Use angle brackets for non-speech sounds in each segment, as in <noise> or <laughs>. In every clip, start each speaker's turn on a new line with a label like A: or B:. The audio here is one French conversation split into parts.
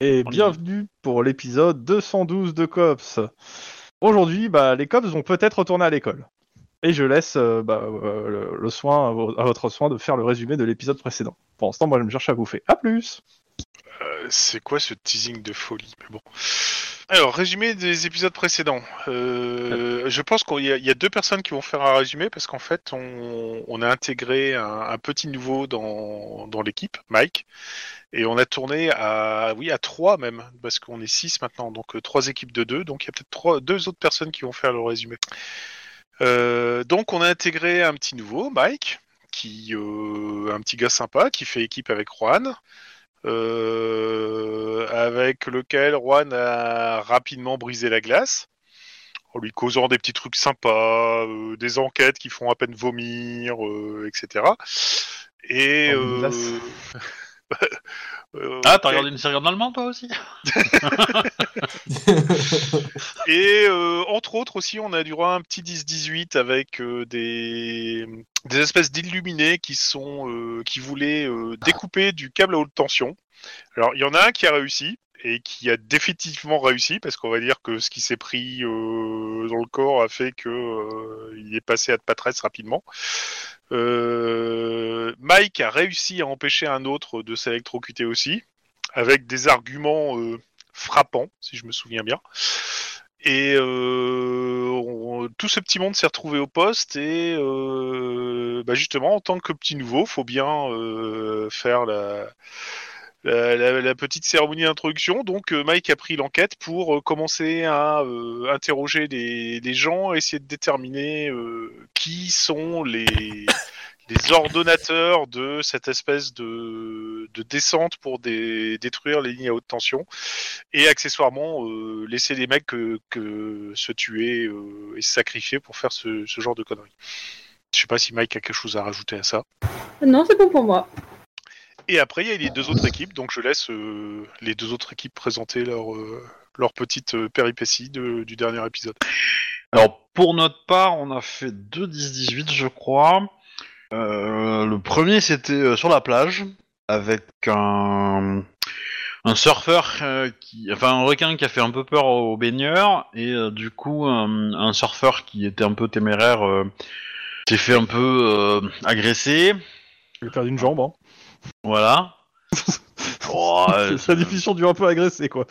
A: et bienvenue pour l'épisode 212 de Cops. Aujourd'hui, bah, les Cops vont peut-être retourner à l'école. Et je laisse euh, bah, euh, le, le soin à, vo- à votre soin de faire le résumé de l'épisode précédent. Pour l'instant, moi, je me cherche à bouffer. À plus
B: Euh, c'est quoi ce teasing de folie Mais bon. Alors, résumé des épisodes précédents. Euh, je pense qu'il y, a- il y a deux personnes qui vont faire un résumé parce qu'en fait, on, on a intégré un, un petit nouveau dans, dans l'équipe, Mike, et on a tourné à oui à trois même parce qu'on est six maintenant, donc euh, trois équipes de deux, donc il y a peut-être trois, deux autres personnes qui vont faire le résumé. Euh, donc, on a intégré un petit nouveau, Mike, qui euh, un petit gars sympa qui fait équipe avec Juan euh, avec lequel Juan a rapidement brisé la glace en lui causant des petits trucs sympas, euh, des enquêtes qui font à peine vomir, euh, etc. Et
A: Oh,
B: euh,
A: glace.
B: euh,
C: Ah, t'as regardé une série en allemand, toi aussi
B: Et euh, entre autres aussi, on a du droit à un petit 10-18 avec euh, des, des espèces d'illuminés qui sont euh, qui voulaient euh, découper du câble à haute tension. Alors il y en a un qui a réussi et qui a définitivement réussi parce qu'on va dire que ce qui s'est pris euh, dans le corps a fait que euh, il est passé à de patresse rapidement. Euh, Mike a réussi à empêcher un autre de s'électrocuter aussi avec des arguments euh, frappants si je me souviens bien. Et euh, on- tout ce petit monde s'est retrouvé au poste et euh, bah justement en tant que petit nouveau, faut bien euh, faire la, la, la- la petite cérémonie d'introduction. Donc euh, Mike a pris l'enquête pour euh, commencer à euh, interroger les, les gens, essayer de déterminer euh, qui sont les les ordonnateurs de cette espèce de, de descente pour dé- détruire les lignes à haute tension et accessoirement euh, laisser les mecs que, que se tuer euh, et se sacrifier pour faire ce, ce genre de conneries. Je sais pas si Mike a quelque chose à rajouter à ça.
D: Non, c'est bon pour moi.
B: Et après, il y a les deux autres équipes, donc je laisse euh, les deux autres équipes présenter leur, euh, leur petite euh, péripétie de- du dernier épisode.
C: Alors, pour notre part, on a fait 2 10-18, je crois. Euh, le premier, c'était euh, sur la plage, avec un, un surfeur, euh, qui, enfin un requin qui a fait un peu peur aux baigneurs, et euh, du coup, un, un surfeur qui était un peu téméraire euh, s'est fait un peu euh, agresser.
A: J'ai perdu une jambe, hein.
C: Voilà. Oh,
A: <laughs>
C: euh,
A: La diffusion du un peu agressé, quoi.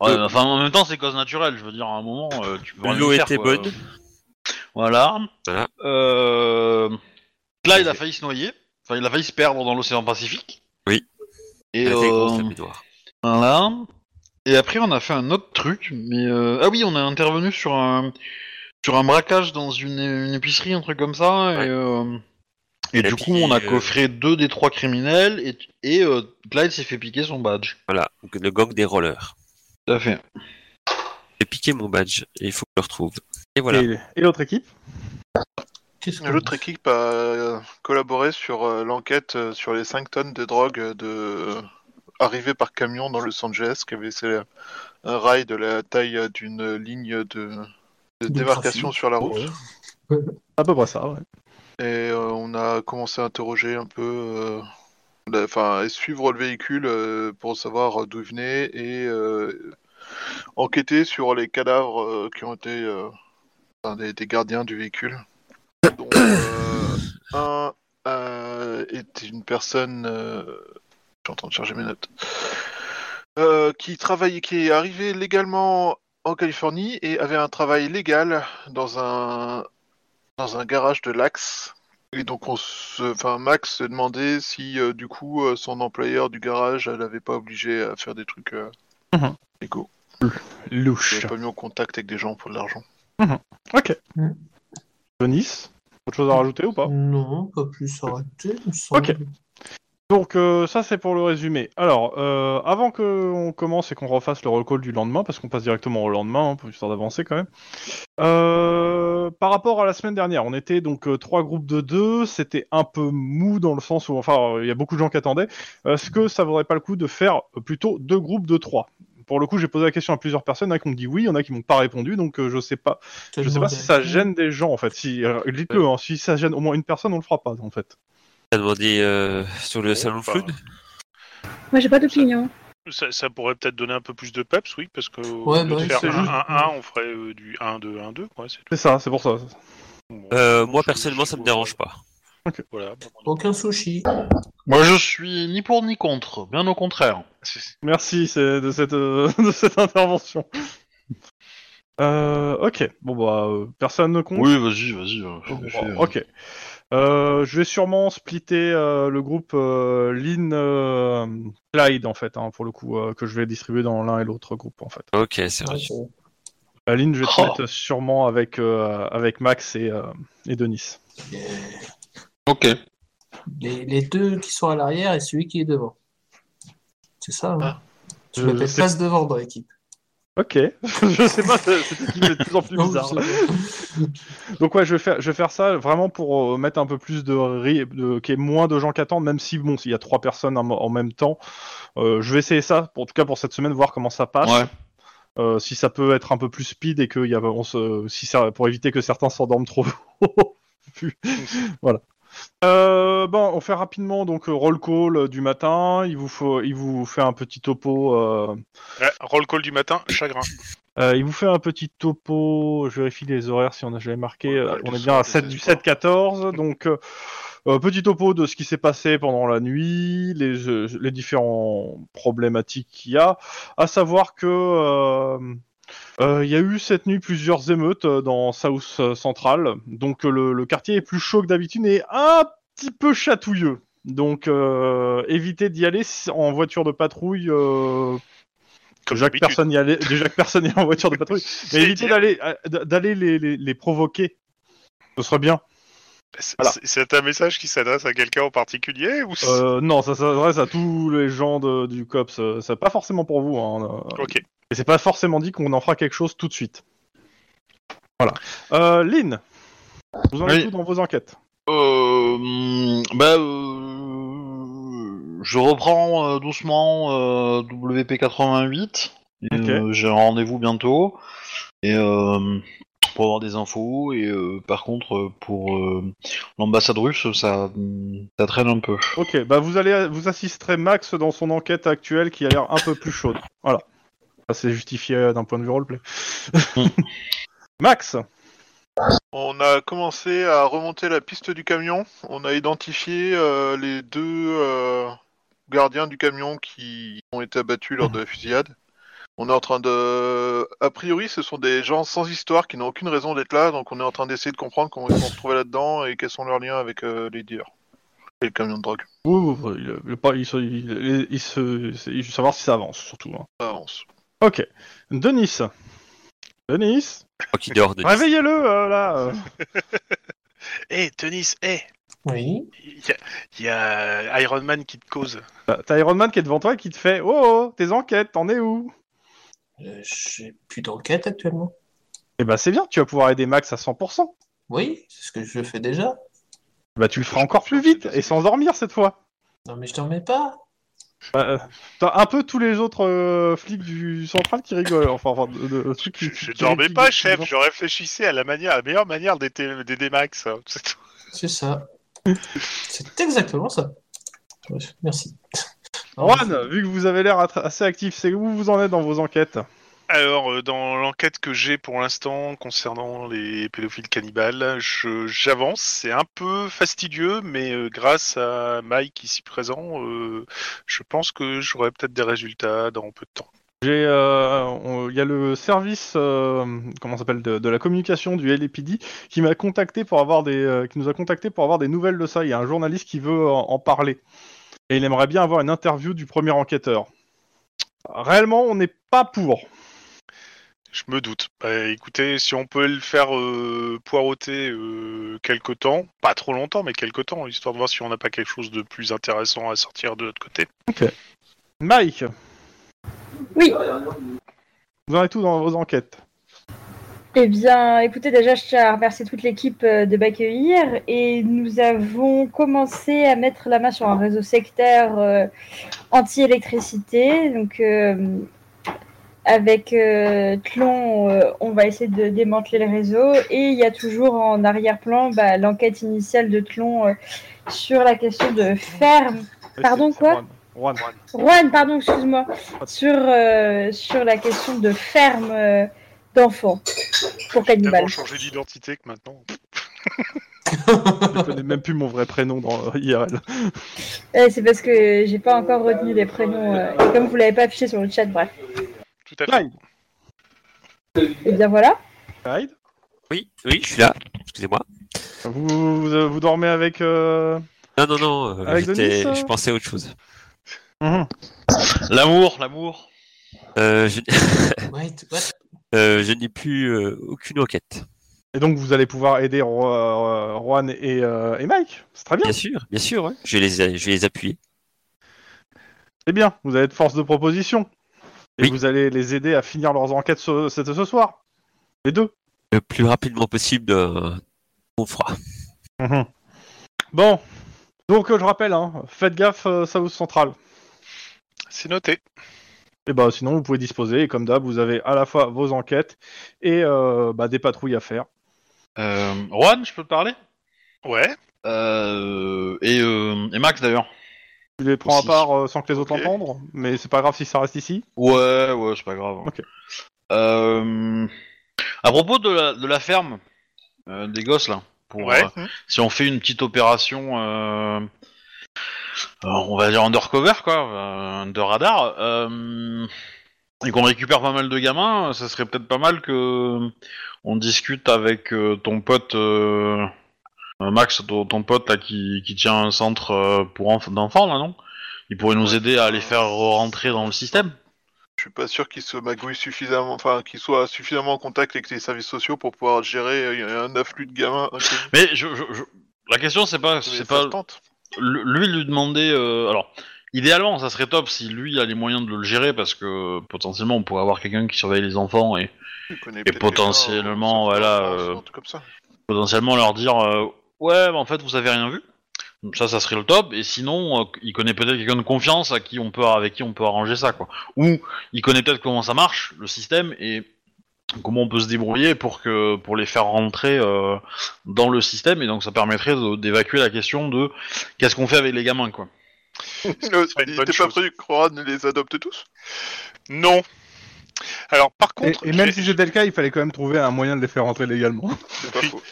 C: Ouais, mais enfin, en même temps, c'est cause naturelle. Je veux dire, à un moment, euh, tu peux rien
E: L'eau
C: y faire,
E: était
C: quoi.
E: bonne.
C: Voilà.
E: Voilà.
C: Euh, Là, il a failli se noyer. Enfin, il a failli se perdre dans l'océan Pacifique.
E: Oui.
C: Et
E: Elle était grosse,
C: euh,
E: la baignoire.
C: voilà. Et après, on a fait un autre truc. Mais euh, ah oui, on a intervenu sur un sur un braquage dans une, une épicerie, un truc comme ça.
E: Ouais.
C: Et, euh, et
E: Et
C: du
E: puis,
C: coup, on a
E: euh,
C: coffré deux des trois criminels et, et euh, Clyde s'est fait piquer son badge.
E: Voilà, donc le gang des rollers.
C: Tout à fait.
E: J'ai piqué mon badge et il faut que je le retrouve. Et voilà.
A: Et, et l'autre équipe
F: Qu'est-ce que L'autre équipe a euh, collaboré sur euh, l'enquête euh, sur les 5 tonnes de drogue euh, de... arrivées par camion dans Los Angeles, qui avait c'est, euh, un rail de la taille euh, d'une ligne de, de
G: De
F: démarcation
G: trafic.
F: sur la route.
A: À peu près ça, ouais.
F: Et euh, on a commencé à interroger un peu, euh, la- enfin, et suivre le véhicule euh, pour savoir d'où il venait et euh, enquêter sur les cadavres euh, qui ont été euh, enfin, des, des gardiens du véhicule. Donc, euh, un euh, est une personne. euh, je suis en train de charger mes notes. Euh, qui travaillait, qui est arrivé légalement en Californie et avait un travail légal dans un dans un garage de l'Axe. Et donc on se, enfin Max se demandait si euh, du coup euh, son employeur du garage euh, l'avait pas obligé à faire des trucs euh,
A: Mhm.
F: légaux. Il
A: Louche.
F: l'avait pas mis en contact avec des gens pour de l'argent.
A: Ok.
G: Mm.
A: Denis, autre chose à rajouter ou pas
G: Non, pas plus arrêté, il me semble.
A: Ok. Donc euh, ça c'est pour le résumé. Alors euh, avant qu'on commence et qu'on refasse le recall du lendemain, parce qu'on passe directement au lendemain hein, pour histoire d'avancer quand même. Euh, par rapport à la semaine dernière, on était donc euh, trois groupes de deux. C'était un peu mou dans le sens où enfin euh, il y a beaucoup de gens qui attendaient. Est-ce que ça vaudrait pas le coup de faire euh, plutôt deux groupes de trois Pour le coup, j'ai posé la question à plusieurs personnes, il y en a qui m'ont dit oui, il y en a qui m'ont pas répondu, donc euh, je sais pas. Je sais pas si ça gêne des gens en fait. Si euh, dites-le, hein, si ça gêne au moins une personne, on le fera pas en fait.
E: T'as demandé euh, sur le salon Flood
D: Moi, j'ai pas d'opinion.
B: Ça, ça pourrait peut-être donner un peu plus de peps, oui, parce que au
G: Ouais,
B: lieu
G: bah
B: de
G: oui,
B: faire
A: c'est juste-
B: 1-1-1, on ferait euh, du 1-2-1-2, quoi, c'est tout.
A: C'est ça, c'est pour ça.
B: Bon,
E: Euh, moi,
B: je-
E: personnellement,
B: je-
E: ça me dérange pas.
B: Voilà.
G: Aucun sushi.
C: Moi, je suis ni pour ni contre, bien au contraire.
A: Merci c'est de cette, euh, <laughs> de cette intervention. Euh, ok, bon bah, euh, personne ne compte.
C: Oui, vas-y, vas-y. euh,
A: Bon,
C: fais- fais,
A: ok. Euh, je vais sûrement splitter euh, le groupe euh, Lynn euh, Clyde en fait, hein, pour le coup, euh, que je vais distribuer dans l'un et l'autre groupe en fait.
E: Ok, c'est vrai.
A: Euh, Lynn, je vais te
C: Oh.
A: mettre sûrement avec, euh, avec Max et, euh, et Denis.
C: Ok.
G: Les, les deux qui sont à l'arrière et celui qui est devant. C'est ça, hein Je
A: Euh,
G: m'appelle
A: c'est-
G: place devant dans l'équipe.
A: Ok, <laughs> je sais pas, c'est- cette équipe est de plus en plus
G: Non,
A: bizarre.
G: c'est-
A: Donc ouais, je vais faire, je vais faire ça vraiment pour euh, mettre un peu plus de, ri- de qu'il y ait moins de gens qui attendent, même si bon, s'il y a trois personnes en, en même temps, euh, je vais essayer ça, pour, en tout cas pour cette semaine, voir comment ça passe.
C: Ouais.
A: Euh, si ça peut être un peu plus speed et que y a, on se, si ça, pour éviter que certains s'endorment trop. <laughs> voilà. Euh, bon, on fait rapidement donc euh, roll call euh, du matin. Il vous faut, il vous fait un petit topo. euh,
B: Ouais, Eh, roll call du matin, chagrin.
A: <laughs> euh, il vous fait un petit topo. Je vérifie les horaires si on a jamais marqué.
F: Ouais,
A: Euh, on
F: le
A: est bien à
F: soir,
A: 7
F: le
A: du
F: soir.
A: 7-14. <laughs> Donc, euh, euh, petit topo de ce qui s'est passé pendant la nuit, les, euh, les différents problématiques qu'il y a. À savoir que. euh, euh, Il y a eu cette nuit plusieurs émeutes euh, dans South euh, Central, donc euh, le, le quartier est plus chaud que d'habitude et un petit peu chatouilleux. Donc euh, évitez d'y aller si- en voiture de patrouille euh,
B: Comme
A: déjà que
B: d'habitude.
A: personne y allait, <laughs> déjà que personne y est en voiture de patrouille.
B: <laughs> C'est
A: Mais évitez
B: dire-
A: d'aller, euh, d- d'aller les, les- les provoquer. Ce serait bien.
B: c'est-
A: voilà.
B: c'est- C'est un message qui s'adresse à quelqu'un en particulier ou c'est-
A: Euh, non, ça s'adresse à tous les gens de- du COPS. euh, C'est pas forcément pour vous. Hein, euh,
B: Ok.
A: Et c'est pas forcément dit qu'on en fera quelque chose tout de suite. Voilà. Euh, Lynn, vous en
C: Oui.
A: êtes où dans vos enquêtes
C: Euh, hum, bah, euh, je reprends euh, doucement euh, WP88. Et,
A: Ok.
C: euh, J'ai un rendez-vous bientôt et euh, pour avoir des infos. Et euh, par contre, euh, pour euh, l'ambassade russe, ça, hum, ça traîne un peu.
A: Ok, bah vous allez, vous assisterez Max dans son enquête actuelle qui a l'air un peu plus chaude. Voilà. Ça, C'est justifié euh, d'un point de vue roleplay. <laughs> Max,
F: On a commencé à remonter la piste du camion. On a identifié euh, les deux euh, gardiens du camion qui ont été abattus lors de la fusillade. On est en train de... A priori, ce sont des gens sans histoire qui n'ont aucune raison d'être là, donc on est en train d'essayer de comprendre comment ils sont retrouvés là-dedans et quels sont leurs liens avec euh, les dealers et le camion de drogue.
A: Oui, oui, oui, il, il- pas- il se, il- il se- c'est- il veut savoir si ça avance, surtout. hein.
F: Ça avance.
A: Ok. Denis. Denis,
E: Moi qui dors de
A: réveillez-le, euh, là. euh.
B: Hé, Tenis, hé
G: Oui.
B: eh, Il y, a- il y a Iron Man qui te cause.
A: T'as- T'as Iron Man qui est devant toi et qui te fait « Oh, oh, tes enquêtes, t'en es où
G: Euh, J'ai plus d'enquête actuellement. ?»
A: Eh ben, c'est bien, tu vas pouvoir aider Max à 100%.
G: Oui, c'est ce que je fais déjà.
A: Bah, tu le feras encore plus vite, et sans dormir, cette fois.
G: Non mais je dormais pas.
A: Bah, euh, T'as un peu tous les autres euh, flics du central qui rigolent, enfin, enfin, de, de- de trucs
B: Je,
A: qui...
B: je
A: qui-
B: dormais
A: qui-
B: pas,
A: qui-
B: chef,
A: qui-
B: je réfléchissais à la, manière, la meilleure manière d'aider d'aider Max. hein, <laughs> c'est tout.
A: <laughs>
G: C'est ça. c'est exactement ça. Bref, merci.
A: Juan, vu que vous avez l'air attra- assez actif, c'est où vous en êtes dans vos enquêtes
B: Alors, euh, dans l'enquête que j'ai pour l'instant concernant les pédophiles cannibales, je- j'avance. C'est un peu fastidieux, mais euh, grâce à Mike ici présent, euh, je pense que j'aurai peut-être des résultats dans peu de temps.
A: J'ai, euh, on- il y a le service, euh, comment ça s'appelle, de, de la communication du LAPD qui m'a contacté pour avoir des, euh, qui nous a contacté pour avoir des nouvelles de ça. Il y a un journaliste qui veut en, en parler et il aimerait bien avoir une interview du premier enquêteur. Réellement, on n'est pas pour.
B: Je me doute. Bah, écoutez, si on peut le faire euh, poireauter euh, quelque temps, pas trop longtemps, mais quelque temps, histoire de voir si on n'a pas quelque chose de plus intéressant à sortir de l'autre côté.
A: Mike,
D: Oui,
A: vous en êtes tout dans vos enquêtes
D: eh bien, écoutez, déjà, je tiens à remercier toute l'équipe euh, de m'accueillir et nous avons commencé à mettre la main sur un réseau sectaire euh, anti-électricité. Donc, euh, avec euh, Tlon, euh, on va essayer de démanteler le réseau et il y a toujours en arrière-plan bah, l'enquête initiale de Tlon euh, sur la question de ferme. Pardon,
A: C'est- c'est
D: quoi
A: Juan. Juan.
D: Juan, pardon, excuse-moi, sur, euh, sur la question de ferme euh, d'enfants pour cannibale.
B: Tellement changé d'identité que maintenant.
A: <laughs> Je connais même plus mon vrai prénom dans euh, IRL.
D: Eh, c'est parce que j'ai pas encore retenu les prénoms, euh, et comme vous l'avez pas affiché sur le chat, bref.
B: Tout à fait.
D: Et Eh bien voilà.
A: Hyde
E: Oui, oui, je suis là. Excusez-moi.
A: Vous, vous, vous dormez avec. euh,
E: Non, non, non. euh,
A: Avec
E: j'étais-
A: Denis, ça
E: je pensais à autre chose.
A: mhm.
C: L'amour, l'amour.
E: Euh, je <laughs>
G: Wait, what
E: euh, je n'ai plus euh, aucune enquête.
A: Et donc vous allez pouvoir aider Ro- euh, Juan et, euh, et Mike. C'est très bien.
E: Bien sûr, bien sûr. ouais. Je vais les, je vais les appuyer.
A: C'est bien. Vous allez être force de proposition. Et
E: Oui.
A: vous allez les aider à finir leurs enquêtes ce, cette- ce soir. Les deux.
E: Le plus rapidement possible. euh, on fera.
A: Mhm. Bon. Donc euh, je rappelle, hein, faites gaffe, euh, South Central.
B: C'est noté.
A: Et bah sinon vous pouvez disposer. Et comme d'hab, vous avez à la fois vos enquêtes et euh, bah, des patrouilles à faire.
C: Euh, Juan, je peux te parler
B: Ouais.
C: Euh, et, euh, et Max d'ailleurs.
A: Tu les prends
C: Aussi.
A: à part euh, sans que les autres
B: Ok.
A: l'entendent, mais c'est pas grave si ça reste ici.
C: Ouais, ouais, c'est pas grave. hein.
A: Ok.
C: Euh, à propos de la, de la ferme euh, des gosses là, pour
B: Ouais.
C: euh, si on fait une petite opération, euh, euh, on va dire undercover quoi, euh, under radar, euh, et qu'on récupère pas mal de gamins, euh, ça serait peut-être pas mal que euh, on discute avec euh, ton pote euh, euh, Max, ton, ton pote là qui, qui tient un centre euh, pour enf- d'enfants là non Il pourrait nous aider à les faire rentrer dans le système.
F: Je suis pas sûr qu'il se magouille suffisamment, enfin qu'il soit suffisamment en contact avec les services sociaux pour pouvoir gérer euh, un afflux de gamins. inconnus.
C: Mais je, je- je- la question c'est pas,
F: Mais ça
C: c'est pas
F: se tente.
C: Lu- lui lui demander euh, alors idéalement ça serait top si lui a les moyens de le gérer parce que euh, potentiellement on pourrait avoir quelqu'un qui surveille les enfants et
F: Tu connais peut-être
C: potentiellement,
F: quelqu'un,
C: voilà,
F: un
C: euh,
F: centre comme ça.
C: potentiellement leur dire euh, ouais mais en fait vous avez rien vu Donc ça ça serait le top et sinon euh, il connaît peut-être quelqu'un de confiance à qui on peut avec qui on peut arranger ça quoi ou il connaît peut-être comment ça marche le système et comment on peut se débrouiller pour que pour les faire rentrer euh, dans le système et donc ça permettrait de- d'évacuer la question de qu'est-ce qu'on fait avec les gamins quoi
F: Euh,
B: serait une
F: il
B: bonne
F: était pas
B: chose.
F: prévu que Croix ne les adopte tous
B: Non. Alors, par contre,
A: et, et même
B: j'ai-
A: si j'étais le cas, il fallait quand même trouver un moyen de les faire rentrer légalement.
F: C'est pas
B: Oui.
F: faux.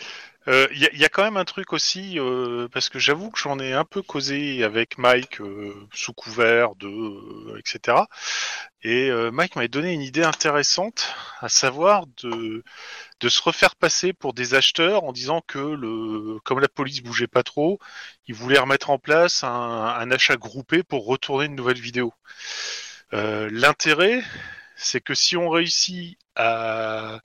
B: Euh, Il y, a- il y a quand même un truc aussi, euh, parce que j'avoue que j'en ai un peu causé avec Mike euh, sous couvert de, euh, etc. Et euh, Mike m'avait donné une idée intéressante, à savoir de, de se refaire passer pour des acheteurs en disant que le, comme la police bougeait pas trop, ils voulaient remettre en place un, un achat groupé pour retourner une nouvelle vidéo. Euh, L'intérêt, c'est que si on réussit à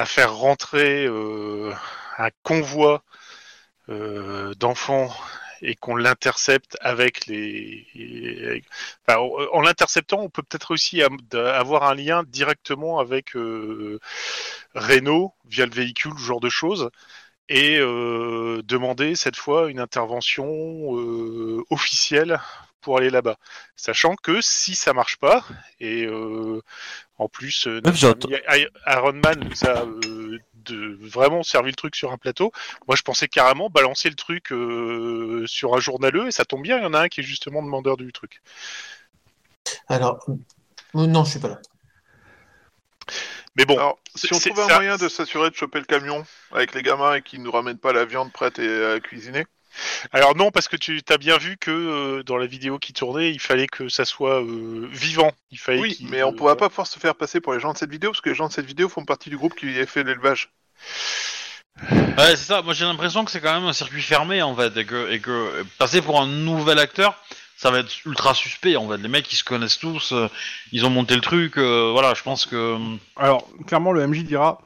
B: à faire rentrer euh, un convoi euh, d'enfants et qu'on l'intercepte avec les. et- enfin, en en l'interceptant, on peut peut-être aussi am- d'a- avoir un lien directement avec euh, Renault via le véhicule, ce genre de choses, et euh, demander cette fois une intervention euh, officielle pour aller là-bas. Sachant que si ça marche pas, et euh, en plus, euh,
E: Même
B: notre
E: j'entends-
B: ami I- Iron Man nous a euh, de- vraiment servi le truc sur un plateau. Moi, je pensais carrément balancer le truc euh, sur un journaleux, et ça tombe bien, il y en a un qui est justement demandeur du truc.
G: Alors, euh, non, je suis pas là.
B: Mais bon,
F: Alors, si on
B: c'est-
F: trouve un
B: ça-
F: moyen de s'assurer de choper le camion avec les gamins et qu'ils nous ramènent pas la viande prête et euh, à cuisiner,
B: alors non, parce que tu as bien vu que euh, dans la vidéo qui tournait, il fallait que ça soit euh, vivant. Il fallait
F: oui,
B: qu'il-
F: mais on
B: euh,
F: pourra pas force se faire passer pour les gens de cette vidéo parce que les gens de cette vidéo font partie du groupe qui a fait l'élevage.
C: Ouais, c'est ça. Moi, j'ai l'impression que c'est quand même un circuit fermé, en fait, et que, et que passer pour un nouvel acteur, ça va être ultra suspect, en fait. Les mecs, ils se connaissent tous, euh, ils ont monté le truc, euh, voilà, je pense que...
A: Alors, clairement, le MJ dira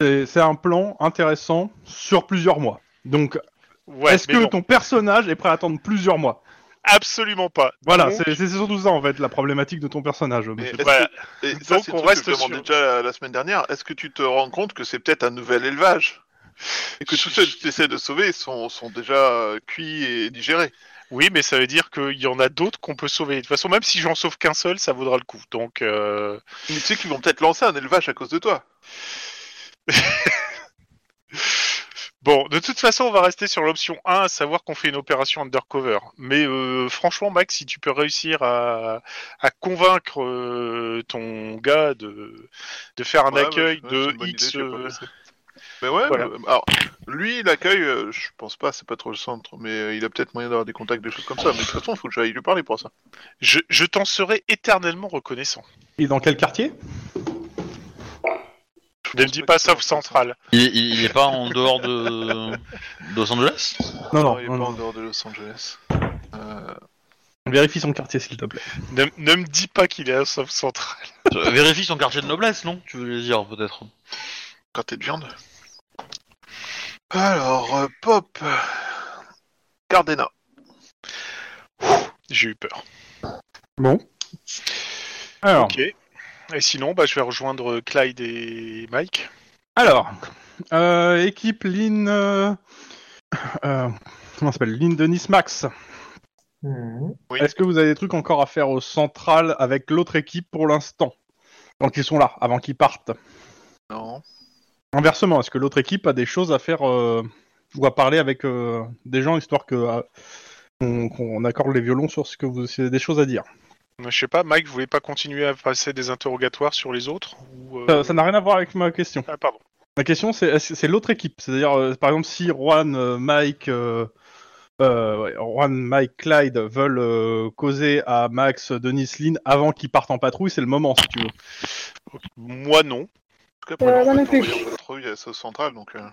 A: c'est c'est un plan intéressant sur plusieurs mois. Donc,
B: Ouais,
A: est-ce
B: mais
A: que
B: bon,
A: ton personnage est prêt à attendre plusieurs mois
B: absolument pas.
A: Voilà,
B: Donc,
A: c'est c'est surtout ça en fait, la problématique de ton personnage.
F: Mais
A: monsieur.
F: est-ce
B: voilà.
F: que- et ça,
B: Donc,
F: c'est
B: on
F: le truc que
B: reste
F: je demandais
B: sur-
F: déjà la, la semaine dernière. Est-ce que tu te rends compte que c'est peut-être un nouvel élevage et que tous ceux que tu essaies de sauver sont, sont déjà euh, cuits et digérés
B: Mm. Oui, mais ça veut dire qu'il y en a d'autres qu'on peut sauver. De toute façon, même si j'en sauve qu'un seul, ça vaudra le coup. Donc, euh,
F: Mais Tu sais qu'ils vont peut-être lancer un élevage à cause de toi.
B: Bon, de toute façon, on va rester sur l'option 1, à savoir qu'on fait une opération undercover. Mais euh, franchement, Max, si tu peux réussir à, à convaincre euh, ton gars de, de faire un
F: Ouais, bah,
B: accueil
F: ouais, c'est
B: de
F: une bonne
B: X...
F: idée, je l'ai pas
B: euh,
F: pensé. Mais ouais,
B: Voilà.
F: euh, alors, lui, l'accueil, euh, je pense pas, c'est pas trop le centre, mais euh, il a peut-être moyen d'avoir des contacts, des choses comme ça, mais de toute façon, il faut que j'aille lui parler pour ça.
B: je je t'en serai éternellement reconnaissant.
A: Et dans quel quartier
B: Ne me dis pas sauf central.
C: Il, est- il- il est pas en dehors de de Los Angeles
A: Non, non,
F: il est
A: non,
F: pas en
A: non.
F: dehors de Los Angeles. Euh,
A: Vérifie son quartier, s'il te plaît.
B: Ne, ne me dis pas qu'il est à sauf central. <laughs>
C: Euh, Vérifie son quartier de noblesse, non Tu veux dire peut-être
F: Quartier de viande. Alors, euh, Pop. Cardena.
B: J'ai eu peur.
A: Alors,
B: Ok. Et sinon, bah, je vais rejoindre Clyde et Mike.
A: alors euh, équipe Lynn. euh, euh, comment ça s'appelle Lynn Denis Max.
G: Mhm.
B: Oui.
A: Est-ce que vous avez des trucs encore à faire au central avec l'autre équipe pour l'instant Tant qu'ils sont là, avant qu'ils partent.
F: Non.
A: Inversement, est-ce que l'autre équipe a des choses à faire euh, ou à parler avec euh, des gens histoire que euh, qu'on qu'on accorde les violons sur ce que vous c'est des choses à dire
B: Euh, Je sais pas, Mike, vous voulez pas continuer à passer des interrogatoires sur les autres ou, euh,
A: Ça- Ça n'a rien à voir avec ma question.
B: Ah, pardon.
A: La question c'est est-ce que c'est l'autre équipe, c'est-à-dire euh, par exemple si Juan, euh, Mike, euh, euh, ouais, Juan, Mike, Clyde veulent euh, causer à Max, Denis, Lynn avant qu'ils partent en patrouille, c'est le moment si tu veux.
B: Moi, non.
F: En tout cas, pour
D: Euh,
F: l'instant,
D: moi non
F: il faut
D: plus.
F: rien de trop, il y a Sauce Centrale, donc. euh,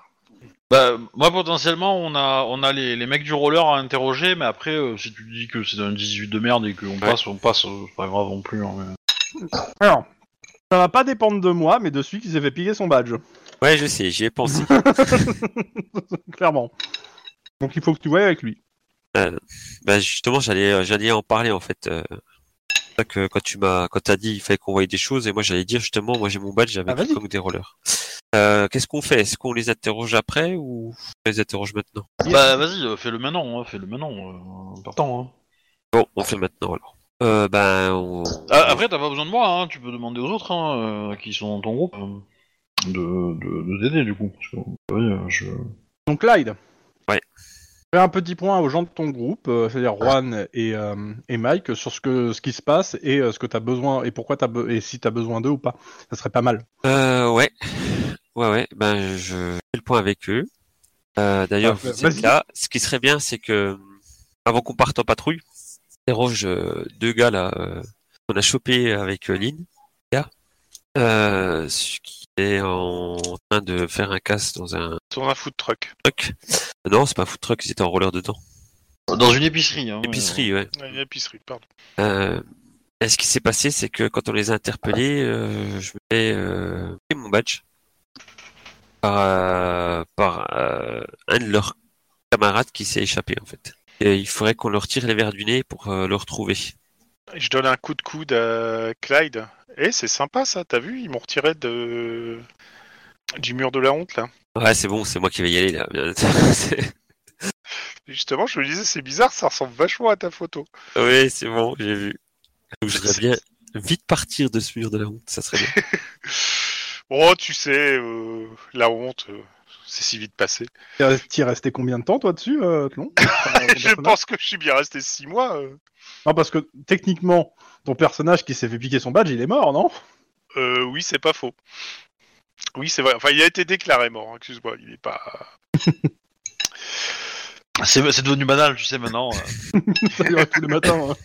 C: Bah, moi potentiellement, on a, on a les, les mecs du roller à interroger, mais après, euh, si tu dis que c'est un 18 de merde et qu'on passe, on passe, euh, c'est pas grave non plus. hein, mais-
A: Alors, ça va pas dépendre de moi, mais de celui qui s'est fait piller son badge,
E: Ouais, je sais, j'y ai pensé.
A: clairement. Donc il faut que tu voyes avec lui.
E: bah, justement, j'allais, euh, j'allais en parler en fait. euh, c'est vrai que quand tu m'as, quand t'as dit, il fallait qu'on voyait des choses, et moi j'allais dire justement, moi j'ai mon badge avec
A: Ah, vas-y.
E: le gang des rollers. Euh, qu'est-ce qu'on fait Est-ce qu'on les interroge après ou on les interroge maintenant
C: Bah, vas-y, euh, fais-le maintenant, hein, fais-le maintenant. euh, partant. hein.
E: Bon, on fait maintenant alors. Euh, ben, on...
C: Ah, après, t'as pas besoin de moi, hein, tu peux demander aux autres hein, euh, qui sont dans ton groupe euh, de de- de t'aider du coup. parce que, oui, euh, je-
A: Donc Clyde.
E: Ouais. Ah.
A: Fais un petit point aux gens de ton groupe, euh, c'est-à-dire Juan et, euh, et Mike, sur ce que ce qui se passe et euh, ce que t'as besoin et pourquoi t'as be- et si t'as besoin d'eux ou pas. Ça serait pas mal.
E: Euh, ouais. Ouais, ouais. Ben, je fais le point avec eux. Euh, d'ailleurs,
A: Ah, bah,
E: vous êtes
A: vas-y.
E: là. Ce qui serait bien, c'est que, euh, avant qu'on parte en patrouille, interroge euh, deux gars, là, euh, qu'on a chopé avec euh, Lynn, gars, euh, ce qui est en train de faire un casse dans un
B: Dans un food truck.
E: truck. Euh, Non, c'est pas un food truck, ils étaient en roller dedans.
C: Dans une épicerie. Hein,
E: Épicerie, ouais.
B: Ouais, Une épicerie, pardon.
E: Euh, et ce qui s'est passé, c'est que quand on les a interpellés, euh, je me fais euh, piquer mon badge par, euh, par euh, un de leurs camarades qui s'est échappé en fait. Et il faudrait qu'on leur tire les verres du nez pour euh, le retrouver.
B: Et Je donne un coup de coude à Clyde. Eh, c'est sympa ça, t'as vu Ils m'ont retiré de... du mur de la honte là.
E: Ouais, c'est bon, c'est moi qui vais y aller là. <laughs> C'est-
B: Et Justement, je me disais, c'est bizarre, ça ressemble vachement à ta photo.
E: oui, c'est bon, j'ai vu. Donc, je voudrais bien vite partir de ce mur de la honte, ça serait bien.
B: Oh, tu sais, euh, la honte, euh, c'est si vite passé.
A: T'es resté- T'y es resté combien de temps toi dessus, euh, Tlon
B: <laughs>
E: <laughs>
B: je pense que je suis bien resté six mois. euh.
A: Non parce que techniquement, ton personnage qui s'est fait piquer son badge, il est mort,
E: <laughs>
A: non
B: Euh, oui, c'est pas faux. Oui, c'est vrai. Enfin, il a été déclaré mort, hein, excuse-moi. Il est pas.
C: Euh, C'est c'est devenu banal, tu sais maintenant. euh.
A: Ça lui arrive tous les matins. hein.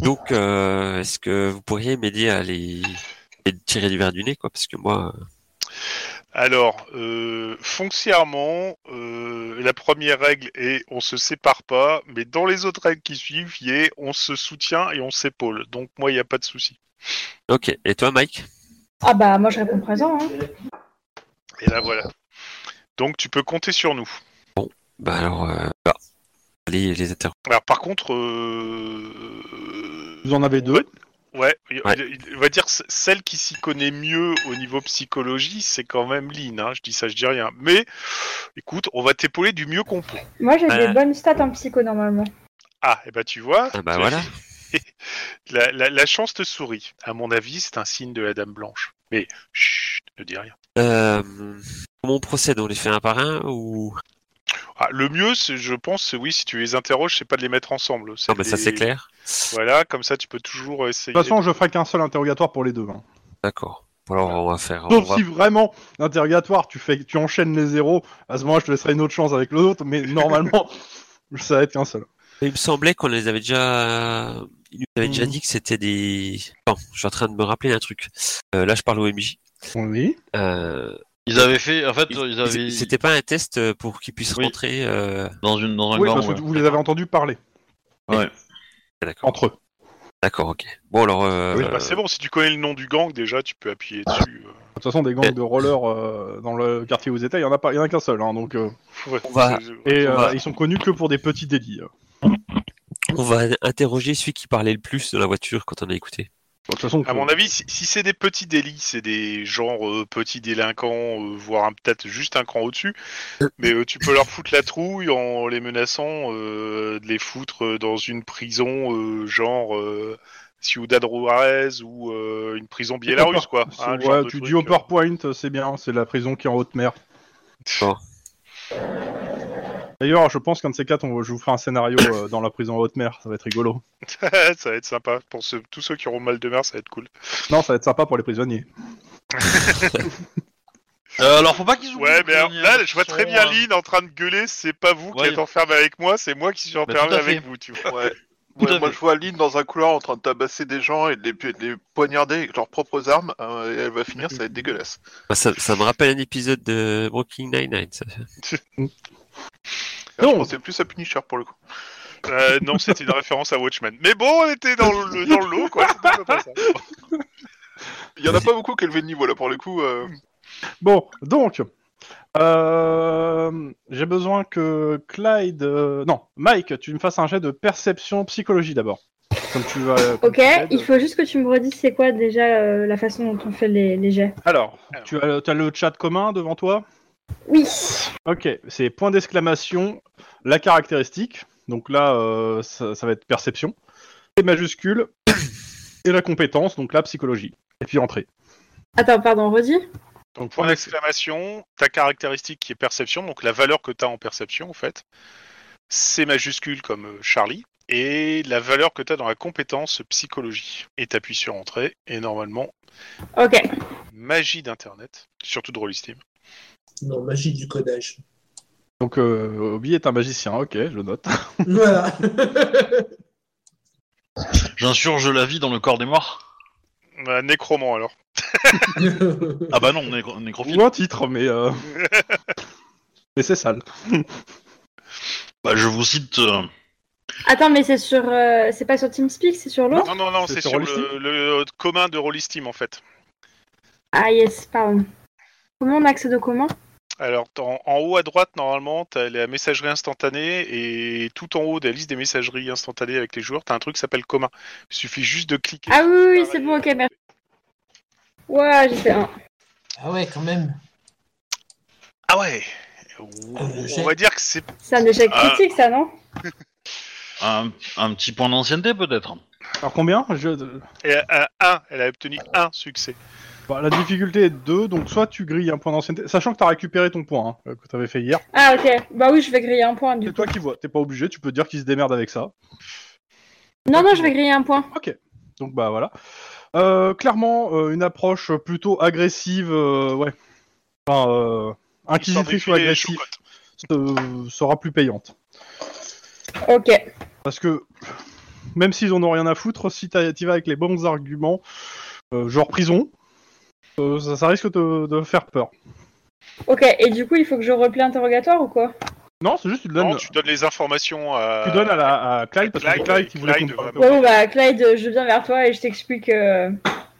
E: Donc, euh, est-ce que vous pourriez m'aider à les... les tirer du verre du nez quoi Parce que moi,
B: Alors, euh, foncièrement, euh, la première règle est on se sépare pas, mais dans les autres règles qui suivent, il y est on se soutient et on s'épaule. Donc moi, il n'y a pas de souci.
E: euh, ok. Et toi, Mike
D: Ah bah moi je réponds présent. hein.
B: Et là, voilà. Donc tu peux compter sur nous.
E: Bah alors, euh, bah, allez les interroger.
B: Alors par contre, euh,
A: Vous en avez deux.
B: ouais, il-
E: Ouais.
B: il- on va dire c- celle qui s'y connaît mieux au niveau psychologie, c'est quand même Lynn. hein. Je dis ça, je dis rien. Mais écoute, on va t'épauler du mieux qu'on peut.
D: Moi j'ai
E: Euh.
D: des bonnes stats en psycho normalement.
B: Ah, et bah tu vois,
E: Ah bah voilà.
B: La, la- la chance te sourit. À mon avis, c'est un signe de la dame blanche. Mais chut, Ne dis rien.
E: Euh, comment on procède On les fait un par un ou
B: Ah, le mieux, c'est, je pense, c'est- oui, si tu les interroges, c'est pas de les mettre ensemble.
E: Non,
B: de
E: mais ça
B: les-
E: c'est clair.
B: Voilà, comme ça, tu peux toujours essayer.
A: toute façon, je ferai qu'un seul interrogatoire pour les deux. hein.
E: D'accord. Bon, Alors on va faire. on
A: Sauf
E: va-
A: si vraiment, l'interrogatoire, tu, fais, tu enchaînes les zéros, à ce moment-là, je te laisserai une autre chance avec l'autre, mais
E: <laughs>
A: normalement, ça va être qu'un seul.
E: Il me semblait qu'on les avait déjà. Il nous avait déjà
A: Mhm.
E: dit que c'était des. Attends, je suis en train de me rappeler un truc. Euh, là, je parle au MJ.
A: Oui.
E: Euh,
C: Ils avaient fait, en fait,
E: ils-
C: ils, avaient
E: ils- C'était pas un test euh, pour qu'ils puissent
C: Oui.
E: rentrer. euh,
C: dans une dans un
A: Oui,
C: gang,
A: parce que
C: ouais.
A: vous les avez entendus parler
E: Ah, D'accord.
A: entre eux.
E: D'accord. Ok. Bon alors. euh,
B: Bah, c'est bon, si tu connais le nom du gang, déjà, tu peux appuyer
E: Ah.
B: dessus. euh.
A: De toute façon, des gangs de rollers euh, dans le quartier où vous étiez, il y en a pas, il y en a qu'un seul. hein, donc, euh,
B: Ouais,
E: On va-
B: c'est- c'est-
A: et
E: On
A: euh,
E: va-
A: ils sont connus que pour des petits délits. euh.
E: On va interroger celui qui parlait le plus de la voiture quand on a écouté.
A: De toute façon,
B: À mon avis, si, si c'est des petits délits, c'est des genres euh, petits délinquants, euh, voire un- peut-être juste un cran au-dessus, mais euh, tu peux leur foutre la trouille en les menaçant euh, de les foutre euh, dans une prison euh, genre euh, Ciudad Juarez ou euh, une prison biélorusse, quoi.
E: Ah.
A: C'est-
B: hein, le
A: ouais,
B: genre de
A: tu
B: truc,
A: dis au
B: euh.
A: PowerPoint, euh, c'est bien, c'est la prison qui est en haute mer.
E: Bon.
A: D'ailleurs, je pense qu'un de ces quatre, on, je vous ferai un scénario euh, dans la prison en haute mer, ça va être rigolo.
B: <laughs> ça va être sympa. Pour ceux- tous ceux qui auront mal de mer, ça va être cool.
A: Non, ça va être sympa pour les prisonniers.
C: Euh, alors, faut pas qu'ils oublient.
B: Ouais,
C: les
B: mais alors,
C: prisonniers,
B: là,
C: parce
B: je vois
C: qu'ils
B: très
C: sont,
B: bien
C: euh,
B: Lynn en train de gueuler, c'est pas vous qui
C: Ouais.
B: êtes enfermé avec moi, c'est moi qui suis enfermé
C: tout à
B: avec
C: fait.
B: vous, tu vois.
F: Ouais.
C: Tout
F: Ouais,
C: à
F: moi,
C: fait.
F: je vois Lynn dans un couloir en train de tabasser des gens et de les, de les poignarder avec leurs propres armes. hein, et elle va finir, ça va être dégueulasse.
E: Bah, Ça, ça me rappelle un épisode de Walking Nine-Nine. ça.
F: Là,
A: Non.
F: je pensais plus à Punisher pour le coup.
B: Euh, non, c'était une référence <laughs> à Watchmen. Mais bon, on était dans le, dans le lot, quoi. C'était à peu près ça.
F: <laughs> Il y en a pas beaucoup qui élevaient le niveau là pour le coup. euh.
A: Bon, donc, euh, j'ai besoin que Clyde... euh, non, Mike, tu me fasses un jet de perception psychologie d'abord. Comme tu vas... euh,
D: Ok, il faut juste que tu me redis c'est quoi déjà euh, la façon dont on fait les, les jets.
A: Alors, tu as, t'as le chat commun devant toi
D: Oui,
A: Ok, c'est point d'exclamation, la caractéristique. Donc là, euh, ça, ça va être perception. Et majuscule. <coughs> et la compétence, donc là, psychologie. Et puis entrée.
D: attends, pardon, redis.
A: Donc
B: Point d'exclamation, ta caractéristique qui est perception, donc la valeur que tu as en perception, en fait, c'est majuscule comme euh, Charlie, et la valeur que tu as dans la compétence psychologie. Et t'appuies sur entrée, et normalement,
D: Ok,
B: magie d'Internet, surtout de Rollisteam.
G: Non, magie du codage. <laughs>
A: Donc euh, Obi est un magicien, ok, je le note.
G: voilà.
C: J'insurge la vie dans le corps des morts.
B: Euh, nécromant, alors.
C: Ah bah non, nécro- nécrophile.
A: <laughs> Ou un titre, mais... euh, mais c'est sale.
C: Bah, je vous cite. euh,
D: attends, mais c'est sur, euh, c'est pas sur TeamSpeak, c'est sur l'autre.
B: Non, non, non,
A: C'est
B: c'est
A: sur
B: sur le, le commun de Rollisteam, en fait.
D: Ah yes, pardon. Comment on accède au commun
B: Alors, t'en- en haut à droite, normalement, t'as la messagerie instantanée et tout en haut de la liste des messageries instantanées avec les joueurs, t'as un truc qui s'appelle commun. Il suffit juste de cliquer.
D: Ah
B: sur
D: oui, oui,
B: séparer
D: c'est bon, ok,
B: et-
D: merci. Ouais, j'ai fait un.
G: ah ouais, quand même.
B: Ah ouais On-
G: Euh, j'ai-
B: On va dire que c'est.
D: C'est un échec
C: Ah.
D: critique, ça, non
C: un, un petit point d'ancienneté peut-être.
A: Alors combien Je-
B: Elle a un, elle a obtenu un succès.
A: Bah, La difficulté est 2, donc soit tu grilles un point d'ancienneté, sachant que t'as récupéré ton point hein, que t'avais fait hier.
D: Ah ok, bah oui, je vais griller un point. Du
A: C'est
D: coup.
A: toi qui vois, t'es pas obligé, tu peux dire qu'il se démerde avec ça.
D: Non, non, je vais griller un point.
A: Donc bah voilà. Euh, clairement, euh, une approche plutôt agressive, euh, ouais. Enfin, euh, inquisitrice
B: Histoire
A: ou
B: d'effiler les
A: agressive
B: chocottes.
A: euh, sera plus payante.
D: Ok.
A: Parce que même s'ils en ont rien à foutre, si t'as- t'y vas avec les bons arguments, euh, genre prison, euh, ça, ça risque de, de faire peur.
D: Ok, et du coup, il faut que je replie interrogatoire ou quoi
A: Non, c'est juste tu donnes,
B: Non, tu donnes les informations à.
A: tu donnes à, la, à Clyde parce que c'est
B: Clyde,
A: Clyde qui voulait
B: Clyde,
A: comprendre
D: Ouais, bon, bah Clyde, je viens vers toi et je t'explique euh,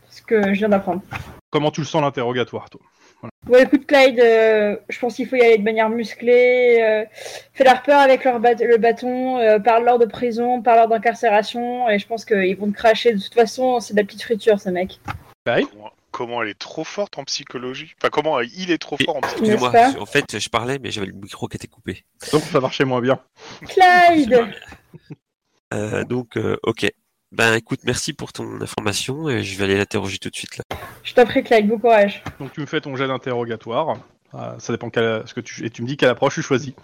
D: ce que je viens d'apprendre.
A: comment tu le sens l'interrogatoire, toi.
D: Bon, écoute, Clyde, euh, je pense qu'il faut y aller de manière musclée. euh, Fais-leur peur avec leur bat- le bâton, euh, parle-leur de prison, parle-leur d'incarcération, et je pense qu'ils vont te cracher. De toute façon, c'est de la petite friture, ce mec.
A: Clyde
B: Comment- Comment elle est trop forte en psychologie Enfin, comment il est trop
E: Et-
B: fort en psychologie
E: Excusez-moi,
D: N'est-ce pas
E: en fait, je parlais, mais j'avais le micro qui était coupé.
D: Ah,
A: Donc ça marchait moins bien.
E: <laughs>
D: Clyde
E: Euh, donc, euh, ok. Ben écoute, merci pour ton information et je vais aller l'interroger tout de suite là.
D: Je t'en prie, Clyde, bon courage.
A: Donc tu me fais ton jet d'interrogatoire. Euh, ça dépend quelle, ce que tu et tu me dis quelle approche tu choisis.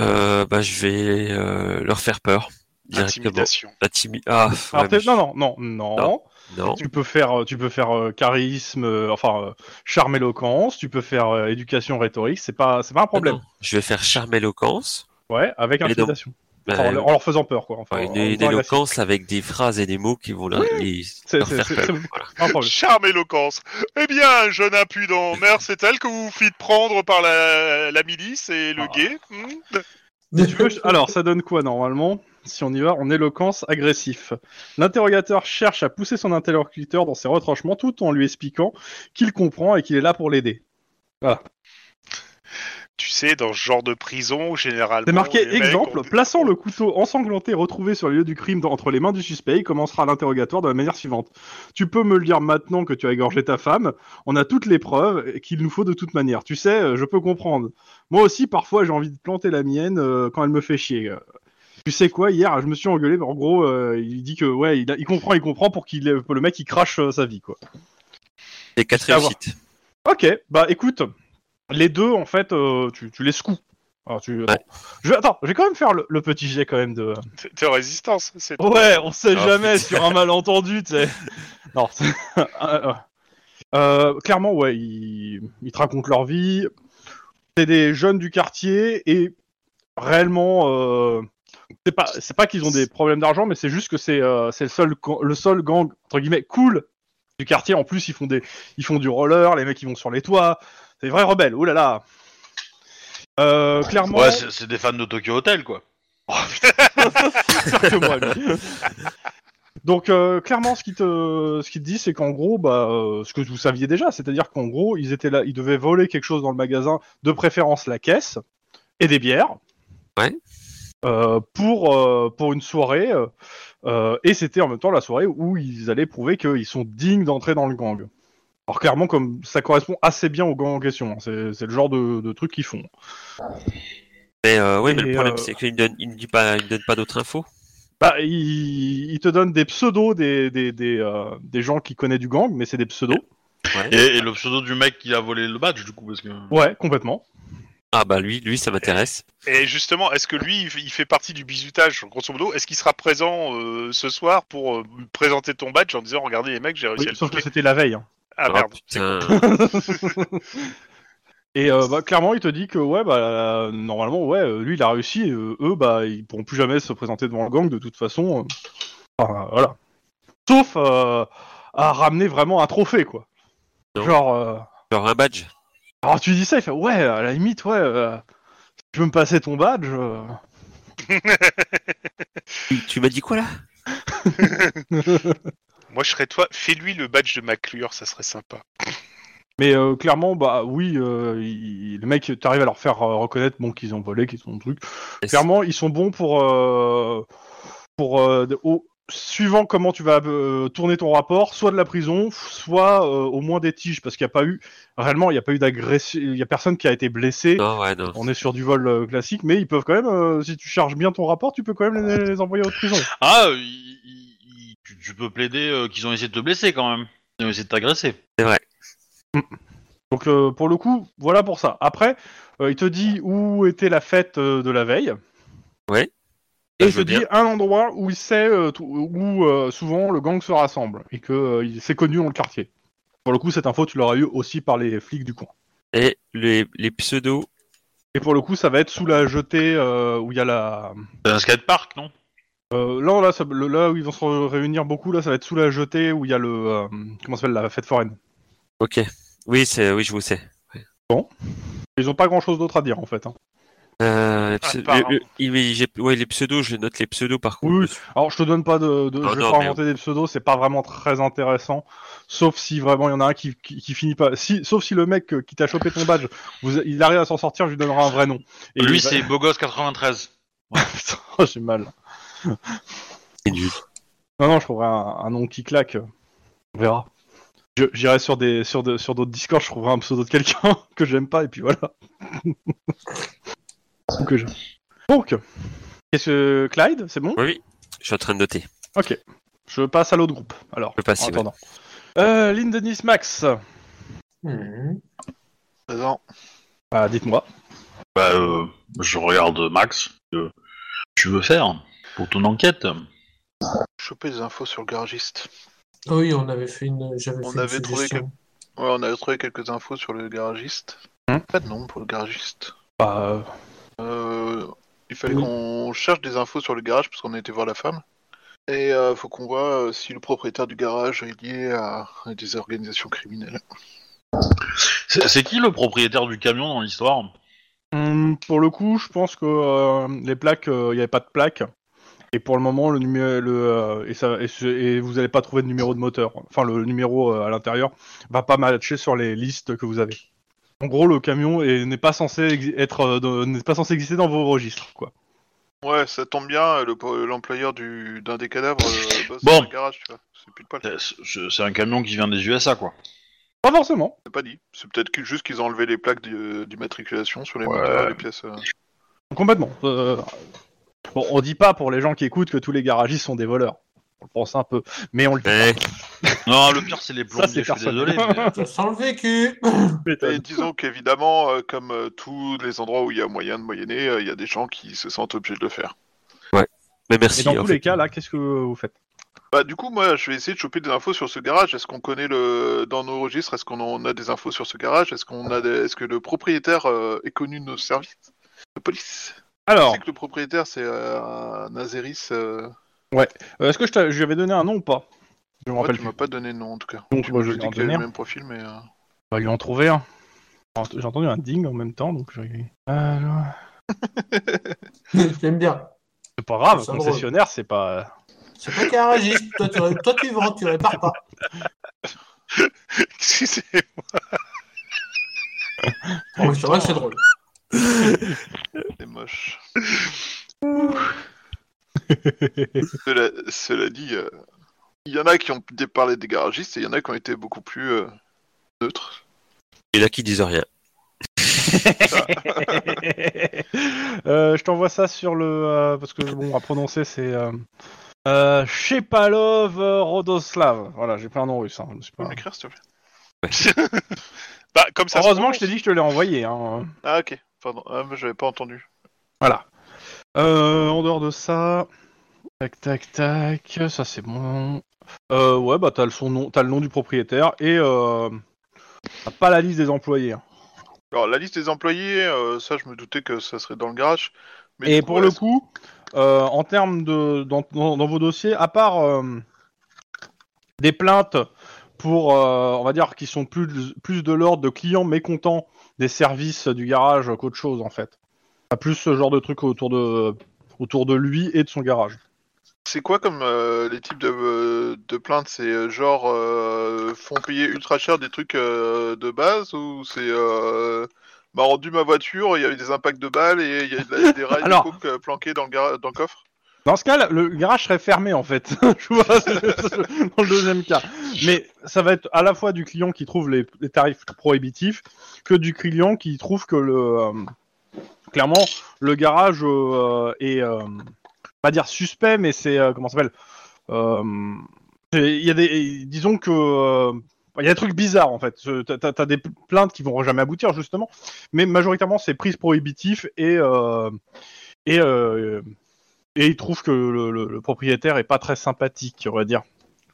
E: Euh, ben, je vais euh, leur faire peur directement.
B: Intimidation.
E: Intimi- Ah,
A: Alors,
E: ouais,
A: t'es-
E: mais je-
A: non, non, non, non,
E: Non. non.
A: Tu peux faire, euh, tu peux faire euh, charisme, euh, enfin euh, charme éloquence. Tu peux faire euh, éducation rhétorique. C'est pas, c'est pas un problème.
E: Non. Je vais faire charme éloquence.
A: Ouais, avec
E: Allez, Ah donc.
A: intimidation.
E: Ben,
A: Enfin, en, leur- en leur faisant peur, quoi. Enfin,
E: une,
A: en
E: une
A: étant agressif.
E: éloquence avec des phrases et des mots qui vont leur, les-
A: C'est-
E: leur
A: c'est-
E: faire
A: c'est-
E: peur.
A: c'est-
E: Voilà.
A: Pas un problème.
B: Charme, éloquence. Eh bien, jeune <laughs> impudent, mère, c'est elle que vous vous faites prendre par la, la milice et le
A: Ah.
B: guet
A: Tu
B: hmm
G: <laughs>
A: veux- Alors, ça donne quoi normalement Si on y va, en éloquence agressif. L'interrogateur cherche à pousser son interlocuteur dans ses retranchements tout en lui expliquant qu'il comprend et qu'il est là pour l'aider.
B: Tu sais, dans ce genre de prison, généralement.
A: C'est marqué
B: les mecs
A: exemple.
B: ont-
A: Plaçant le couteau ensanglanté retrouvé sur le lieu du crime dans- entre les mains du suspect, il commencera l'interrogatoire de la manière suivante. Tu peux me le dire maintenant que tu as égorgé ta femme. On a toutes les preuves qu'il nous faut de toute manière. Tu sais, euh, je peux comprendre. Moi aussi, parfois, j'ai envie de planter la mienne euh, quand elle me fait chier. Euh, Tu sais quoi, hier, je me suis engueulé. mais En gros, euh, il dit que ouais, il, a- il comprend, il comprend pour qu'il ait- pour le mec il crache euh, sa vie quoi.
E: Les quatre
A: À voir.
E: réussites.
A: Ok, bah écoute, les deux en fait, euh, tu, tu les secoues. Alors, tu, attends. Je, vais- attends, je vais quand même faire le, le petit jet quand même de.
B: C'est- c'est en résistance. C'est
A: Ouais, on sait
E: Ah,
A: jamais
E: putain.
A: sur un malentendu, tu sais. Non. <laughs> c'est- Euh, euh, euh, clairement, ouais, ils, ils te racontent leur vie. C'est des jeunes du quartier et réellement, euh, c'est pas, c'est pas qu'ils ont des problèmes d'argent, mais c'est juste que c'est, euh, c'est le seul, co- le seul gang entre guillemets cool du quartier. En plus, ils font des, ils font du roller, les mecs ils vont sur les toits. C'est des vrais rebelles. Ouh là là. Euh, clairement.
C: Ouais, c'est c'est des fans de Tokyo Hotel, quoi.
A: Pire que moi, lui. <laughs> Donc euh, clairement, ce qui te, ce qui te dit, c'est qu'en gros, bah, euh, ce que vous saviez déjà, c'est-à-dire qu'en gros, ils étaient là, ils devaient voler quelque chose dans le magasin, de préférence la caisse et des bières.
E: Ouais.
A: Euh, pour euh, pour une soirée, euh, euh, et c'était en même temps la soirée où ils allaient prouver qu'ils sont dignes d'entrer dans le gang. Alors clairement, comme ça correspond assez bien au gang en question, hein, c'est c'est le genre de, de truc qu'ils font.
E: Mais euh, oui, mais
A: Et,
E: le problème
A: euh,
E: c'est qu'il ne donne, il ne dit pas, il ne donne pas d'autres infos.
A: Bah, il, il te donne des pseudos des, des, des, euh, des gens qui connaissent du gang, mais c'est des pseudos.
E: Ouais.
C: Et, et le pseudo du mec qui a volé le badge, du coup, parce que.
A: Ouais, complètement.
E: Ah bah lui, lui, ça m'intéresse.
B: Et justement, est-ce que lui, il f- il fait partie du bizutage, grosso modo Est-ce qu'il sera présent euh, ce soir pour euh, me présenter ton badge en disant Regardez les mecs, j'ai réussi
A: Oui,
B: à le
A: sauf que
B: piquer.
A: c'était la veille. hein.
B: Ah
E: Oh,
B: merde.
E: putain.
A: Et euh, bah, clairement, il te dit que ouais, bah euh, normalement, ouais, euh, lui, il a réussi. euh, eux, bah, ils pourront plus jamais se présenter devant le gang de toute façon. euh. Enfin, voilà. Sauf euh, à ramener vraiment un trophée, quoi.
E: Non.
A: Genre, euh,
E: Genre un badge.
A: alors tu dis ça, il fait ouais, à la limite, ouais, euh, si tu veux me passer ton badge. euh.
E: Tu, tu m'as dit quoi là
B: Moi, je serais toi. Fais-lui le badge de Maclure, ça serait sympa.
A: Mais euh, clairement, bah oui, euh, il- les mecs, t'arrives à leur faire euh, reconnaître bon, qu'ils ont volé, qu'ils ont truc.
E: Est-ce-
A: Clairement, ils sont bons pour. euh, pour euh, de- au- suivant comment tu vas euh, tourner ton rapport, soit de la prison, f- soit euh, au moins des tiges, parce qu'il n'y a pas eu. Réellement, il n'y a pas eu d'agression. Il n'y a personne qui a été blessé.
E: Non, ouais, non.
A: On est sur du vol euh, classique, mais ils peuvent quand même. euh, si tu charges bien ton rapport, tu peux quand même les, les envoyer à haute prison.
C: Ah, euh, il- il- il- tu, tu peux plaider euh, qu'ils ont essayé de te blesser quand même. Ils ont essayé de t'agresser.
A: Donc euh, pour le coup, voilà pour ça. Après, euh, il te dit où était la fête euh, de la veille.
E: Ouais.
A: Et il
E: Ça, je
A: te
E: veux
A: dit
E: bien.
A: un endroit où il sait euh, tout- où euh, souvent le gang se rassemble et que euh, il- c'est connu dans le quartier. Pour le coup, cette info tu l'auras eu aussi par les flics du coin.
E: Et les, les pseudos.
A: Et pour le coup, ça va être sous la jetée euh, où il y a la
C: C'est un skatepark, non
A: euh, là là, ça- le- là où ils vont se réunir beaucoup là, ça va être sous la jetée où il y a le euh, comment ça s'appelle la fête foraine.
E: Ok. Oui, c'est, oui, je vous sais.
A: Ils ont pas grand chose d'autre à dire en fait. hein.
E: Euh,
B: Ah,
E: pse-
B: pardon.
E: le- le- il- oui, j'ai- ouais, les pseudos, je note les pseudos par contre.
A: Oui, Alors, je te donne pas de. de-
E: Non,
A: je vais
E: non,
A: pas
E: mais-
A: inventer des pseudos, c'est pas vraiment très intéressant. Sauf si vraiment il y en a un qui, qui, qui finit pas. Si, sauf si le mec euh, qui t'a chopé ton badge, vous, il arrive à s'en sortir, je lui donnerai un vrai nom. Et
C: Lui,
A: il va-
C: c'est Bogos93.
A: <laughs> Putain, j'ai mal.
E: C'est nul.
A: Non, non, je trouverai un, un nom qui claque. euh, On verra. Je- J'irai sur des sur de- sur d'autres discords, je trouverai un pseudo de quelqu'un <laughs> que j'aime pas, et puis voilà. <laughs> Ou que j'aime. Donc, qu'est-ce que. Clyde, c'est bon
E: Oui, je suis en train de noter.
A: Je passe à l'autre groupe. Alors,
E: Je passe,
A: en
E: ouais.
A: attendant. Euh, Lynn, Denis, Max.
G: Hmm.
F: Présent.
A: Bah, dites-moi.
C: Bah, euh, je regarde Max. euh, tu veux faire pour ton enquête
F: Choper des infos sur le garagiste.
G: Oui, on avait fait une. J'avais
F: On
G: fait une
F: avait trouvé
G: suggestion.
F: Ouais, on a trouvé quelques infos sur le garagiste.
A: Hmm.
F: Pas de nom pour le garagiste.
A: Bah, euh,
F: Euh, il fallait
G: Oui.
F: qu'on cherche des infos sur le garage parce qu'on a été voir la femme. Et euh, faut qu'on voit euh, si le propriétaire du garage est lié à à des organisations criminelles.
C: C'est c'est qui le propriétaire du camion dans l'histoire
A: Hum, pour le coup, je pense que euh, les plaques, euh, il n'y avait pas de plaque. Et pour le moment, le numéro, le, euh, et, ça, et, ce- et vous n'allez pas trouver de numéro de moteur. Enfin, le numéro euh, à l'intérieur va pas matcher sur les listes que vous avez. En gros, le camion est- n'est pas censé exi- être, euh, de- n'est pas censé exister dans vos registres, quoi.
F: Ouais, ça tombe bien, euh, le po- l'employeur du- d'un des cadavres
C: <laughs>
F: euh, bosse
C: Bon.
F: dans un garage, tu vois. C'est pile poil.
C: Euh, C'est- C'est c'est un camion qui vient des USA, quoi.
A: Pas forcément.
F: C'est pas dit. C'est peut-être que- juste qu'ils ont enlevé les plaques d'i- euh, d'immatriculation sur les
C: Ouais.
F: moteurs, les pièces. euh.
A: Complètement. Euh, bon, on dit pas pour les gens qui écoutent que tous les garagistes sont des voleurs. On le pense un peu, mais on le dit.
E: Mais
C: Non, le pire, c'est les
A: Ça,
C: plombiers,
A: c'est
C: je suis
A: personne.
C: <laughs> désolé. mais-
A: <laughs>
G: Ça sent le vécu <laughs>
F: Et disons qu'évidemment, euh, comme euh, tous les endroits où il y a moyen de moyenner, euh, il y a des gens qui se sentent obligés de le faire.
E: mais merci.
A: Et dans
E: en
A: tous
E: fait.
A: les cas, là, qu'est-ce que vous faites
F: Bah du coup, moi, je vais essayer de choper des infos sur ce garage. Est-ce qu'on connaît le dans nos registres Est-ce qu'on en a des infos sur ce garage Est-ce qu'on a des... Est-ce que le propriétaire euh, est connu de nos services de police Je
A: Alors,
F: sais que le propriétaire c'est euh, un Azeris. Euh...
A: euh, est-ce que je, t'a- je lui avais donné un nom ou pas Je me
F: Ouais,
A: rappelle
F: tu m'as pas donné de nom en tout cas.
A: Donc,
F: tu
A: bah,
F: m'as
A: je
F: juste
A: vais
F: dit
A: en
F: qu'il avait
A: donner
F: le
A: un.
F: même profil, mais. euh,
A: On va lui en trouver un. J'ai entendu un ding en même temps, donc je... Alors,
G: J'aime bien.
A: C'est pas grave,
G: C'est drôle.
A: concessionnaire, c'est
G: <laughs>
A: pas...
G: C'est pas garagiste. toi, tu, ré- toi, tu vends, tu répares pas.
B: Excusez.
G: Oh, mais c'est vrai que c'est drôle.
A: <laughs>
F: C'est moche. cela, cela dit, euh, il y en a qui ont dé- parlé des garagistes et il y en a qui ont été beaucoup plus euh, neutres.
E: Il y en a qui disent rien.
A: Euh, je t'envoie ça sur le... euh, parce que, bon, à prononcer, c'est... Euh... euh, Shepalov Rodoslav. Voilà, j'ai plein un nom russe. hein, je me suis
F: Tu peux
A: pas-
F: m'écrire, s'il te plaît <laughs>
B: Bah, comme ça. se
A: Heureusement que je
B: prononce.
A: t'ai dit que je te l'ai envoyé. Hein.
F: Ah, ok. Pardon, ah, mais j'avais pas entendu.
A: Voilà. Euh, en dehors de ça... Tac, tac, tac. Ça, c'est bon. Euh, ouais, bah, t'as le, son nom... t'as le nom du propriétaire et... Euh... t'as pas la liste des employés. hein.
F: Alors, la liste des employés, euh, ça, je me doutais que ça serait dans le garage. Mais
A: Et
F: du
A: pour
F: ouais,
A: le
F: ça-
A: coup, euh, en termes de dans, dans- dans vos dossiers, à part euh, des plaintes pour, euh, on va dire, qui sont plus plus de l'ordre de clients mécontents des services du garage qu'autre chose en fait. T'as plus ce genre de truc autour de autour de lui et de son garage.
F: C'est quoi comme euh, les types de, euh, de plaintes C'est euh, genre euh, font payer ultra cher des trucs euh, de base ou c'est euh, m'a rendu ma voiture, il y avait des impacts de balles et il y a de
A: <laughs>
F: la- des rails
A: Alors-
F: de coke euh, planqués dans le, gar- dans le coffre
A: Dans ce cas, là le garage serait fermé en fait. <laughs> Je vois c'est- dans le deuxième cas. Mais ça va être à la fois du client qui trouve les, les tarifs prohibitifs que du client qui trouve que le euh, clairement le garage euh, est euh, pas dire suspect, mais c'est euh, comment ça s'appelle Euh, c'est- Il y a des disons que euh, il y a des trucs bizarres en fait. Ce- T'as t'as- t'as des plaintes qui vont jamais aboutir justement, mais majoritairement c'est prise prohibitif et euh, et euh, et il trouve que le, le- le propriétaire est pas très sympathique, on va dire.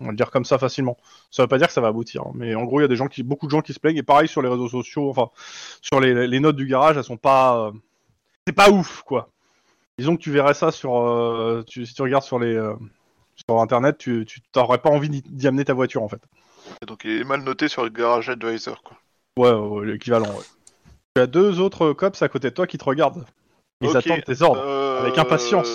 A: On va le dire comme ça facilement. Ça veut pas dire que ça va aboutir, hein, mais en gros, il y a des gens qui, beaucoup de gens qui se plaignent. Et pareil sur les réseaux sociaux, enfin, sur les, les notes du garage, elles sont pas, euh, c'est pas ouf, quoi. Disons que tu verrais ça sur, euh, tu- si tu regardes sur les, euh, sur internet, tu, tu t'aurais pas envie d'y- d'y amener ta voiture, en fait.
F: Et Donc il est mal noté sur le garage advisor. Quoi.
A: Ouais, ouais, l'équivalent. Ouais. Tu as deux autres cops à côté de toi qui te regardent. Ils
F: Ok,
A: attendent tes ordres.
F: Euh,
A: avec impatience.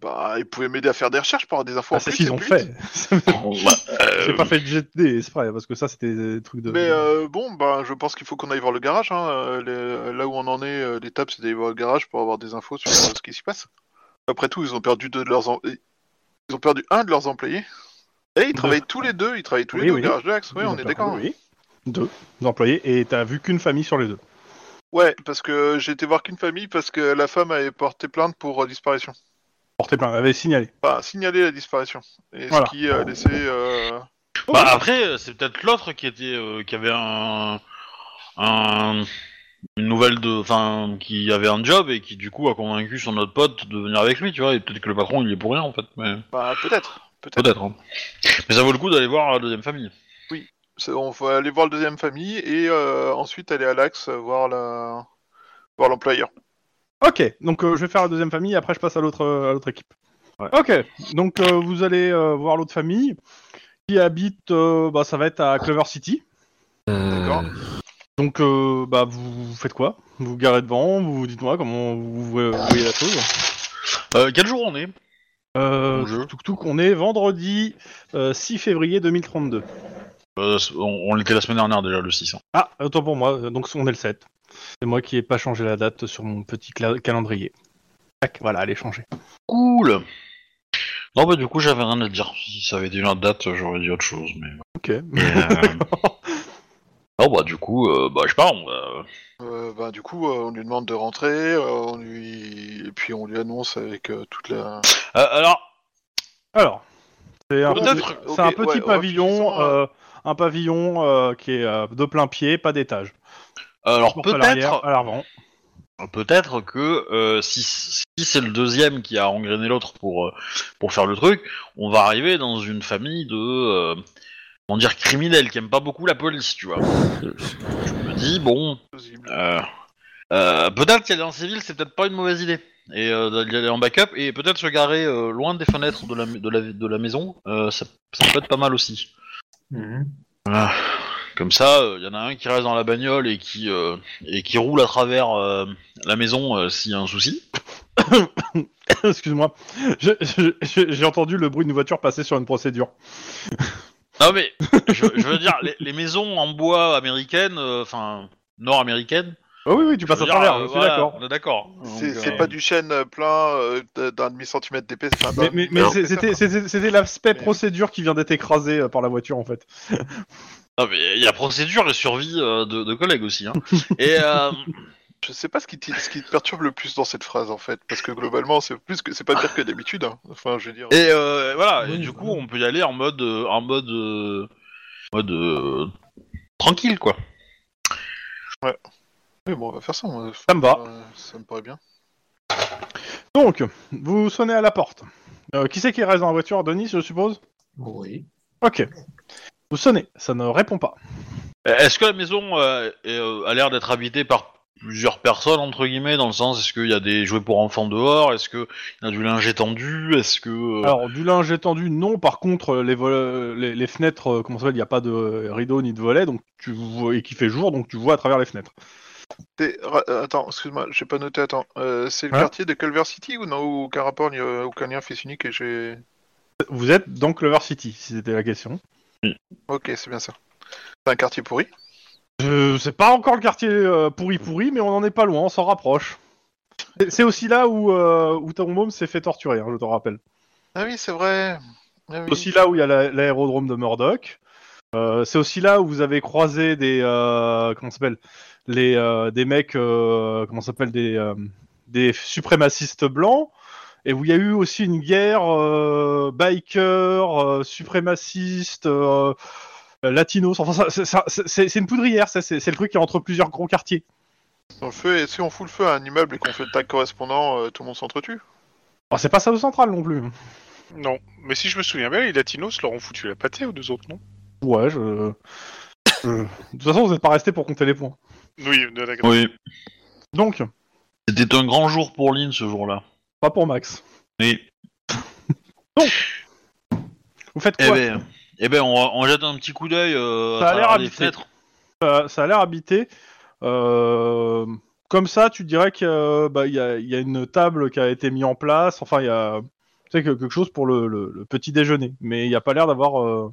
F: Bah, ils pouvaient m'aider à faire des recherches pour avoir des infos.
A: Ah,
F: en
A: c'est
F: plus,
A: ce qu'ils
F: ces
A: ont
F: putes.
A: fait.
F: <laughs>
C: Bah, euh,
A: J'ai pas fait de jet de dés, exprès, parce que ça, c'était des trucs de.
F: Mais euh, bon, bah, je pense qu'il faut qu'on aille voir le garage. Hein. Euh, les- là où on en est, euh, l'étape, c'est d'aller voir le garage pour avoir des infos sur euh, ce qui s'y passe. Après tout, ils ont perdu deux de leurs em- ils ont perdu un de leurs employés. Et ils travaillent tous les deux. Ils travaillent tous
A: Oui,
F: les deux
A: oui.
F: au garage de l'Axe. Oui,
A: Ils ont
F: on est
A: perdu,
F: d'accord. hein.
A: oui. Deux employés, et t'as vu qu'une famille sur les deux.
F: Ouais, parce que j'ai été voir qu'une famille parce que la femme avait porté plainte pour euh, disparition.
A: porté plainte, avait signalé.
F: Enfin, signaler la disparition. Et
A: Voilà.
F: ce qui a laissé. euh,
C: Bah, après, euh, c'est peut-être l'autre qui était, euh, qui avait un, un- une nouvelle de, enfin, qui avait un job et qui du coup a convaincu son autre pote de venir avec lui, tu vois. Et peut-être que le patron il y est pour rien en fait, mais
F: Bah, peut-être. Peut-être.
C: peut-être. hein. Mais ça vaut le coup d'aller voir la deuxième famille.
F: C'est- On va aller voir le deuxième famille et euh, ensuite aller à l'axe euh, voir la... voir l'employeur.
A: Ok, donc euh, je vais faire la deuxième famille, après je passe à l'autre euh, à l'autre équipe.
C: Ouais.
A: Ok, donc euh, vous allez euh, voir l'autre famille qui habite, euh, bah, ça va être à Clover City.
F: D'accord.
E: Euh,
A: Donc euh, bah vous, vous faites quoi Vous vous garez devant, vous dites-moi comment vous, vous- vous voyez la chose.
C: Euh, quel jour on est
A: Euh,
C: Bon jeu.
A: tuk tuk, on est vendredi euh, 6 février 2032.
C: Euh, c'est- On, on l'était la semaine dernière déjà, le 6. hein.
A: Ah, autant pour moi, euh, donc on est le 7. C'est moi qui ai pas changé la date sur mon petit cla- calendrier. Tac, voilà, elle est changée.
C: Cool. Non bah du coup j'avais rien à dire. Si ça avait été une autre date, j'aurais dit autre chose, mais.
A: Ok.
C: mais, euh, Non bah du coup, euh, bah je sais pas. On va...
F: Euh, bah, du coup, euh, on lui demande de rentrer, euh, on lui... et puis on lui annonce avec euh, toute la.
C: Euh, alors.
A: Alors, c'est un,
F: Bon,
A: c'est
F: mais- ok,
A: un petit
F: ouais,
A: pavillon,
F: refusons, euh,
A: euh, un pavillon euh, qui est euh, de plein pied, pas d'étage.
C: Alors
A: Porte à l'arrière,
C: peut-être,
A: à l'avant.
C: Euh, peut-être que euh, si, si c'est le deuxième qui a engrainé l'autre pour euh, pour faire le truc, on va arriver dans une famille de euh, comment dire criminels qui aiment pas beaucoup la police, tu vois. Je me dis bon,
F: plausible.
C: euh, euh, peut-être qu'aller en civil c'est peut-être pas une mauvaise idée et euh, d'y aller en backup et peut-être se garer euh, loin des fenêtres de la de la, de la maison, euh, ça, ça peut être pas mal aussi. Ah, Comme ça, il y en a un qui reste dans la bagnole et qui, euh, et qui roule à travers euh, la maison euh, s'il y a un souci.
A: <coughs> Excuse-moi, Je- je- je- j'ai entendu le bruit d'une voiture passer sur une procédure.
C: Non mais, je, je veux dire, les, les maisons en bois américaines, euh, enfin nord-américaines,
A: Ah oui, oui, tu
C: je
A: passes
C: veux
A: à
C: dire,
A: travers,
C: euh,
A: je suis
C: voilà,
A: d'accord.
C: On est d'accord.
F: C'est
C: Donc,
F: c'est
C: euh,
F: pas du chêne euh, plein euh, d- d'un demi-centimètre d'épaisseur. enfin,
A: Mais,
F: d'un-
A: mais- mais
F: d'un
A: c'est- c'était
F: épaisseur,
A: c'était- c'était l'aspect
F: Mais-
A: procédure qui vient d'être écrasé euh, par la voiture en fait.
C: Non mais il y a procédure et survie euh, de, de collègues
A: <laughs>
C: aussi. hein. et euh,
F: quoi. Je sais pas ce qui, te- ce qui te perturbe le plus dans cette phrase en fait, parce que globalement, c'est plus que c'est pas pire que d'habitude. hein. Enfin, je veux dire.
C: Et euh, voilà, et
G: Oui,
C: du
G: voilà.
C: coup, on peut y aller en mode, euh, en mode, euh, mode euh, tranquille quoi.
F: Oui, bon, on va faire ça. on va-
A: Ça me va.
F: euh, ça me paraît bien.
A: Donc, vous sonnez à la porte. Euh, qui c'est qui reste dans la voiture Denis, je suppose
G: Oui.
A: Ok. Vous sonnez, ça ne répond pas.
C: Est-ce que la maison euh, est, euh, a l'air d'être habitée par plusieurs personnes, entre guillemets, dans le sens, est-ce qu'il y a des jouets pour enfants dehors Est-ce qu'il y a du linge étendu Est-ce que... euh,
A: Alors, du linge étendu, non. Par contre, les, vol- les, les fenêtres, euh, comment ça s'appelle, il n'y a pas de euh, rideau ni de volet, donc tu vois, et qui fait jour, donc tu vois à travers les fenêtres.
F: C'est- ra- euh, Attends, excuse-moi, j'ai pas noté. Attends, Euh, c'est le
A: Hein
F: quartier de Culver City ou non ou Aucun rapport, ni- euh, aucun lien fils unique et j'ai.
A: Vous êtes dans Clover City, si c'était la question.
F: Ok, c'est bien ça. C'est un quartier pourri.
A: Je sais pas encore le quartier euh, pourri pourri, mais on en est pas loin, on s'en rapproche. C'est- C'est aussi là où, euh, où ton môme s'est fait torturer, hein, je te rappelle.
F: Ah oui, c'est vrai. Ah oui.
A: C'est aussi là où il y a la- l'aérodrome de Murdoch. Euh, c'est aussi là où vous avez croisé des euh, comment ça s'appelle les euh, des mecs euh, comment ça s'appelle des euh, des suprémacistes blancs et où il y a eu aussi une guerre euh, biker euh, suprémaciste euh, latinos. Enfin ça- c'est- ça- c'est c'est une poudrière ça c'est c'est le truc qui est entre plusieurs gros quartiers.
F: On feu, et si on fout le feu à un immeuble et qu'on fait le tag correspondant, euh, tout le monde s'entretue.
A: Alors, c'est pas ça au central non plus.
B: Non, mais si je me souviens bien, les Latinos leur ont foutu la pâtée aux deux autres, non
A: Ouais je. je- De toute façon, vous n'êtes pas resté pour compter les points.
B: Oui, de la
C: Oui,
A: Donc,
C: c'était un grand jour pour Lynn ce jour-là.
A: pas pour Max.
C: Oui.
A: Vous faites quoi
C: Eh ben, eh ben on, on jette un petit coup d'œil euh,
A: Ça a
C: à
A: l'air
C: travers les
A: habité.
C: fenêtres.
A: ça, ça a l'air habité. Euh, comme ça, tu dirais qu'il y, a- il y a une table qui a été mise en place. Enfin, il y a tu sais, que- quelque chose pour le, le- le petit déjeuner. Mais il n'y a pas l'air d'avoir euh,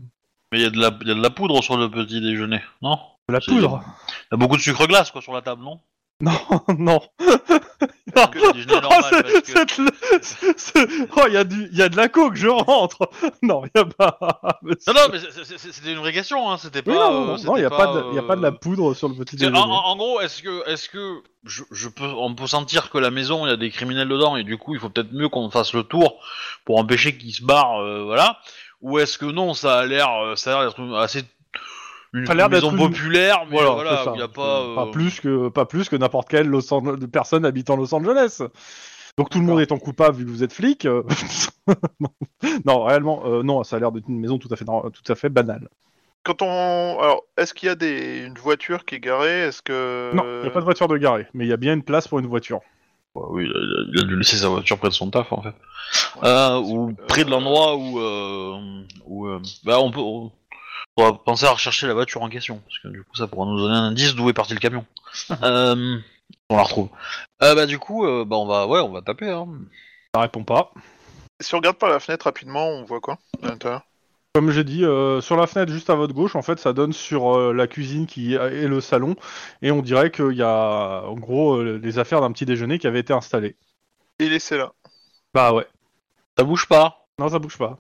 C: Mais il y, a de la- il y a de la poudre sur le petit déjeuner, non
A: de la
C: C'est-
A: poudre.
C: Il y a beaucoup de sucre glace quoi sur la table, non
A: Non, <laughs>
C: <laughs>
A: non.
C: que je
A: <laughs>
C: dis je l'ai normal,
A: Ah, c'est-
C: parce que-
A: c'est le- c'est- c'est- Oh, il y, a du- il y a de la coke, je rentre. <laughs> Non, il n'y a pas.
C: Non, non, mais c'est- c'est- c'est- c'était une vraie question, hein, c'était pas.
A: Oui, non, non,
C: euh,
A: non, il n'y a,
C: c'était
A: pas de- il y a
C: euh,
A: pas de la poudre sur le petit
C: c'est- en,
A: déjeuner.
C: en- en gros, est-ce que, est-ce que je, je peux, on peut sentir que la maison, il y a des criminels dedans, et du coup, il faut peut-être mieux qu'on fasse le tour pour empêcher qu'ils se barrent, euh, voilà. Ou est-ce que non, ça a l'air, euh, ça a l'air d'être une- assez une
A: Ça a l'air d'être
C: maison
A: une-
C: populaire, mais
A: Voilà,
C: voilà,
A: c'est ça.
C: où il y a pas.
A: Euh,
C: euh,
A: pas plus que pas plus que n'importe quelle Los An- personne habitant Los Angeles. Donc tout le monde étant coupable vu que vous êtes flic. euh, <laughs> non. non, réellement, euh, non, ça a l'air d'être une maison tout à fait nor- tout à fait banale.
F: Quand on. Alors, est-ce qu'il y a des... une voiture qui est garée Est-ce que.
A: Non, il n'y a pas de voiture de garée, mais il y a bien une place pour une voiture.
C: bah oui, il a, il a dû laisser sa voiture près de son taf, en fait. Euh, ou près de l'endroit où, euh, où euh, bah on peut, on, on va penser à rechercher la voiture en question, parce que du coup ça pourra nous donner un indice d'où est parti
A: <laughs>
C: le camion. Euh, on la retrouve. Euh, bah du coup, euh, bah on va, ouais, on va taper. Hein.
A: Ça répond pas.
F: Si on regarde par la fenêtre rapidement, on voit quoi à l'intérieur
A: Comme j'ai dit, euh, sur la fenêtre juste à votre gauche, en fait, ça donne sur euh, la cuisine qui est et le salon, et on dirait qu'il y a en gros euh, les affaires d'un petit déjeuner qui avait été installé.
F: Et laissez là.
A: Bah ouais.
C: Ça bouge pas.
A: Non, ça bouge pas.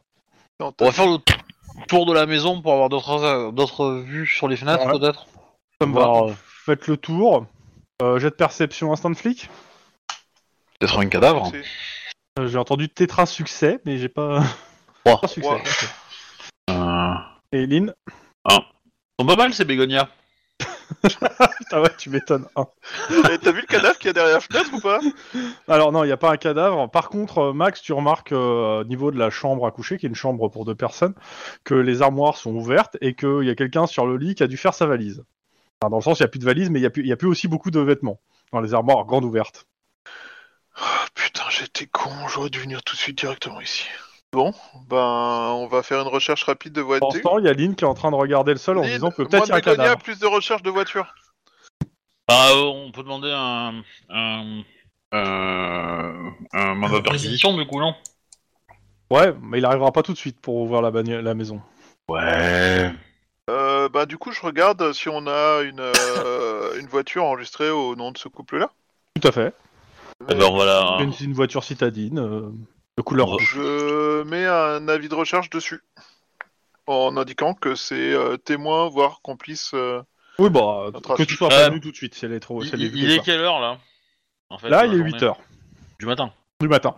F: Non,
C: On
F: t'as-
C: va faire le tour de la maison pour avoir d'autres, euh, d'autres vues sur les fenêtres
A: Ouais.
C: peut-être.
A: Ça me va.
C: Voir, euh,
A: Faites le tour. Euh, jet de perception instant de flic.
C: Peut-être un cadavre.
F: C'est-
A: Euh, J'ai entendu tétra succès, mais j'ai pas. <laughs>
C: Trois.
A: Tétra succès.
F: Trois.
A: ok.
C: Euh,
A: Et Lynn <laughs>
C: Ils sont pas mal ces bégonias.
A: Putain, Ah ouais, tu m'étonnes. Un.
F: Eh, T'as vu le cadavre qu'il y a derrière la fenêtre ou pas
A: Alors, non, il n'y a pas un cadavre. Par contre, euh, Max, tu remarques euh, au niveau de la chambre à coucher, qui est une chambre pour deux personnes, que les armoires sont ouvertes et qu'il y a quelqu'un sur le lit qui a dû faire sa valise. Enfin, dans le sens, il n'y a plus de valise, mais il n'y a, plus- il y a plus aussi beaucoup de vêtements dans les armoires grandes ouvertes.
F: Ah, Putain, j'étais con, j'aurais dû venir tout de suite directement ici. Bon, ben, on va faire une recherche rapide de
A: Pendant ce
F: voiture.
A: temps, il y a Lynn qui est en train de regarder le sol en
F: Lynn,
A: disant que
F: moi,
A: peut-être il y a un
F: Bégonia,
A: cadavre.
F: plus de recherche de voiture.
C: Bah, euh, on peut demander un, un, euh, un mandat de perquisition du coup non
A: Ouais, mais il arrivera pas tout de suite pour ouvrir la, bagno- la maison.
C: Ouais.
F: Euh, bah, du coup, je regarde si on a une, euh, une voiture enregistrée au nom de ce couple-là.
A: Tout à fait.
C: Eh ben, on va la-
A: Euh, Une, une voiture citadine, euh, de couleur rouge.
F: Je mets un avis de recherche dessus, en indiquant que c'est euh, témoin, voire complice. euh,
A: Oui, bah,
F: Notre
A: que
F: affiche.
A: tu sois
C: Euh,
A: prévenu tout de suite, c'est les trop.
C: Il,
A: c'est les
C: il-
A: vidéos,
C: il est
A: ça.
C: quelle heure là En fait,
A: Là,
C: dans
A: il est
C: la
A: 8
C: journée
A: heures
C: du matin.
A: du matin.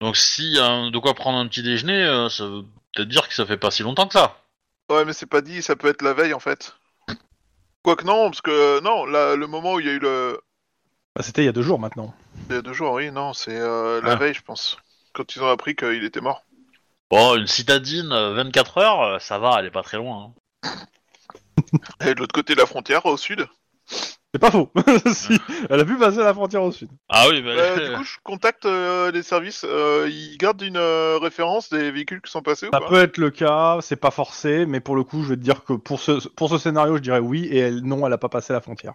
C: Donc si hein, de quoi prendre un petit déjeuner, euh, ça veut peut-être dire que ça fait pas si longtemps que ça.
F: Ouais, mais c'est pas dit, ça peut être la veille en fait. Quoique non, parce que non, là, le moment où il y a eu le.
A: Bah, C'était il y a deux jours maintenant.
F: Il y a deux jours, oui, non, c'est euh, la
C: Ah.
F: veille, je pense. Quand ils ont appris qu'il était mort.
C: Bon, une citadine, euh, 24 heures, euh, ça va, elle est pas très loin. hein.
F: Et de l'autre côté de la frontière,
C: <laughs>
F: au sud.
A: C'est pas faux. <laughs> Si, Elle a pu passer la frontière au sud.
C: Ah oui, bah,
F: Euh, du coup, je contacte euh, les services. euh, ils gardent une euh, référence des véhicules qui sont passés ou
C: Ah,
A: Ça
F: pas
A: peut être le cas, c'est pas forcé, mais pour le coup, je vais te dire que pour ce, pour ce scénario, je dirais oui, et elle, non, elle a pas passé la frontière.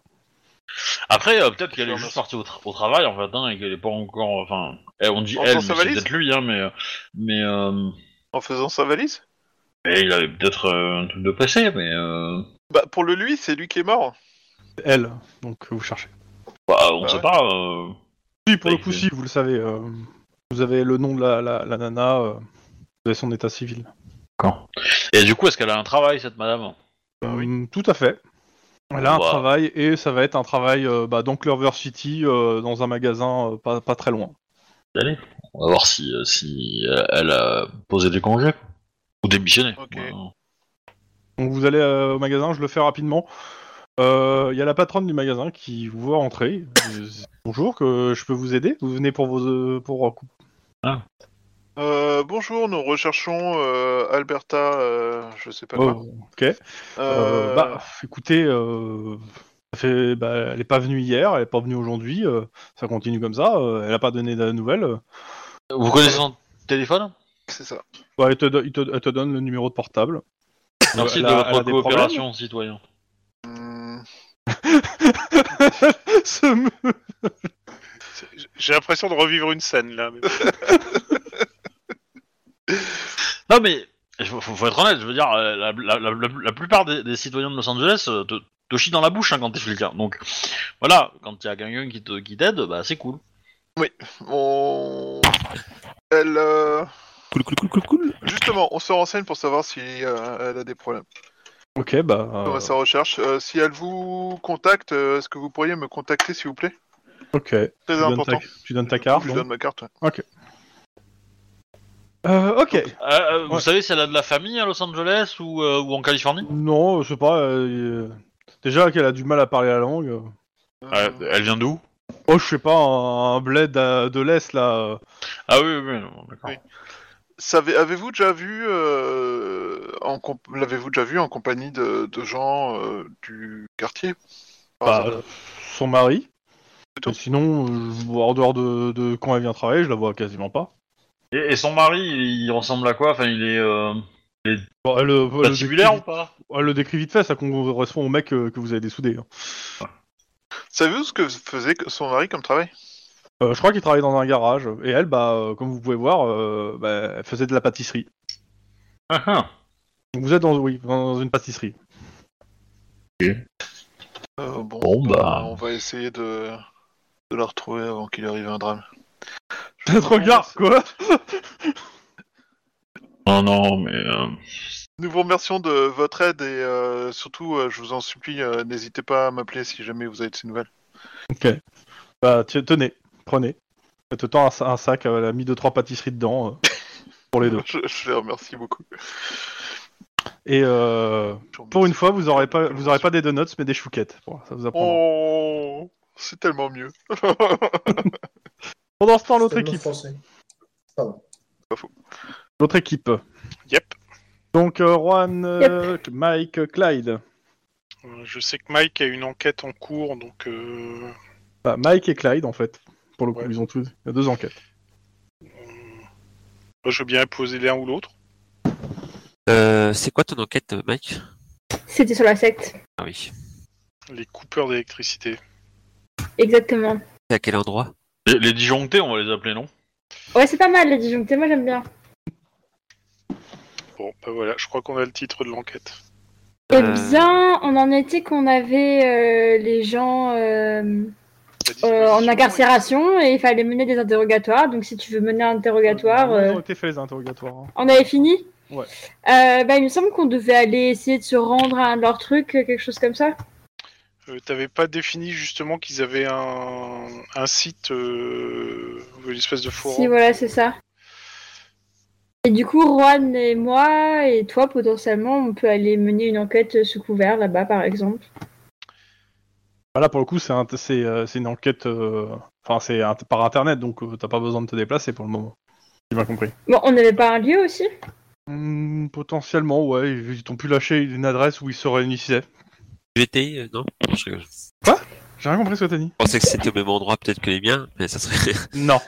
C: après, euh, peut-être qu'elle est juste sortie au, tra- au travail en fait, hein, et qu'elle est pas encore... Enfin, eh, on dit
F: En
C: elle, mais
F: faisant sa
C: c'est
F: valise
C: peut-être lui, hein, mais... euh, Mais, euh,
F: En faisant sa valise
C: mais il avait peut-être euh, un truc de passé, mais... euh,
F: Bah, pour le lui, c'est lui qui est mort.
A: Elle, donc euh, vous cherchez.
C: bah, on
F: Bah
C: sait
F: ouais.
C: pas... euh,
A: Oui, pour
C: Oui,
A: le coup,
C: oui.
A: si, vous le savez. euh, vous avez le nom de la, la, la nana, euh, vous avez son état civil.
C: Quand Et du coup, est-ce qu'elle a un travail, cette madame
A: Hum, Tout à fait. Elle a un
C: Bah.
A: travail et ça va être un travail euh, bah, dans Clover City, euh, dans un magasin euh, pas, pas très loin.
C: Allez, on va voir si, euh, si euh, elle a posé des congés ou démissionné. Bah, euh.
F: Ok.
C: Voilà.
A: Donc vous allez euh, au magasin, je le fais rapidement. Euh, Il y a la patronne du magasin qui vous voit entrer. <laughs> Euh, Bonjour, que je peux vous aider Vous venez pour vos euh, pour
F: Euh, bonjour, nous recherchons euh, Alberta, euh, je sais pas quoi.
A: Oh, ok. Euh,
F: Euh,
A: bah, écoutez, euh, ça fait, bah, elle est pas venue hier, elle est pas venue aujourd'hui. euh, ça continue comme ça. euh, elle a pas donné de nouvelles. euh.
C: Vous connaissez son téléphone
F: c'est ça.
A: Bah, elle, te, do- il te- elle te donne le numéro de portable.
C: Merci
A: elle
C: de
A: a-
C: votre
A: elle a des
C: coopération, citoyen.
F: Hmm,
A: <laughs> Ce mou-
B: C'est- J'ai l'impression de revivre une scène là. mais-
C: Non mais, faut, faut- faut être honnête, je veux dire, euh, la, la- la- la- la plupart des, des citoyens de Los Angeles euh, te, te chie dans la bouche hein, quand t'es flic. hein. Donc voilà, quand il y a quelqu'un qui te qui t'aide, bah c'est cool.
F: On... Elle, euh,
E: Cool, cool, cool, cool, cool.
F: Justement, on se renseigne pour savoir si euh, elle a des problèmes.
A: Ok, bah.
F: On va
A: euh,
F: sa recherche. Euh, si elle vous contacte, euh, est-ce que vous pourriez me contacter, s'il vous plaît
A: ok. Tu
F: Très
A: donnes, ta...
F: important.
A: tu donnes ta carte.
F: Je
A: donc.
F: donne ma carte. ouais.
A: Euh, ok.
C: Euh, euh, Vous
A: Ouais.
C: savez si elle a de la famille à Los Angeles ou, euh, ou en Californie
A: Non, je sais pas. euh, il- Déjà qu'elle a du mal à parler la langue. euh.
F: Euh,
C: Elle vient d'où
A: Oh, je sais pas, un, un bled euh, de l'Est là. euh.
C: Ah oui, oui, oui, non, d'accord.
F: Oui. savez- Avez-vous déjà vu euh, en comp- l'avez-vous déjà vu en compagnie de, de gens euh, du quartier
A: Bah,
F: Par hasard
A: euh, son mari.
F: Plutôt.
A: Mais sinon, euh, je vois en dehors de, de quand elle vient travailler, je la vois quasiment pas.
C: Et, et son mari, il ressemble à quoi Enfin, il est euh,
A: Bon, elle, euh, elle le décrit,
C: patibulaire ou pas
A: elle le décrit vite fait, ça correspond au mec euh, que vous avez dessoudé. hein.
F: Savez-vous ce que faisait son mari comme travail
A: Euh, je crois qu'il travaillait dans un garage. Et elle, bah, euh, comme vous pouvez voir, euh, bah, elle faisait de la pâtisserie.
C: Ah, ah.
A: Donc vous êtes dans, oui, dans une pâtisserie.
F: Euh, bon,
C: Bon,
F: bah,
C: bah.
F: on va essayer de, de la retrouver avant qu'il arrive un drame.
A: Je te regarde, <laughs> quoi
C: <laughs> Non, non, mais. euh,
F: Nous vous remercions de votre aide et euh, surtout, euh, je vous en supplie, euh, n'hésitez pas à m'appeler si jamais vous avez de ces nouvelles.
A: Bah, tiens, tenez, prenez. Elle te tend un, sa- un sac, euh, elle a mis deux trois pâtisseries dedans euh, <laughs> pour les deux.
F: <laughs> Je, je les remercie beaucoup.
A: Et euh,
F: Je vous
A: pour une
F: remercie.
A: fois, vous aurez pas, vous aurez pas des donuts, mais des chouquettes. Voilà, ça vous apprendra.
F: Oh, c'est tellement mieux.
A: Pendant ce temps, l'autre
G: C'est le
A: équipe,
G: français.
A: l'autre équipe.
B: Yep.
A: Donc euh, Juan, euh, Mike, euh, Clyde.
B: Euh, Je sais que Mike a une enquête en cours, donc euh,
A: Bah, Mike et Clyde en fait. Pour le coup,
B: Ouais.
A: ils ont tous il y a deux enquêtes.
B: moi, je veux bien poser l'un ou l'autre.
E: Euh, c'est quoi ton enquête, Mike
D: C'était sur la secte.
E: Ah oui.
B: Les coupeurs d'électricité.
D: Exactement.
E: C'est à quel endroit
C: Les, les disjonctés, on va les appeler, non
D: Ouais, c'est pas mal les disjonctés, moi j'aime bien.
B: Bon, bah voilà, je crois qu'on a le titre de l'enquête.
D: Eh
E: Euh,
D: bien, on en était qu'on avait euh, les gens
B: La
D: euh, euh, en
B: disposition-
D: incarcération et il fallait mener des interrogatoires. Donc, si tu veux mener un interrogatoire,
A: Normalement,
D: euh,
A: Ils ont été faits les interrogatoires. hein.
D: on avait fini
A: Ouais.
D: Euh, bah, il me semble qu'on devait aller essayer de se rendre à un de leurs trucs, euh, quelque chose comme ça.
B: Euh, T'avais pas défini justement qu'ils avaient un, un site, euh, une espèce de forum.
D: Si, voilà, c'est ça. Et du coup, Juan et moi, et toi potentiellement, on peut aller mener une enquête sous couvert là-bas, par exemple.
A: Bah, là, pour le coup, c'est un- c'est euh, c'est une enquête. euh, Enfin, c'est un- par internet, donc euh, t'as pas besoin de te déplacer pour le moment. J'ai bien compris.
D: Bon, on n'avait pas un lieu aussi
A: Hmm, potentiellement, ouais. Ils ils t'ont pu lâcher une adresse où ils se réunissaient.
E: GTI, euh, non Je rigole. Je
A: J'ai rien compris ce que t'as dit.
E: pensais que c'était au même endroit peut-être que les miens, mais ça serait. <laughs>
A: Non.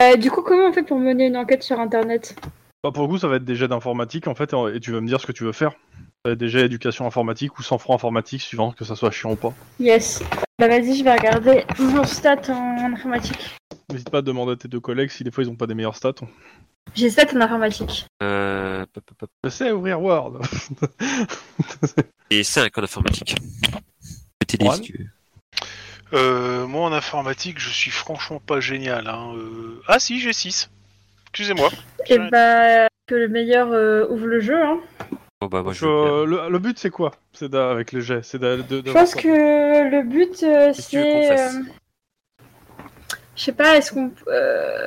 D: Euh, Du coup, comment on fait pour mener une enquête sur Internet
A: Bah, pour le coup, ça va être des jets d'informatique en fait, et tu vas me dire ce que tu veux faire. Ça va être des jets éducation informatique ou 100 francs informatique, suivant que ça soit chiant ou pas.
D: Yes. Bah vas-y, je vais regarder mon stat en informatique.
A: N'hésite pas à demander à tes deux collègues si des fois ils ont pas des meilleurs stats.
D: J'ai stat en informatique.
E: Euh, pop, pop, pop.
A: Je sais ouvrir Word.
E: Et 5 en informatique. Je t'ai dit
A: Juan
E: si tu veux.
B: Euh, moi en informatique, je suis franchement pas génial. hein, euh. Ah si, j'ai 6. Excusez-moi.
D: Et bah, que le meilleur euh, ouvre le jeu. Hein.
E: Bon, bah, moi, je.
A: Je- euh, le, le but c'est quoi C'est d'a- avec les jets, c'est d'a- de, de-
D: Je pense que le but, euh,
E: Qu'est-ce que tu veux qu'on
D: c'est...
E: fasse
D: euh, Je sais pas, est-ce qu'on... euh,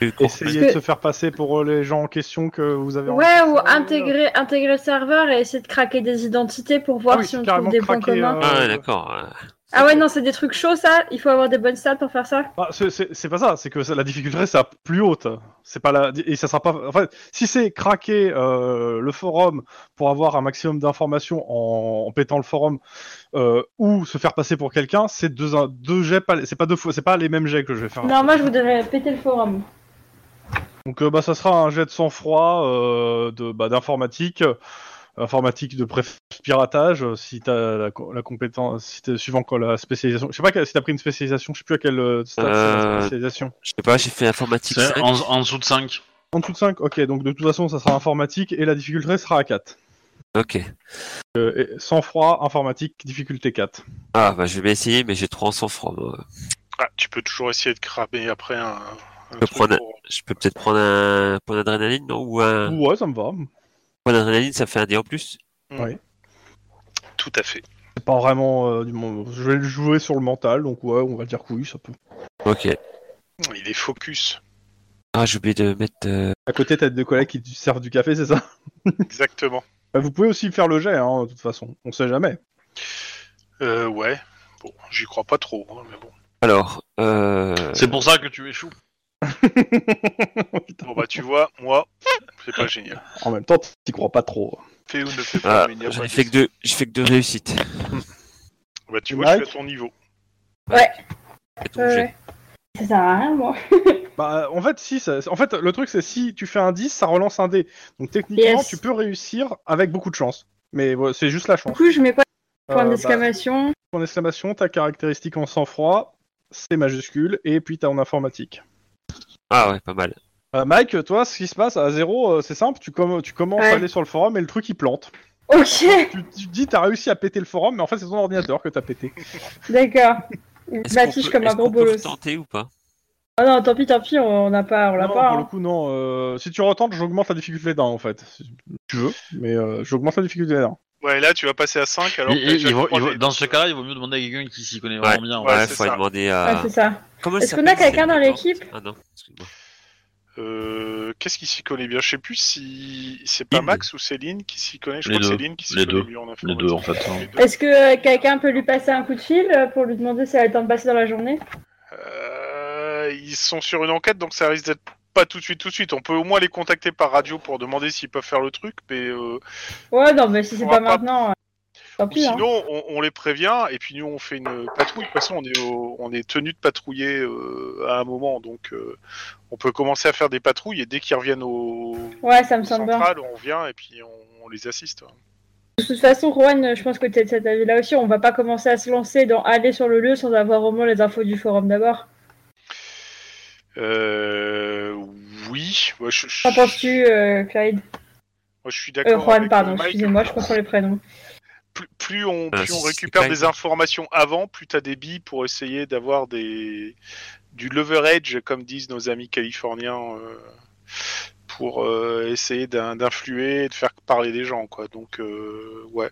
E: veux qu'on-
A: essayer de
D: Parce que-
A: se faire passer pour euh, les gens en question que vous avez.
D: Ouais, ou
A: rencontrés.
D: intégrer, intégrer le serveur et essayer de craquer des identités pour voir
A: Ah oui,
D: si on
A: carrément
D: trouve des points
A: craquer,
D: communs.
A: euh,
E: Ah, ouais, d'accord. euh,
D: Ah ouais, non, c'est des trucs chauds, ça. Il faut avoir des bonnes stats pour faire ça.
A: Bah, c'est- c'est c'est pas ça, c'est que ça- la difficulté c'est la plus haute. C'est pas la et ça sera pas. En fait, si c'est craquer euh, le forum pour avoir un maximum d'informations en, en pétant le forum euh, ou se faire passer pour quelqu'un, c'est deux un- deux jets pas les- c'est pas deux fois c'est pas les mêmes jets que je vais faire.
D: Non, moi, je voudrais péter le forum.
A: Donc euh, bah ça sera un jet de sang froid euh, de bah, d'informatique euh, informatique de préf- piratage euh, si t'as la, co- la compétence si t'es suivant quoi la spécialisation je sais pas quelle- si t'as pris une spécialisation je sais plus à quel euh, stade c'est la
E: Euh,
A: spécialisation
E: Je sais pas, j'ai fait informatique
C: C'est
E: 5.
C: en, en dessous de 5.
A: En dessous de 5, ok, donc de toute façon, ça sera informatique et la difficulté sera à 4.
E: Ok.
A: Euh, et- sang-froid, informatique, difficulté 4.
E: Ah, bah, je vais bien essayer, mais j'ai 300 francs. moi.
B: Ah, tu peux toujours essayer de cramer après un. un
E: peux
B: truc
E: prendre un-
B: pour-
E: Je peux peut-être prendre un point d'adrénaline, non Ou un
A: Ouais, ça me va.
E: point d'adrénaline, ça fait un dé en plus
B: Tout à fait.
A: C'est pas vraiment euh, du monde. Je vais le jouer sur le mental, donc ouais, on va dire que oui, ça peut.
E: Ok.
B: Il est focus. <laughs>
E: Ah, j'ai oublié de mettre... euh,
A: À côté, t'as deux collègues qui te servent du café, c'est ça
B: Exactement.
A: Bah, Vous pouvez aussi faire le jet, hein, de toute façon. On sait jamais. <laughs>
B: Euh, ouais. Bon, j'y crois pas trop, hein, mais bon.
E: Alors, euh...
C: C'est pour ça que tu échoues.
B: Bon, bah, tu vois, moi, c'est pas génial.
A: En même temps, t'y crois pas trop.
F: Fais ou ne fais pas,
E: ah,
F: mais il n'y a
E: j'en
F: pas
E: ai
F: de
E: fait que deux, je fais que deux réussites.
B: Bah, tu
A: Et
B: vois, je
A: Mike
B: suis à ton niveau.
E: Et ton jet.
D: Ça sert à rien, moi.
A: Bah, en fait, si, ça- en fait, le truc, c'est si tu fais un 10, ça relance un dé. Donc, techniquement,
D: Yes.
A: tu peux réussir avec beaucoup de chance. Mais ouais, c'est juste la
D: Du
A: chance.
D: coup, je mets quoi Point
A: Euh, bah,
D: d'exclamation.
A: Ton exclamation, ta caractéristique en sang-froid, c'est majuscule, et puis t'as en informatique.
E: Ah ouais, pas mal.
A: Euh, Mike, toi, ce qui se passe à zéro, euh, c'est simple, tu, comm- tu commences
D: Ouais.
A: à aller sur le forum et le truc il plante.
D: Ok,
A: Tu, tu te dis, t'as réussi à péter le forum, mais en fait, c'est ton ordinateur que t'as pété.
D: d'accord.
E: Est-ce
D: Je
E: qu'on
D: m'affiche
E: peut-
D: comme un
E: est-ce
D: gros
E: qu'on peut
D: bolos.
E: tenter ou pas
D: Ah non, tant pis, tant pis, on n'a pas, on l'a
A: non,
D: pas.
A: pour
D: hein.
A: le coup, non. euh, si tu retentes, j'augmente la difficulté d'un, en fait. Si tu veux, mais euh, j'augmente la difficulté d'un.
B: Ouais, là, tu vas passer à 5, alors
C: Il-
B: que t'as
C: il-
B: déjà
C: il vaut-
B: trois
C: il vaut-
B: dés,
C: dans
B: donc,
C: ce
B: euh,
C: cas-là, il vaut mieux demander à quelqu'un qui s'y connaît
E: Ouais.
C: vraiment bien.
E: Ouais,
B: Ouais, c'est
E: faut
B: ça.
E: demander
D: Ah,
E: à...
D: c'est ça.
E: Comment elle
D: Est-ce qu'on a
E: s'appelle,
D: quelqu'un
E: cette
D: dans
E: méchante
D: l'équipe
E: Ah non, excuse-moi.
B: Euh, Qu'est-ce qui s'y connaît bien Je sais plus si c'est pas
E: Céline.
B: Max ou Céline qui s'y connaît. Je
C: Les
B: crois que
C: deux.
B: c'est Céline qui s'y
C: Les
B: connaît
C: deux.
B: mieux en
C: Les
B: informatique.
C: deux, en fait. hein.
B: Les deux.
D: Est-ce que euh, quelqu'un peut lui passer un coup de fil euh, pour lui demander si elle a le temps de passer dans la journée
B: Euh, ils sont sur une enquête, donc ça risque d'être pas tout de suite, tout de suite. On peut au moins les contacter par radio pour demander s'ils peuvent faire le truc, mais euh,
D: Ouais, non, mais si c'est
B: On
D: pas
B: va pas-
D: maintenant, euh, tant
B: ou
D: pis. hein.
B: sinon on, on les prévient et puis nous on fait une patrouille. De toute façon, on est au- on est tenu de patrouiller euh, à un moment, donc euh, on peut commencer à faire des patrouilles et dès qu'ils reviennent au
D: Ouais, ça me
B: au
D: semble bien.
B: central, on revient et puis on, on les assiste.
D: De toute façon, Juan, euh, je pense que t'es de cet avis-là aussi. On va pas commencer à se lancer dans aller sur le lieu sans avoir au moins les infos du forum d'abord.
B: Euh, oui, moi je, je-
D: Qu'en penses-tu, euh, Clyde
B: moi, je suis
D: euh,
B: d'accord.
D: Juan,
B: avec, euh,
D: pardon,
B: Mike.
D: excusez-moi, je confonds les prénoms.
B: plus, plus on,
E: Euh,
B: plus on
E: c'est
B: récupère
E: clair.
B: des informations avant, plus t'as des billes pour essayer d'avoir des du leverage, comme disent nos amis californiens, euh, pour euh, essayer d'in- d'influer, et de faire parler des gens, quoi. Donc euh, ouais.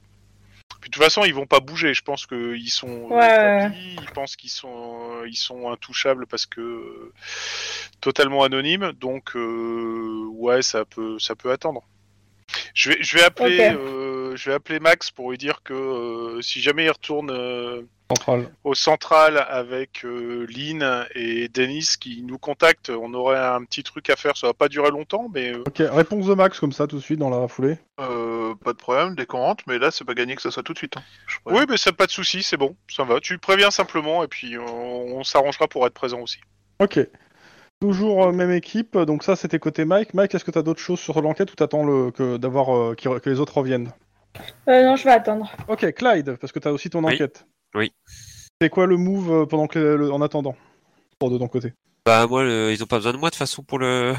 B: Puis, de toute façon, ils vont pas bouger. Je pense qu'ils sont euh,
D: Ouais,
B: tapis, ils pensent qu'ils sont ils sont intouchables parce que euh, totalement anonymes. Donc euh, ouais, ça peut ça peut attendre. Je vais, je vais appeler,
D: Ok.
B: euh, je vais appeler Max pour lui dire que euh, si jamais il retourne euh,
A: Central.
B: au central avec euh, Lynn et Dennis qui nous contactent, on aurait un petit truc à faire. Ça va pas durer longtemps, mais euh,
A: Ok, réponse de Max comme ça tout de suite dans la foulée.
F: Euh, pas de problème, dès qu'on rentre, mais là, c'est pas gagné que ça soit tout de suite. hein. Je préviens.
B: oui, mais ça pas de souci, c'est bon, ça va. Tu préviens simplement et puis on, on s'arrangera pour être présent aussi.
A: Ok. Toujours euh, même équipe, donc ça c'était côté Mike. Mike, est-ce que t'as d'autres choses sur l'enquête ou t'attends le, que, d'avoir, euh, qu'il- que les autres reviennent
D: Euh, non, je vais attendre.
A: Ok, Clyde, parce que t'as aussi ton
E: Oui.
A: enquête.
E: Oui.
A: C'est quoi le move euh, pendant que le- en attendant Pour de ton côté.
E: Bah moi, le- ils ont pas besoin de moi de toute façon pour le...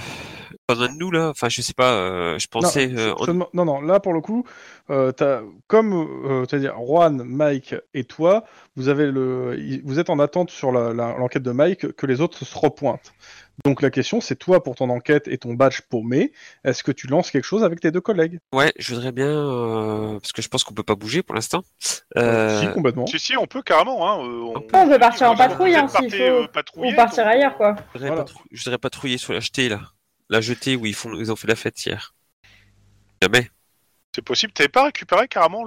E: Pas besoin de nous là. Enfin, je sais pas. euh, je pensais.
A: non,
E: euh,
A: je-
E: on-
A: je demande- non, non, là pour le coup, euh, t'as- comme euh, c'est-à-dire Juan, Mike et toi, vous avez le, i- vous êtes en attente sur la- la- l'enquête de Mike que les autres se repointent. Donc la question, c'est toi pour ton enquête et ton badge paumé, est-ce que tu lances quelque chose avec tes deux collègues
E: Ouais, je voudrais bien euh, parce que je pense qu'on peut pas bouger pour l'instant. Euh,
A: Si complètement.
B: Si, si, on peut carrément. Hein, euh, on,
D: on peut partir en
B: Vous êtes
D: patrouille, hein, s'il
B: partis,
D: faut.
B: euh, patrouiller,
D: On partira
B: donc, euh,
D: ailleurs, quoi.
E: je voudrais
A: Voilà.
E: patrou- je voudrais patrouiller sur la jetée là, la jetée où ils font, ils ont fait la fête hier. Jamais.
B: C'est possible. T'avais pas récupéré carrément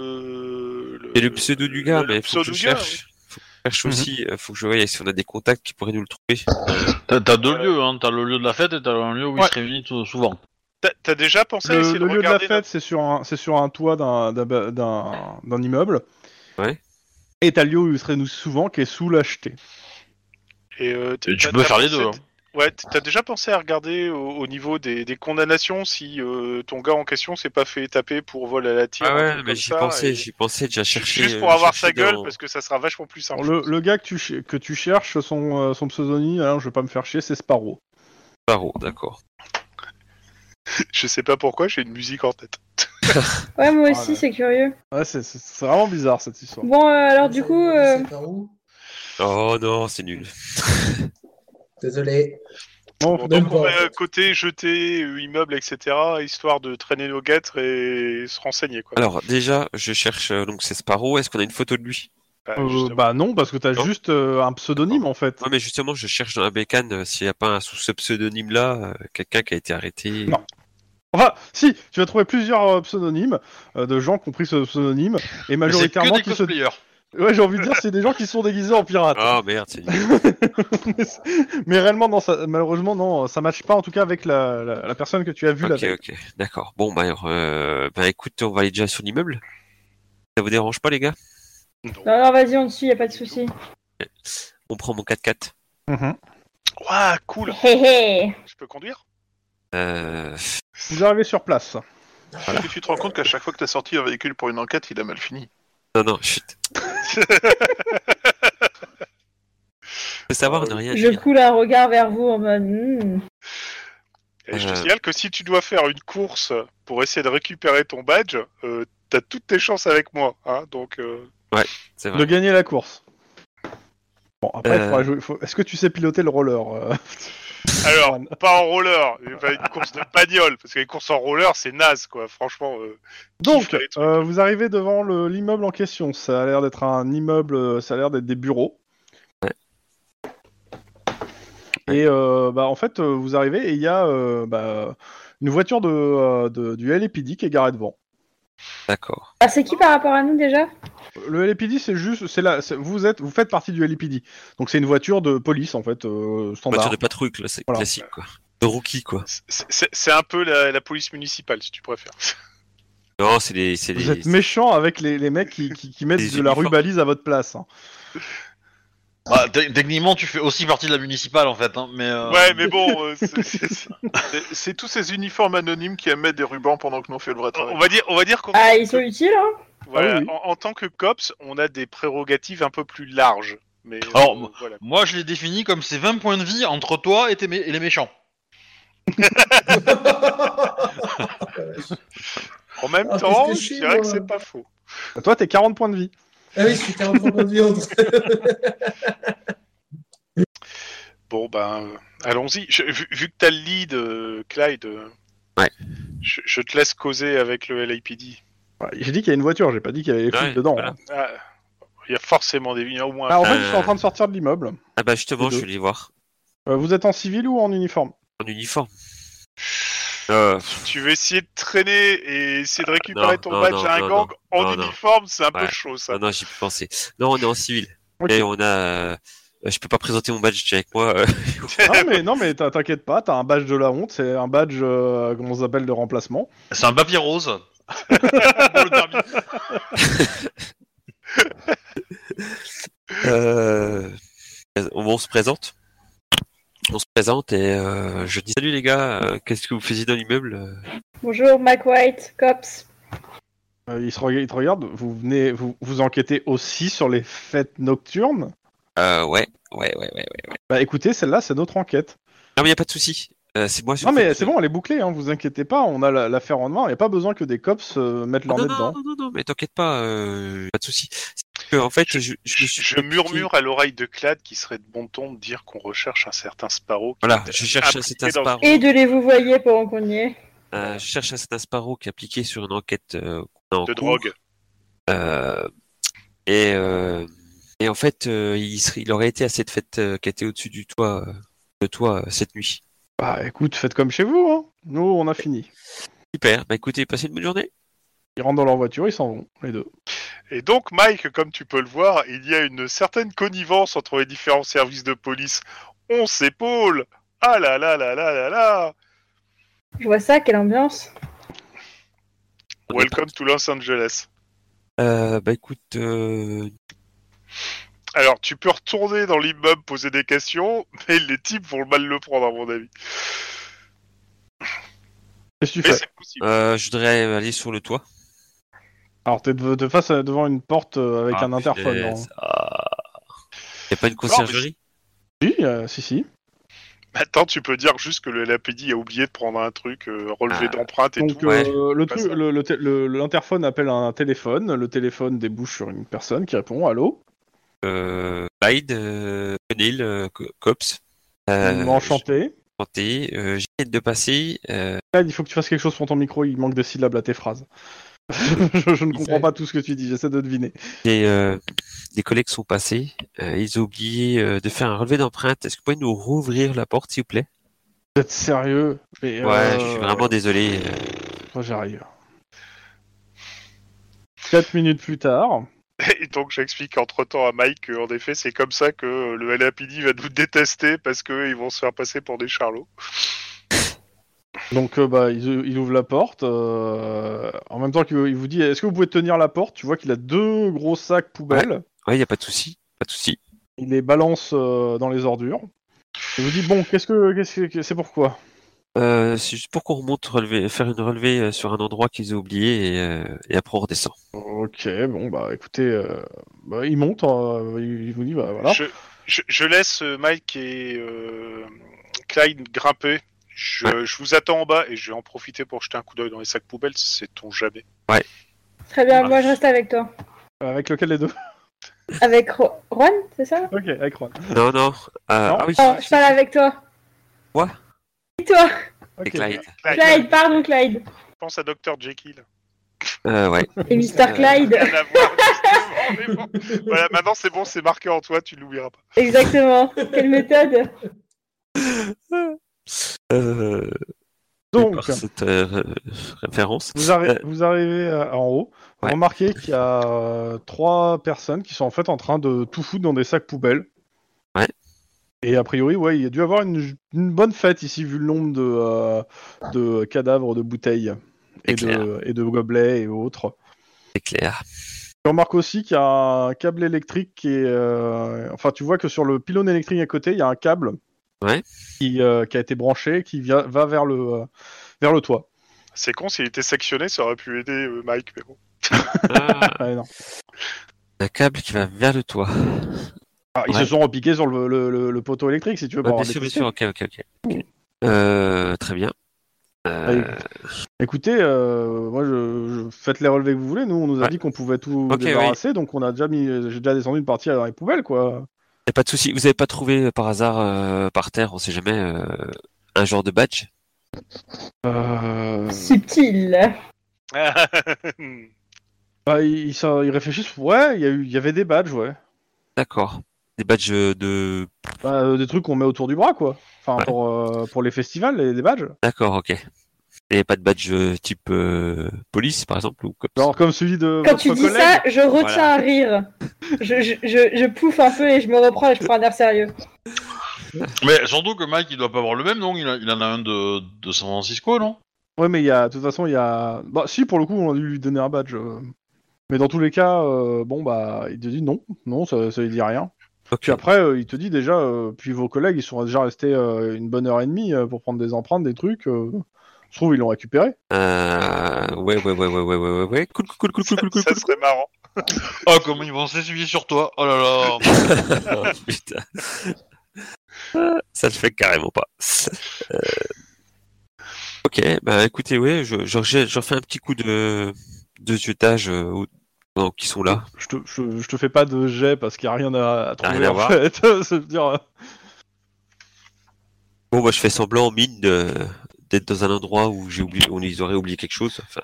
B: le. le-
E: Et le pseudo du gars,
B: Euh, le
E: mais faut que je
B: pseudo du gars, Mhm.
E: cherche. Faut que je cherche aussi. euh, Faut que je voie si on a des contacts qui pourraient nous le trouver.
C: T'as t'as deux
B: Ouais.
C: lieux, hein. t'as le lieu de la fête et t'as le lieu où
A: Ouais.
C: ils se réunissent tout- souvent.
B: T'as- T'as déjà pensé à
A: Le,
B: essayer
A: le
B: de
A: lieu de la
B: regarder
A: fête, c'est sur un, c'est sur un toit d'un, d'un, ba- d'un- d'un immeuble.
E: Ouais.
A: Et t'as le lieu où il se réunit souvent, qui est sous l'acheté.
B: Et, euh, t'as-
C: Et tu
B: t'as-
C: peux
B: t'as
C: faire les
B: pensé-
C: deux. hein.
B: Ouais, t- t'as déjà pensé à regarder au, au niveau des, des condamnations si euh, ton gars en question s'est pas fait taper pour vol à la tire
E: Ah
B: un
E: ouais,
B: truc
E: mais
B: comme
E: j'y
B: ça,
E: pensais,
B: et-
E: j'y pensais déjà chercher.
B: Juste pour
E: euh,
B: avoir
E: chercher
B: sa gueule,
E: dans-
B: parce que ça sera vachement plus simple.
A: Le,
B: <laughs>
A: le gars que tu, ch- que tu cherches, son, euh, son pseudonyme, hein, je vais pas me faire chier, c'est Sparrow.
E: Barreau, d'accord.
B: Je sais pas pourquoi, j'ai une musique en tête.
D: Ouais, moi aussi,
A: Voilà.
D: c'est curieux.
A: Ouais, c'est- c'est c'est vraiment bizarre cette histoire.
D: Bon, euh, alors du
G: Ça,
D: coup,
G: il
D: euh,
G: est par où
E: Oh non, c'est nul.
D: <laughs>
G: Désolé.
A: Bon,
B: Bon,
G: Même
B: donc on
G: pas.
B: va côté jeter euh, immeuble, etc., histoire de traîner nos guêtres et se renseigner. Quoi.
E: Alors déjà, je cherche euh, donc c'est Sparrow. Est-ce qu'on a une photo de lui
B: Bah,
A: euh,
B: justement.
A: bah non, parce que t'as
E: Non.
A: juste euh, un pseudonyme en fait.
E: Ouais, mais justement, je cherche dans la bécane euh, s'il n'y a pas un sous ce pseudonyme là, quelqu'un qui a été arrêté.
A: Non. Enfin, si, tu vas trouver plusieurs euh, pseudonymes euh, de gens qui ont pris ce pseudonyme et
C: Mais c'est que
A: majoritairement
C: des
A: qui se.
C: cosplayers.
A: Ouais, j'ai envie de dire, c'est des gens qui sont déguisés en pirates.
E: Ah merde,
A: <laughs>
E: c'est nul.
A: Mais réellement, non, ça- malheureusement, non, ça matche pas en tout cas avec la, la- la personne que tu as vue la
E: ok,
A: veille.
E: ok, d'accord. Bon, bah alors, euh, bah, écoute, on va aller déjà sur l'immeuble. Ça vous dérange pas, les gars
B: Non.
D: non, non, vas-y, on te suit, y a pas de souci.
E: On prend mon 4x4.
A: Mhm.
G: Euh, bah.
B: Ouah, cool
D: Hé hé
B: Je peux conduire
E: Euh,
A: Vous arrivez sur place.
F: Est-ce que tu te rends compte qu'à chaque fois que t'as sorti un véhicule pour une enquête, il a mal fini
E: Non, non, chut.
A: <laughs>
E: Faut savoir
A: Euh,
E: ne rien
D: Je
E: dire.
D: coule un regard vers vous en mode. hmm.
B: Et je te
E: Euh.
B: signale que si tu dois faire une course pour essayer de récupérer ton badge, euh, t'as toutes tes chances avec moi. Hein, donc, euh,
E: C'est
A: de
E: vrai.
A: gagner la course. Bon, après, il
E: Euh.
A: faudra jouer. il faut- Est-ce que tu sais piloter le roller euh,
B: Alors, pas en roller, mais pas une course de bagnole, parce que les courses en roller, c'est naze, quoi, franchement. euh,
A: Donc,
B: kiffe les trucs.
A: euh, vous arrivez devant le- l'immeuble en question. Ça a l'air d'être un immeuble, euh, ça a l'air d'être des bureaux.
E: Ouais.
A: Et euh, bah, en fait, euh, vous arrivez et il y a euh, bah, une voiture de, euh, de- du LAPD qui est garée devant.
E: D'accord.
D: Ah, c'est qui par rapport à nous déjà
A: Le LAPD, c'est juste, c'est là, c'est- vous êtes, vous faites partie du LAPD. Donc c'est une voiture de police en fait, euh, standard.
E: Voiture de patrouille, cla- c'est
A: Voilà.
E: classique, quoi. De rookie, quoi.
B: c'est- C'est c'est un peu la, la police municipale, si tu préfères.
E: Non, c'est les. c'est
A: Vous
E: les-
A: êtes méchant avec les, les mecs qui, qui- qui mettent
E: Des
A: de la
E: uniformes.
A: rubalise à votre place. hein.
C: Bah, te- techniquement, tu fais aussi partie de la municipale en fait. hein, mais, euh,
B: Ouais, mais bon, <laughs> euh, c'est- c'est- c'est-
F: C'est- C'est tous ces uniformes anonymes qui émettent des rubans pendant que nous on fait le vrai
B: on
F: travail.
B: va dire, on va dire qu'on
D: Ah, ils sont utiles, hein
B: voilà,
A: Ah oui, oui.
B: En, en tant que cops, on a des prérogatives un peu plus larges. Mais euh,
C: Alors, m-
B: voilà.
C: Moi, je l'ai défini comme ces 20 points de vie entre toi et, tes mé- et les méchants.
B: En même
G: Ah,
B: temps,
G: qu'est-ce que je
B: je
G: suis,
B: dirais que
G: moi
B: c'est pas faux.
A: Bah, Toi, t'es 40 points de vie.
G: Ah oui, c'était un point de vue entre.
B: Bon, ben, euh, allons-y. Je- Vu, vu que t'as le lead, euh, Clyde, euh,
E: Ouais.
B: je, je te laisse causer avec le LAPD.
A: Ouais, J'ai dit qu'il y a une voiture, j'ai pas dit qu'il y avait les flics
E: Ouais,
A: dedans.
E: voilà.
A: hein.
B: Ah, Il y a forcément des... il y a au moins...
A: Ah, en fait,
E: Euh.
A: ils sont en train de sortir de l'immeuble.
E: Ah bah justement,
A: Plutôt.
E: je vais les voir.
A: Euh, vous êtes en civil ou en
E: <laughs>
A: uniforme
E: En uniforme. Euh,
B: Tu veux essayer de traîner et essayer de récupérer
E: Ah, non,
B: ton
E: non,
B: badge
E: non,
B: à un
E: non,
B: gang
E: non,
B: en
E: non.
B: uniforme, c'est un peu
E: Ouais.
B: chaud ça.
E: ah non, non, j'y peux penser. Non, on est en civil.
A: Ok.
E: Et on a. euh, Je peux pas présenter mon badge avec moi. euh,
A: Non mais non mais t'in- t'inquiète pas, t'as un badge de la honte, c'est un badge euh, comment ça s'appelle de remplacement.
C: C'est un papier <laughs> rose. Pour le permis.
E: Euh, on se présente. On se présente et euh, je dis salut les gars, euh, qu'est-ce que vous faisiez dans l'immeuble
D: Bonjour, Mac White, cops.
A: Euh, il, se rega- il te regarde, vous venez, vous, vous enquêtez aussi sur les fêtes nocturnes.
E: euh, Ouais, ouais, ouais, ouais, ouais.
A: Bah écoutez, celle-là c'est notre enquête.
E: Non mais y a pas de souci. Euh, c'est moi.
A: Non mais c'est bon, elle est bouclée, hein, vous inquiétez pas, on a la- l'affaire en main, il n'y a pas besoin que des cops euh, mettent
E: Non
A: leur
E: Ah, non,
A: nez
E: non,
A: dedans.
E: non, non, non, mais t'inquiète pas, euh, pas de souci. C'est que, En fait, je, je,
B: Je,
E: me suis
B: je
E: fait piquer.
B: murmure à l'oreille de Clad qu'il serait de bon ton de dire qu'on recherche un certain Sparrow. qui
E: Voilà,
B: est
E: je cherche un
B: impliqué
E: certain
B: dans-
E: Sparrow.
D: Et de les vous voyez pendant qu'on y est.
E: euh, je cherche un certain Sparrow qui est appliqué sur une enquête euh, qu'on a en
B: De
E: cours.
B: drogue.
E: Euh, et, euh, et en fait, euh, il, serait, il aurait été à cette fête euh, qui était au-dessus du toit, euh, de toi euh, cette nuit.
A: Bah écoute, faites comme chez vous, hein. nous on a fini.
E: Super. Bah écoutez, passez une bonne journée.
A: Ils rentrent dans leur voiture, ils s'en vont, les deux.
B: Et donc, Mike, comme tu peux le voir, il y a une certaine connivence entre les différents services de police. On s'épaule Ah là là là là là là
D: Je vois ça, quelle ambiance.
E: On est
B: Welcome to Los Angeles.
E: Euh, bah écoute, euh,
B: Alors, tu peux retourner dans l'immeuble poser des questions, <laughs> mais les types vont mal le prendre, à mon avis.
A: Qu'est-ce que tu
B: Mais
A: fais
B: c'est possible.
E: euh, je voudrais aller sur le toit.
A: Alors t'es de, de face à- devant une porte euh, avec
E: Ah,
A: un interphone.
E: punaise.
A: hein.
E: Ah. Y a pas une conciergerie
A: Si, euh, si, si.
B: Maintenant, tu peux dire juste que le LAPD a oublié de prendre un truc, euh, relevé
E: Ah,
B: d'empreinte et
A: Donc
B: tout.
E: ouais.
A: euh, le
B: pas
A: truc-
B: ça.
A: le- le té- le- l'interphone appelle un téléphone, le téléphone débouche sur une personne qui répond allô.
E: Euh, Lyde, euh, O'Neill, euh, Co- Cops. Euh,
A: Mmh, Enchanté.
E: j'ai tenté, euh, j'ai hâte de passer. euh,
A: Là, il faut que tu fasses quelque chose pour ton micro, il manque de syllabes à tes phrases. <laughs> je, je ne
G: Il
A: comprends
G: fait-
A: pas tout ce que tu dis, j'essaie de deviner.
E: des, euh, des collègues sont passés. euh, ils ont oublié euh, de faire un relevé d'empreinte. Est-ce que vous pouvez nous rouvrir la porte, s'il vous plaît
A: Vous êtes sérieux Mais,
E: Ouais,
A: euh,
E: je suis vraiment désolé. euh,
A: Moi, j'arrive. 4 minutes plus tard.
B: <laughs> Et donc, j'explique entre temps à Mike qu'en effet, c'est comme ça que euh, le LAPD va nous détester parce qu'ils vont se faire passer pour des charlots.
A: Donc, euh, bah, il, il ouvre la porte. euh, en même temps qu'il il vous dit Est-ce que vous pouvez tenir la porte Tu vois qu'il a deux gros sacs poubelles.
E: Ouais, il y a pas de souci, pas de souci.
A: Il les balance euh, dans les ordures. Il vous dit Bon, qu'est-ce que. qu'est-ce que- C'est pourquoi
E: Euh, c'est juste pour qu'on remonte, relever, faire une relevée euh, sur un endroit qu'ils ont oublié et, euh, et après on redescend.
A: Ok, bon, bah écoutez, euh, bah, il monte. euh, il il vous dit Bah voilà.
B: Je, je- je laisse euh, Mike et euh, Clyde grimper. Je, je vous attends en bas et je vais en profiter pour jeter un coup d'œil dans les sacs poubelles, sait-on jamais.
D: Très bien,
B: Ah.
D: moi je reste avec toi.
A: Avec lequel des deux
D: Avec Ro- Juan, c'est ça
A: Ok, avec Ron.
E: Non, non. euh,
A: Non.
E: Ah oui,
D: Non, je parle avec toi.
E: Quoi
D: Avec toi
E: c'est
A: Ok.
E: Clyde.
B: Clyde,
D: Clyde, pardon Clyde.
B: pense à Dr. Jekyll.
E: Euh, ouais.
D: Et Mr. Clyde.
B: Rien à voir, justement, mais bon. Voilà, maintenant c'est bon, c'est marqué en toi, tu l'oublieras pas.
D: Exactement. Quelle méthode
E: Euh,
A: Donc,
E: par cette euh, ré- référence.
A: Vous, arri-
E: Euh.
A: vous arrivez à- en haut, vous
E: Ouais.
A: remarquez qu'il y a euh, trois personnes qui sont en fait en train de tout foutre dans des sacs poubelles.
E: Ouais.
A: Et a priori, ouais, il y a dû avoir une, une bonne fête ici, vu le nombre de, euh, de cadavres, de bouteilles, et de,
E: Éclair.
A: et de gobelets et autres.
E: C'est
A: <laughs>
E: clair.
A: Tu remarques aussi qu'il y a un câble électrique qui est... euh, Enfin, tu vois que sur le pylône électrique à côté, il y a un câble
E: Ouais.
A: qui, euh, qui a été branché, qui vient, va vers le, euh, vers le toit.
B: C'est con, s'il était sectionné, ça aurait pu aider euh, Mike,
E: <laughs>
B: mais bon.
E: Ah,
A: Ah, non.
E: un câble qui va vers le toit.
A: Ah, ils
E: Ouais.
A: se sont repiqués sur le, le- le- le poteau électrique, si tu veux.
E: Ouais,
A: pour
E: bien
A: avoir
E: sûr, bien
A: l'électricité.
E: sûr, ok, ok, ok. Euh, très bien. Euh,
A: Écoutez, euh, moi, je, je- faites les relevés que vous voulez. Nous, on nous a
E: Ouais.
A: dit qu'on pouvait tout
E: Ok,
A: débarrasser, donc on a déjà mis, j'ai déjà descendu une partie dans les poubelles, quoi.
E: y a pas de souci. Vous avez pas trouvé euh, par hasard euh, par terre, on sait jamais, euh, un genre de badge
A: Euh,
D: Subtil.
A: Bah, ils, ils s'en- ils réfléchissent. Ouais, il y, a eu- il y avait des badges, ouais.
E: D'accord. Des badges euh, de.
A: Bah, euh, des trucs qu'on met autour du bras, quoi. Enfin,
E: Ouais.
A: pour, euh, pour les festivals, les, les badges.
E: D'accord, ok. Et pas de badge euh, type euh, police, par exemple, ou cops.
A: Genre comme celui de
D: Quand
A: votre
D: tu dis
A: collègue.
D: ça, je retiens
E: Voilà.
D: un rire. Je, je, je, je pouffe un peu et je me reprends et je prends un air sérieux.
C: Mais surtout que Mike, il doit pas avoir le même, non il, a- il en a un de, de San Francisco, non
A: Ouais, mais il y a, de toute façon, il y a. Bah, si, pour le coup, on a dû lui donner un badge. euh. Mais dans tous les cas, euh, bon, bah, il te dit non, non, ça, ça lui dit rien.
E: Ok.
A: Puis après, euh, il te dit déjà, euh, puis vos collègues, ils sont déjà restés euh, une bonne heure et demie euh, pour prendre des empreintes, des trucs. euh. Je trouve ils l'ont récupéré.
E: Euh, ouais, ouais, ouais, ouais, ouais, ouais, ouais, ouais. Cool, cool, cool, cool, cool, cool, cool,
B: ça
E: cool.
B: serait marrant.
C: Ah, comment ils vont s'essuyer sur toi Oh là là
E: <laughs> Ah, putain. Euh, Ça le fait carrément pas. Euh, Ok, bah écoutez, ouais, je, je, je- je refais un petit coup de, de ziotage euh, aux- aux- qui sont là.
A: Je te, je, je te fais pas de jet parce qu'il n'y a rien à, à trouver.
E: Rien à
A: en
E: voir.
A: fait. <laughs> Ça veut dire, euh,
E: Bon, bah je fais semblant, mine, de- d'être dans un endroit où j'ai oublié, où ils auraient oublié quelque chose. Enfin,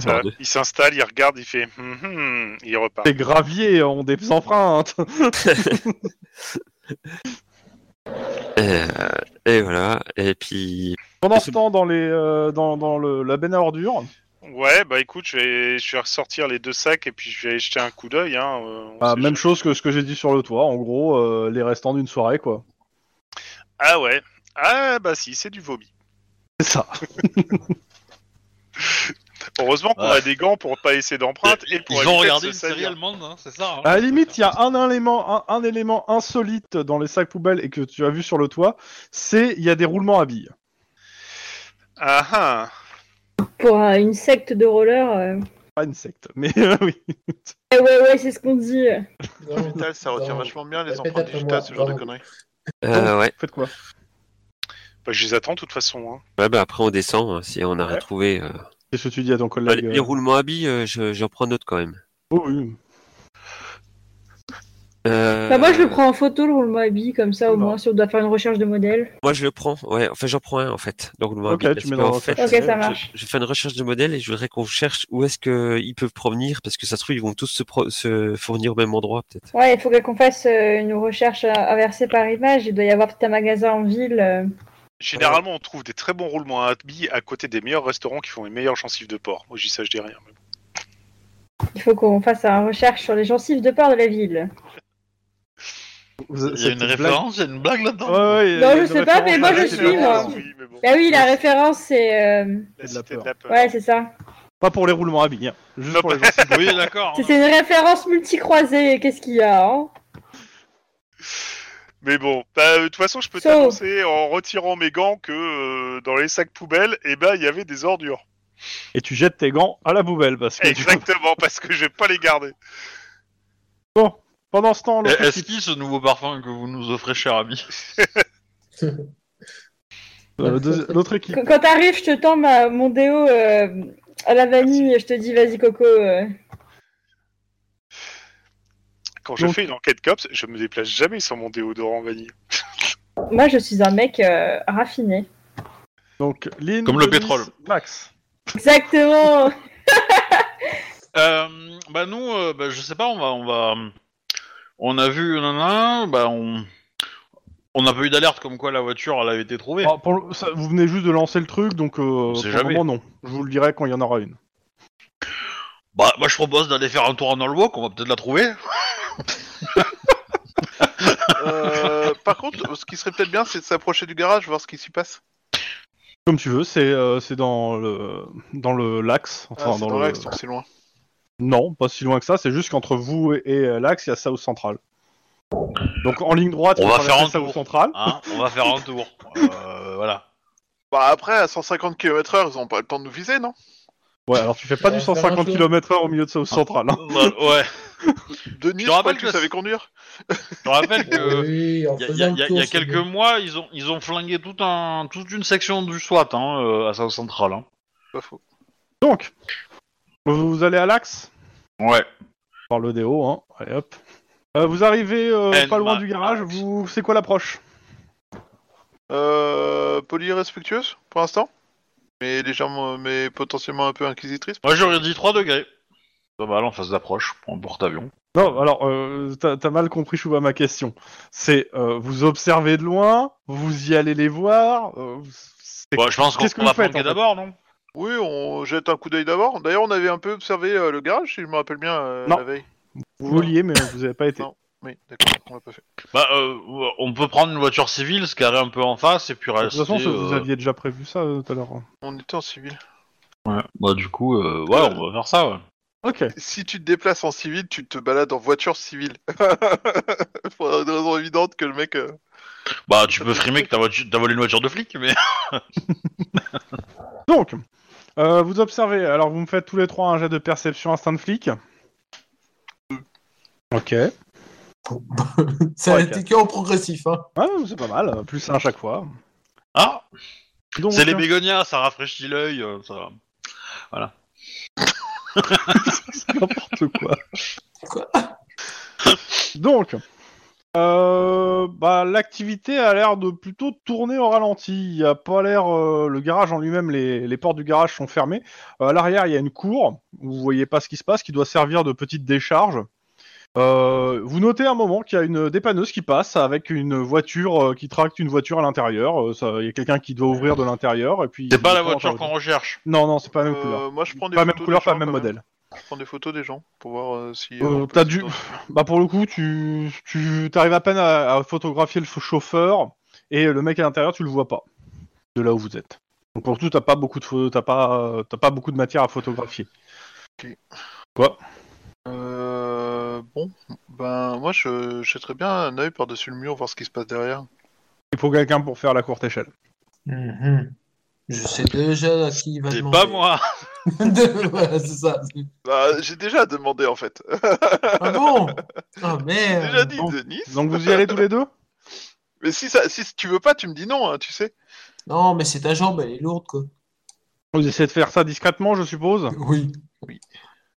E: ça va
B: Voilà. il s'installe, il regarde, il fait hum, hum il repart.
A: les graviers euh, ont des <laughs> empreintes.
E: Euh, et voilà, et puis
A: Pendant ce temps, dans, les, euh, dans, dans le, la benne à ordures,
B: Ouais, bah écoute, je vais, je vais ressortir les deux sacs et puis je vais aller jeter un coup d'œil. Hein, euh, on
A: bah,
B: sait
A: même
B: jamais.
A: chose que ce que j'ai dit sur le toit. En gros, euh, les restants d'une soirée, quoi.
B: Ah ouais. Ah bah si, c'est du vomi.
A: C'est <laughs> ça.
B: Heureusement qu'on
C: Ouais.
B: a des gants pour pas laisser d'empreintes et <laughs> pour
C: Ah. Ils
B: éviter de
C: ont
B: se
C: regardé une série
B: salir.
C: allemande, hein, c'est ça hein
A: À la limite, il y a un élément, un, un élément insolite dans les sacs poubelles et que tu as vu sur le toit, c'est il y a des roulements à billes.
B: Ah ah.
D: Pour euh, une secte de rollers. euh.
A: Pas une secte, mais <laughs> euh, oui.
D: Eh ouais, ouais, c'est ce qu'on dit.
G: Non,
F: Putain, ça retient
G: Non. <laughs>
F: vachement bien les
G: Répète
F: empreintes
G: après moi.
F: digitales, ce genre de
G: Non.
F: conneries.
E: euh, ouais.
A: Faites quoi
B: Bah, je les attends de toute façon. hein.
E: Ouais, bah, après, on descend hein, si on a
B: Ouais.
E: retrouvé. euh.
A: Qu'est-ce que tu dis à ton
E: Bah,
A: collègue
E: les,
A: euh
E: les roulements à billes, euh, je- j'en prends d'autres quand même.
A: Oh, oui.
E: Euh,
D: Bah, moi, je le prends en photo, le roulement à billes, comme ça, au
A: Bon.
D: moins, si on doit faire une recherche de modèle.
E: Moi, je le prends. Ouais, enfin, j'en prends un en fait. Le roulement à
A: Ok,
E: billes,
A: tu
E: parce
A: mets
E: que,
A: dans
E: en
A: la
E: fait,
D: Ok,
A: Ouais,
D: ça marche.
E: je fais une recherche de modèles et je voudrais qu'on cherche où est-ce qu'ils peuvent provenir parce que ça se trouve, ils vont tous se, pro- se fournir au même endroit peut-être.
D: Ouais, il faut que- qu'on fasse euh, une recherche euh, inversée par image. Il doit y avoir tout un magasin en ville. euh.
B: Généralement, on trouve des très bons roulements à billes à côté des meilleurs restaurants qui font les meilleurs gencives de porc. Moi, j'y sais, je dis rien. mais bon.
D: Il faut qu'on fasse une recherche sur les gencives de part de la ville.
A: Vous-
C: Il y a
A: cette
C: une
A: blague-
C: référence, il y a une blague
A: Ouais,
C: là-dedans
A: ouais, il y a
D: Non,
A: une
D: je sais pas,
A: référence
D: mais
A: à
D: moi,
A: la
D: je
A: cité
B: C'est
A: de la
B: la
D: suis,
A: peur.
B: France,
D: moi.
B: oui, mais bon.
D: Bah oui, la référence, c'est. euh,
B: La
A: C'est de la
B: cité de
A: peur.
B: la peur.
D: Ouais, c'est ça.
A: Pas pour les roulements à billes, hein. juste
B: Non,
A: pour les gens.
C: <laughs> Oui, d'accord. hein.
D: C'est- C'est une référence multicroisée. Qu'est-ce qu'il y a hein
B: Mais bon, bah, euh, de toute façon, je peux
D: So.
B: t'annoncer en retirant mes gants que euh, dans les sacs poubelles, eh ben, il y avait des ordures.
C: <laughs>
A: Et tu jettes tes gants à la poubelle parce que. du coup-
B: Exactement, parce que je vais pas les garder.
A: Bon, pendant ce temps, l'autre
C: Euh, Est-ce
A: type-
C: qui ce nouveau parfum que vous nous offrez, cher ami
A: euh, deux- l'autre équipe.
D: Qu- Quand t'arrives, je te tends ma- mon déo euh, à la vanille et je te dis, vas-y, Coco. euh.
B: Quand je
A: Donc-
B: fais une enquête cops, je me déplace jamais sans mon déodorant vanille.
D: Moi, je suis un mec euh, raffiné.
A: Donc, Lynn,
C: Comme le
A: Denis,
C: pétrole.
A: Max.
D: Exactement.
C: Euh, bah nous, euh, bah, je sais pas, on va, on va, on a vu nana, bah on, on a pas eu d'alerte comme quoi la voiture elle avait été trouvée.
A: Ah, pour le- ça- vous venez juste de lancer le truc, donc euh,
C: sait
A: pour
C: jamais.
A: le moment, non. Je vous le dirai quand il y en aura une.
C: Bah moi je propose d'aller faire un tour en Norwalk, on va peut-être la trouver.
F: Euh, par contre, ce qui serait peut-être bien, c'est de s'approcher du garage, voir ce qui s'y passe.
A: Comme tu veux, c'est euh, c'est dans le dans le l'axe.
F: Ah,
A: Enfin,
F: c'est
A: dans
F: dans
A: le-
F: l'axe, donc c'est loin.
A: Non, pas si loin que ça. C'est juste qu'entre vous et, et, euh, l'axe, il y a South Central. Donc en ligne droite,
C: On
A: vous
C: va faire
A: traversez
C: un tour.
A: South Central.
C: Hein, on va faire un tour. Euh, voilà.
F: Bah après, à 150 km/h, ils ont pas le temps de nous viser, non
A: Ouais, alors tu fais pas
G: On
A: du
G: va faire un
A: 150
G: tour.
A: km/h au milieu de South Central. hein.
C: <laughs>
A: <laughs>
C: Bah, ouais. Je
F: Denis,
C: te
F: je crois
C: rappelle
F: que
C: que
F: tu savais
C: c'est-
F: conduire.
C: Je te rappelle que
G: Oui, Euh, en
C: il y a, y a-
G: faisant
C: y a-
G: le tour,
C: y a
G: c'est
C: quelques
G: bien.
C: mois ils ont, ils ont flingué tout un, toute une section du SWAT hein, euh, à South Central. Hein.
F: Pas faux.
A: Donc, vous allez à l'axe
C: Ouais.
A: par le déo. Hein. Allez hop. Euh, vous arrivez euh,
C: And
A: pas loin
C: my
A: du garage.
C: axe.
A: Vous, c'est quoi l'approche
F: Euh, polie et respectueuse pour l'instant, mais légèrement, mais potentiellement un peu inquisitrice.
C: Moi j'aurais dit 3 degrés. Pas mal en phase d'approche pour un porte-avions.
A: Non, alors, euh, t'as t'as mal compris, Chouba, ma question. C'est, euh, vous observez de loin, vous y allez les voir, euh, c'est-
C: Bah, je pense qu'on
A: Qu'est-ce que
C: qu'on va
A: vous faites,
C: flanquer
A: en fait
C: d'abord, non
F: Oui, on jette un coup d'œil d'abord. D'ailleurs, on avait un peu observé euh, le garage, si je me rappelle bien, euh,
A: Non.
F: la veille.
A: vous vouliez, mais vous avez
C: <laughs>
A: pas été.
F: Non. Oui, d'accord, on l'a pas fait.
C: Bah, euh, on peut prendre une voiture civile, se carrer un peu en face et puis
A: De
C: rester.
A: toute façon,
C: euh,
A: vous aviez déjà prévu ça euh, tout à l'heure.
F: On était en civil.
C: ouais. Bah, du coup, euh, ouais, on va faire ça, ouais.
A: Ok.
F: Si tu te déplaces en civil, tu te balades en voiture civile. pour une raison évidente que le mec. euh,
C: Bah, tu peux frimer que t'as voitu- t'as volé une voiture de flic, mais. <laughs>
A: Donc, euh, vous observez. Alors, vous me faites tous les trois un jet de perception instinct de flic. Ok.
G: Ça a
A: Ouais,
G: été qu'en progressif. Hein.
A: Ouais, c'est pas mal. euh, Plus un à chaque fois.
C: Ah
A: Donc, hein.
C: C'est les bégonias, ça rafraîchit l'œil, euh, ça.
A: <laughs> n'importe quoi.
G: Quoi
A: Donc, euh, bah, l'activité a l'air de plutôt tourner au ralenti. Il y a pas l'air. euh, le garage en lui-même, les, les portes du garage sont fermées. Euh, à l'arrière, il y a une cour. où Vous voyez pas ce qui se passe, qui doit servir de petite décharge. Euh, vous notez un moment qu'il y a une dépanneuse qui passe avec une voiture euh, qui tracte une voiture à l'intérieur. Euh, ça- Il y a quelqu'un qui doit ouvrir de l'intérieur et puis.
C: C'est pas la
A: Comment ça
C: voiture qu'on recherche.
A: Non, non, c'est pas la même
F: euh,
A: couleur.
F: moi, je prends des
A: Pas la
F: photos
A: même couleur,
F: des
A: pas
F: gens,
A: le même
F: quand
A: modèle.
F: Je prends des photos des gens pour voir euh, si.
A: Euh,
F: on peut
A: t'as
F: les
A: dû-
F: identifier.
A: Bah pour le coup, tu, tu arrives à peine à, à photographier le chauffeur et le mec à l'intérieur, tu le vois pas de là où vous êtes. Donc pour le coup, t'as pas beaucoup de pho- t'as pas euh, t'as pas beaucoup de matière à photographier.
F: Euh, bon, ben moi je jetterais bien un œil par-dessus le mur, voir ce qui se passe derrière.
A: Il faut quelqu'un pour faire la courte échelle.
G: Mhm. Je sais déjà à qui il va
C: C'est
G: demander.
C: pas
G: <laughs>
C: moi
G: Voilà, c'est ça.
F: Bah j'ai déjà demandé en fait.
G: Ah bon
C: <laughs>
G: Ah
F: J'ai
G: merde
F: déjà dit
A: donc-
F: Denis.
A: Donc vous y allez tous les deux
F: Mais si ça, si tu veux pas, tu me dis non, hein, tu sais.
G: Non, mais c'est ta jambe, elle est lourde, quoi.
A: Vous essayez de faire ça discrètement, je suppose
G: Oui.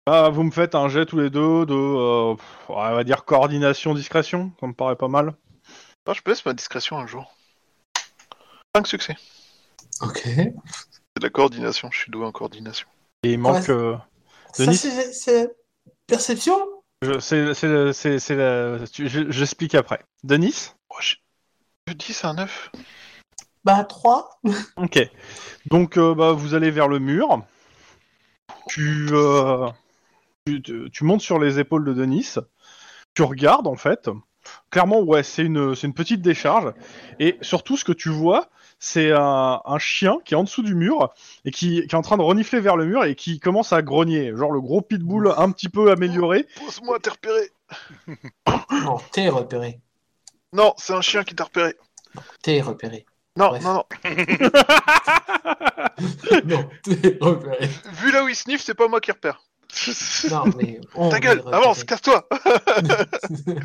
A: Ah, Vous me faites un jet tous les deux de, euh, pff, on va dire, coordination-discrétion, ça me paraît pas mal.
F: Ah, je baisse ma discrétion un jour. 5 succès.
G: Ok.
F: C'est de la coordination, je suis doué en coordination.
A: Et il manque...
G: Ouais.
A: euh,
G: Ça,
A: Denis
G: c'est c'est perception
A: je- c'est- c'est- c'est- c'est la- tu- je- J'explique après. Denis
F: Oh, j'ai- de 10 à 9.
G: Bah, 3.
A: Ok. Donc, euh, bah, vous allez vers le mur. Tu, euh, tu, tu- tu montes sur les épaules de Denis. Tu regardes, en fait. Clairement, ouais, c'est une, c'est une petite décharge. Et surtout, ce que tu vois, c'est un, un chien qui est en dessous du mur et qui, qui est en train de renifler vers le mur et qui commence à grogner. Genre le gros pitbull un petit peu
F: <laughs>
A: amélioré.
F: Pose-moi à te repérer.
G: Non, t'es repéré.
F: Non, c'est un chien qui t'a repéré.
G: T'es repéré.
F: Non,
G: Bref.
F: non, non.
G: <laughs> non, t'es repéré.
F: Vu là où il sniff, c'est pas moi qui repère.
G: <laughs> Non, mais Oh, on
F: Ta
G: est
F: gueule,
G: repéré.
F: avance, casse-toi. <laughs>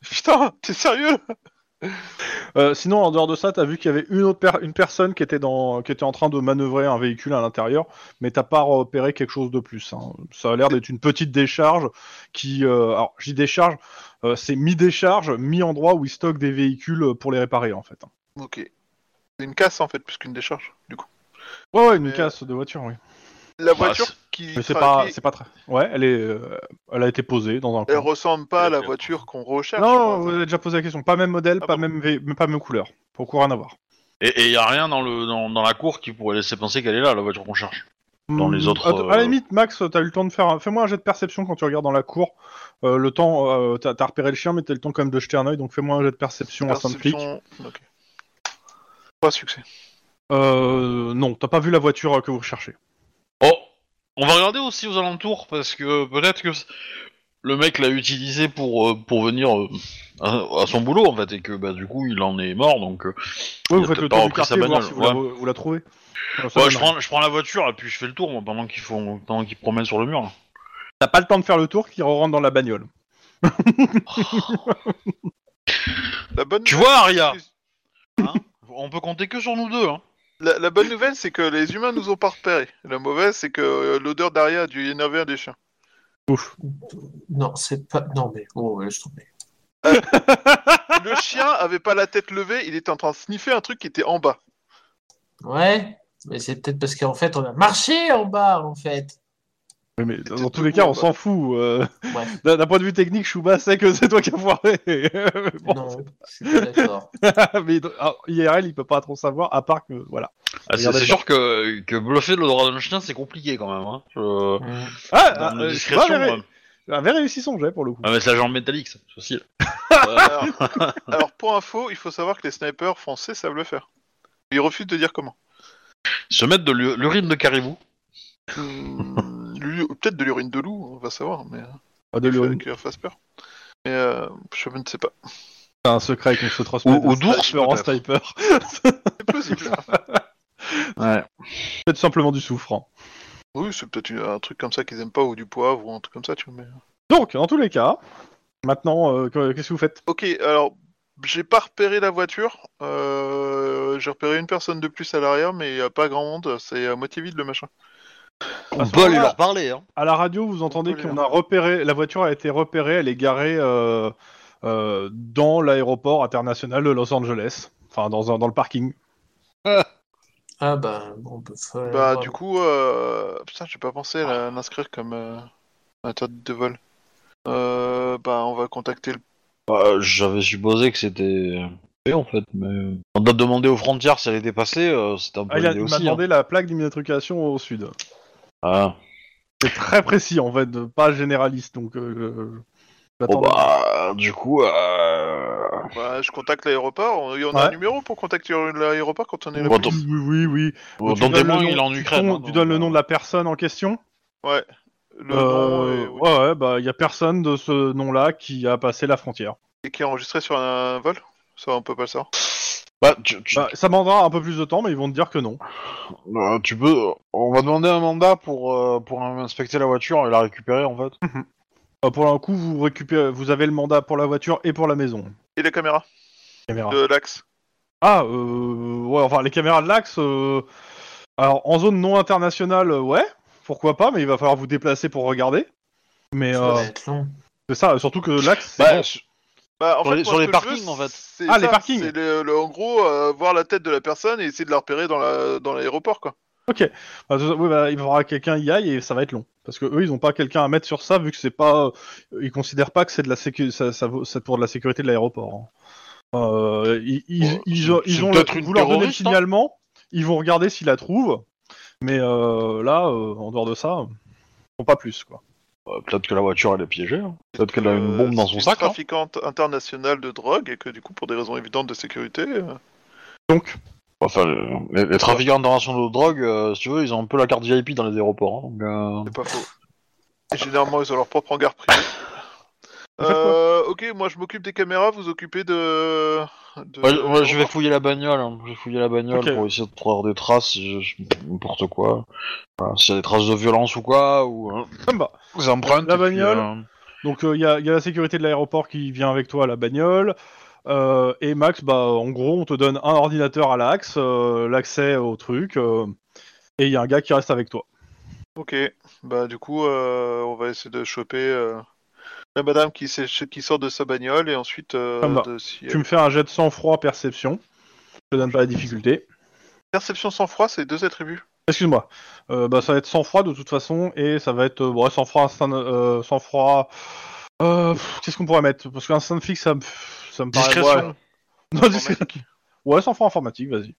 F: Putain, t'es sérieux
A: Euh, sinon, en dehors de ça, t'as vu qu'il y avait une autre per- une personne qui était, dans, qui était en train de manœuvrer un véhicule à l'intérieur, mais t'as pas repéré quelque chose de plus. hein. Ça a l'air d'être une petite décharge qui, euh, alors j'y décharge, euh, c'est mi-décharge, mi-endroit où ils stockent des véhicules pour les réparer en fait. hein.
F: Ok. C'est une casse en fait, plus qu'une décharge, du coup.
A: Ouais, ouais, une
F: Mais-
A: casse de voiture, oui.
F: La
C: Bah,
F: voiture
C: c'est-
F: qui.
A: Mais c'est
F: enfin,
A: pas,
F: qui-
A: c'est pas très. Ouais, elle est, euh, elle a été posée dans un.
F: Elle
A: coin.
F: ressemble pas à la
B: Ok.
F: voiture qu'on recherche.
A: Non, vous
F: quoi.
A: avez déjà posé la question. Pas même modèle,
F: Ah
A: pas
F: bon
A: même, vé- mais pas même couleur. Pour rien à voir.
C: Et il y a rien dans, le, dans, dans la cour qui pourrait laisser penser qu'elle est là, la voiture qu'on cherche. Dans les
A: Hmm,
C: autres,
A: att- À, la
C: euh,
A: limite, Max, t'as eu le temps de faire. un- Fais-moi un jet de perception quand tu regardes dans la cour. Euh, le temps, euh, t'as t'as repéré le chien, mais t'as eu le temps quand même de jeter un œil, donc fais-moi un jet de perception, à saint flic.
F: Perception. Ok. Pas succès.
A: Euh, non, t'as pas vu la voiture euh, que vous recherchez.
C: Oh On va regarder aussi aux alentours, parce que peut-être que c- le mec l'a utilisé pour, euh, pour venir euh, à, à son boulot, en fait, et que bah, du coup, il en est mort, donc... euh,
A: Ouais,
C: Il
A: vous
C: a
A: faites le
C: peut-être pas
A: tour du
C: repris sa
A: quartier, voir
C: bagnole,
A: si vous la, vous la trouvez. Euh, ça
C: ouais,
A: donne
C: je
A: rien.
C: prends, je prends la voiture, et puis je fais le tour, moi, pendant qu'ils font, pendant qu'ils promènent sur le mur. là. <laughs>
A: T'as pas le temps de faire le tour, qui rentre dans la bagnole.
F: La bonne
C: Tu
F: nouvelle,
A: <laughs>
C: vois, Aria
F: c'est-
C: Hein On peut compter que sur nous deux, hein
F: la, la bonne nouvelle, c'est que les humains nous ont pas repérés. La mauvaise, c'est que euh, l'odeur d'Aria a dû énerver un des chiens.
G: <laughs> Non, c'est pas. Non, mais. Oh, ouais, je tombais.
A: <laughs>
F: Le chien avait pas la tête levée, il était en train de sniffer un truc qui était en bas.
G: Ouais, mais c'est peut-être parce qu'en fait, on a marché en bas, en fait.
A: Mais, mais dans
F: Peut-être
A: tous les
F: tout
A: cas,
F: court,
A: on
F: bah.
A: s'en fout. euh,
G: Ouais,
F: <laughs>
A: D'un d'un point de vue technique, Chouba sait que c'est toi qui as foiré. <laughs> Bon,
G: non, je suis pas
F: <laughs>
G: d'accord.
A: <laughs> mais ah, alors, IRL, il peut pas trop savoir, à part que. Voilà.
C: Ah, c'est
A: Regardez
C: c'est
A: ça.
C: sûr que, que bluffer de l'odorat d'un chien, c'est compliqué quand même. Hein. Je-
G: Mm.
A: Ah, ah,
C: dans la
A: euh, Chouba
C: discrétion,
A: avait,
C: ouais.
A: avait réussi son jet pour le coup.
C: Ah, mais c'est la jambe métallique, ça, c'est facile.
A: <laughs>
F: Alors, alors, pour info, il faut savoir que les snipers français savent le faire. Ils refusent de dire comment.
C: Se mettre de l'u- l'urine de caribou.
F: Hmm, lui- Peut-être de l'urine de loup, on va savoir, mais euh,
A: Ah, de l'urine.
F: qu'il leur fasse peur. Mais euh, je ne sais pas.
A: C'est un secret qu'on se transmet.
C: Ou-
A: de
C: ou d'ours,
A: sniper en
C: peut-être.
A: sniper. <laughs>
F: C'est possible.
C: Ouais.
A: Peut-être simplement du soufrant.
F: oui, c'est peut-être une- un truc comme ça qu'ils aiment pas, ou du poivre, ou un truc comme ça, tu vois. mais- euh.
A: Donc, dans tous les cas, maintenant, euh, que- qu'est-ce que vous faites
F: Ok, alors, j'ai pas repéré la voiture. Euh, j'ai repéré une personne de plus à l'arrière, mais il a pas grand monde. C'est à moitié vide le machin.
C: On peut aller leur parler, hein.
A: À la radio, vous entendez
F: On peut
A: qu'on
F: les-
A: a repéré, la voiture a été repérée, elle est garée euh, euh, dans l'aéroport international de Los Angeles. Enfin, dans, un- dans le parking.
G: Ah, bah, on peut faire.
F: bah, du coup, euh... putain, j'ai pas pensé à la- l'inscrire comme euh... interdit de vol. Euh, bah, on va contacter le.
C: Bah, J'avais supposé que c'était fait en fait, mais. On a demandé aux frontières si elle était passée, euh, c'était un peu
A: Ah, il a-
C: l'idée
A: il m'a
C: aussi.
A: demandé la plaque d'immatriculation au sud.
C: hein. Ah.
A: C'est très précis, en fait, de- pas généraliste. Donc, euh, je- j'attends-
C: Bon bah, du coup, euh...
F: Bah, je contacte l'aéroport. On, on a
A: Ouais.
F: un numéro pour contacter l'aéroport quand on est là.
C: Bon, attends.
A: Oui, oui, oui.
C: bon,
A: Tu
C: dans
A: donnes
C: témoin,
A: le nom-
C: il est en
A: tu
C: Ukraine.
A: donnes-
C: hein,
A: tu
C: donc,
A: donnes le
C: euh,
A: nom de la personne en question
F: Ouais. Le nom
A: Euh,
F: est... oui.
A: Ouais, ouais, bah, il y a personne de ce nom-là qui a passé la frontière.
F: Et qui est enregistré sur un vol Ça, on peut pas le savoir.
C: Bah, tu, tu-
A: Bah, ça demandera un peu plus de temps, mais ils vont te dire que non. Bah.
C: euh, tu peux. On va demander un mandat pour, euh, pour inspecter la voiture et la récupérer en fait.
A: Euh, pour un coup, vous récupérez, vous avez le mandat pour la voiture et pour la maison. Ah.
F: Et les caméras
A: Caméra.
F: de l'axe
A: Ah, euh, ouais, enfin, les caméras de l'axe. euh, alors, en zone non internationale, euh, ouais, pourquoi pas, mais il va falloir vous déplacer pour regarder. Mais
G: Ça
A: euh,
G: va être long.
A: c'est ça, surtout que l'axe. c'est
C: Bah,
A: bon.
C: su-
F: Bah, en
C: Sur les-
F: moi,
C: sur
F: ce
C: les
F: que je
C: parkings,
F: veux,
C: en fait.
F: c'est
A: Ah, les
F: ça,
A: parkings.
F: c'est le- le- en gros, euh, voir la tête de la personne et essayer de la repérer dans la- dans l'aéroport, quoi.
A: Bah, de- oui, bah, il faudra que quelqu'un y aille et ça va être long. Parce que eux, ils n'ont pas quelqu'un à mettre sur ça, vu que c'est pas. euh, Ils considèrent pas que c'est de la sécu... ça, ça vaut- c'est pour de la sécurité de l'aéroport. hein. Euh, ils, ils,
C: Ouais,
A: ils,
C: c'est-
A: ont- ils
C: c'est
A: ont
C: peut-être
A: le-
C: une
A: vous leur donnez le
C: terroriste, hein.
A: signalement, ils vont regarder s'ils la trouvent. Mais euh, là, euh, en dehors de ça, euh, ils font pas plus, quoi.
C: Bah, Peut-être que la voiture elle est piégée. hein. Peut-être qu'elle a une
F: Euh,
C: bombe dans
F: c'est
C: son
F: une
C: sac. hein.
F: Trafiquante internationale de drogue et que du coup, pour des raisons évidentes de sécurité. euh,
A: Donc, <laughs>
C: Enfin, euh, les, les trafiquants internationaux de drogue, euh, si tu veux, ils ont un peu la carte VIP dans les aéroports. hein, donc, euh,
F: C'est pas faux. Et généralement, ils ont leur propre hangar privé.
A: Vous faites quoi
F: Euh, ok, moi je m'occupe des caméras, vous occupez de. de-
C: Ouais, ouais, je vais fouiller la bagnole. hein. Je vais fouiller la bagnole
A: Ok.
C: pour essayer de trouver des traces, si je- je- n'importe quoi. Voilà, S'il y a des traces de violence ou quoi, ou hein,
A: comme bah.
C: des empreintes.
A: La
C: et puis,
A: bagnole.
C: euh,
A: Donc il y, a, y a la sécurité de l'aéroport qui vient avec toi à la bagnole. Euh, et Max, bah en gros, on te donne un ordinateur à l'axe, euh, l'accès au truc, euh, et il y a un gars qui reste avec toi.
F: Ok, bah du coup, euh, on va essayer de choper euh, la madame qui, s'est- qui sort de sa bagnole et ensuite. euh,
A: Ça me va.
F: de- si-
A: Ah, bah, Tu me fais un jet de sang-froid perception. Je te donne pas la difficulté.
F: Perception sans froid, c'est deux attributs.
A: Excuse-moi. Euh, bah ça va être sang-froid de toute façon, et ça va être euh, ouais, sang-froid, instinct, euh, sang-froid. euh, pff, Qu'est-ce qu'on pourrait mettre Parce qu'un instinct fixe, ça me, ça me paraît.
F: <laughs>
C: Discrétion.
A: ouais. Non, discrétion.
F: Informatique.
A: Ouais, sang-froid informatique, vas-y.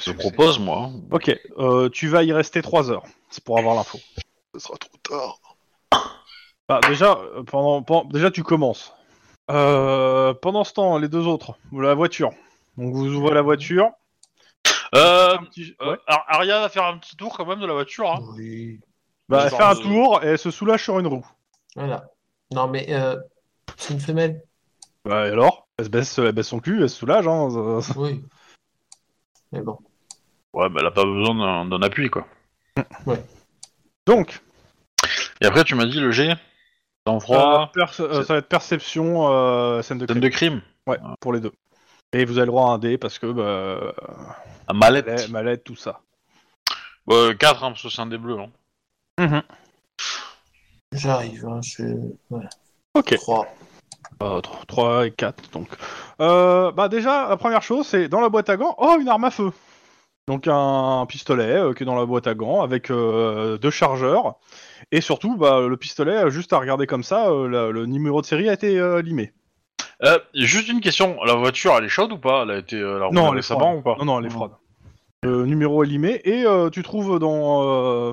C: Je
F: succès.
C: propose, moi. hein.
A: Ok, euh, tu vas y rester 3 heures. C'est pour avoir l'info.
F: Ce sera trop tard.
A: Bah, déjà, euh, pendant, pen- déjà, tu commences. Euh, pendant ce temps, les deux autres, ou la voiture. Donc, vous ouvrez la voiture.
C: Euh,
A: Un petit-
C: euh,
A: ouais.
C: Ar- Aria va faire un petit tour quand même de la voiture. hein.
G: Oui.
A: Bah, elle
C: genre
A: fait un
C: de-
A: tour et elle se soulage sur une roue.
G: Voilà. Non, mais euh, c'est une femelle.
A: Bah, et alors elle se, baisse, elle baisse son cul, elle se soulage. Hein. <laughs> ça- ça-
G: Oui. Mais bon.
C: Ouais, mais elle a pas besoin d'un- d'un appui, quoi.
A: Donc,
C: Et après, tu m'as dit le G Dans
A: euh,
C: froid,
A: perce- euh,
C: c'est-
A: ça va être perception, euh, scène de crime.
C: scène de crime,
A: Ouais, pour les deux. Et vous avez le droit à un dé parce que bah,
C: à mallette.
A: mallette, mallette, tout ça.
C: Euh, 4, hein, parce que c'est un des bleus. Hein.
G: J'arrive. Hein, je... Voilà.
A: Ok.
G: 3.
A: 3 et 4 donc. Euh, bah déjà la première chose c'est dans la boîte à gants, oh une arme à feu. Donc un pistolet euh, qui est dans la boîte à gants avec euh, deux chargeurs et surtout bah le pistolet euh, juste à regarder comme ça euh, la- le numéro de série a été euh, limé.
C: Euh, juste une question, la voiture, elle est chaude ou pas Elle a été euh, la roulée
A: Non, elle est
C: récemment
A: froide.
C: ou pas
A: Non non, elle est froide. Le numéro est limé et euh, tu trouves dans euh,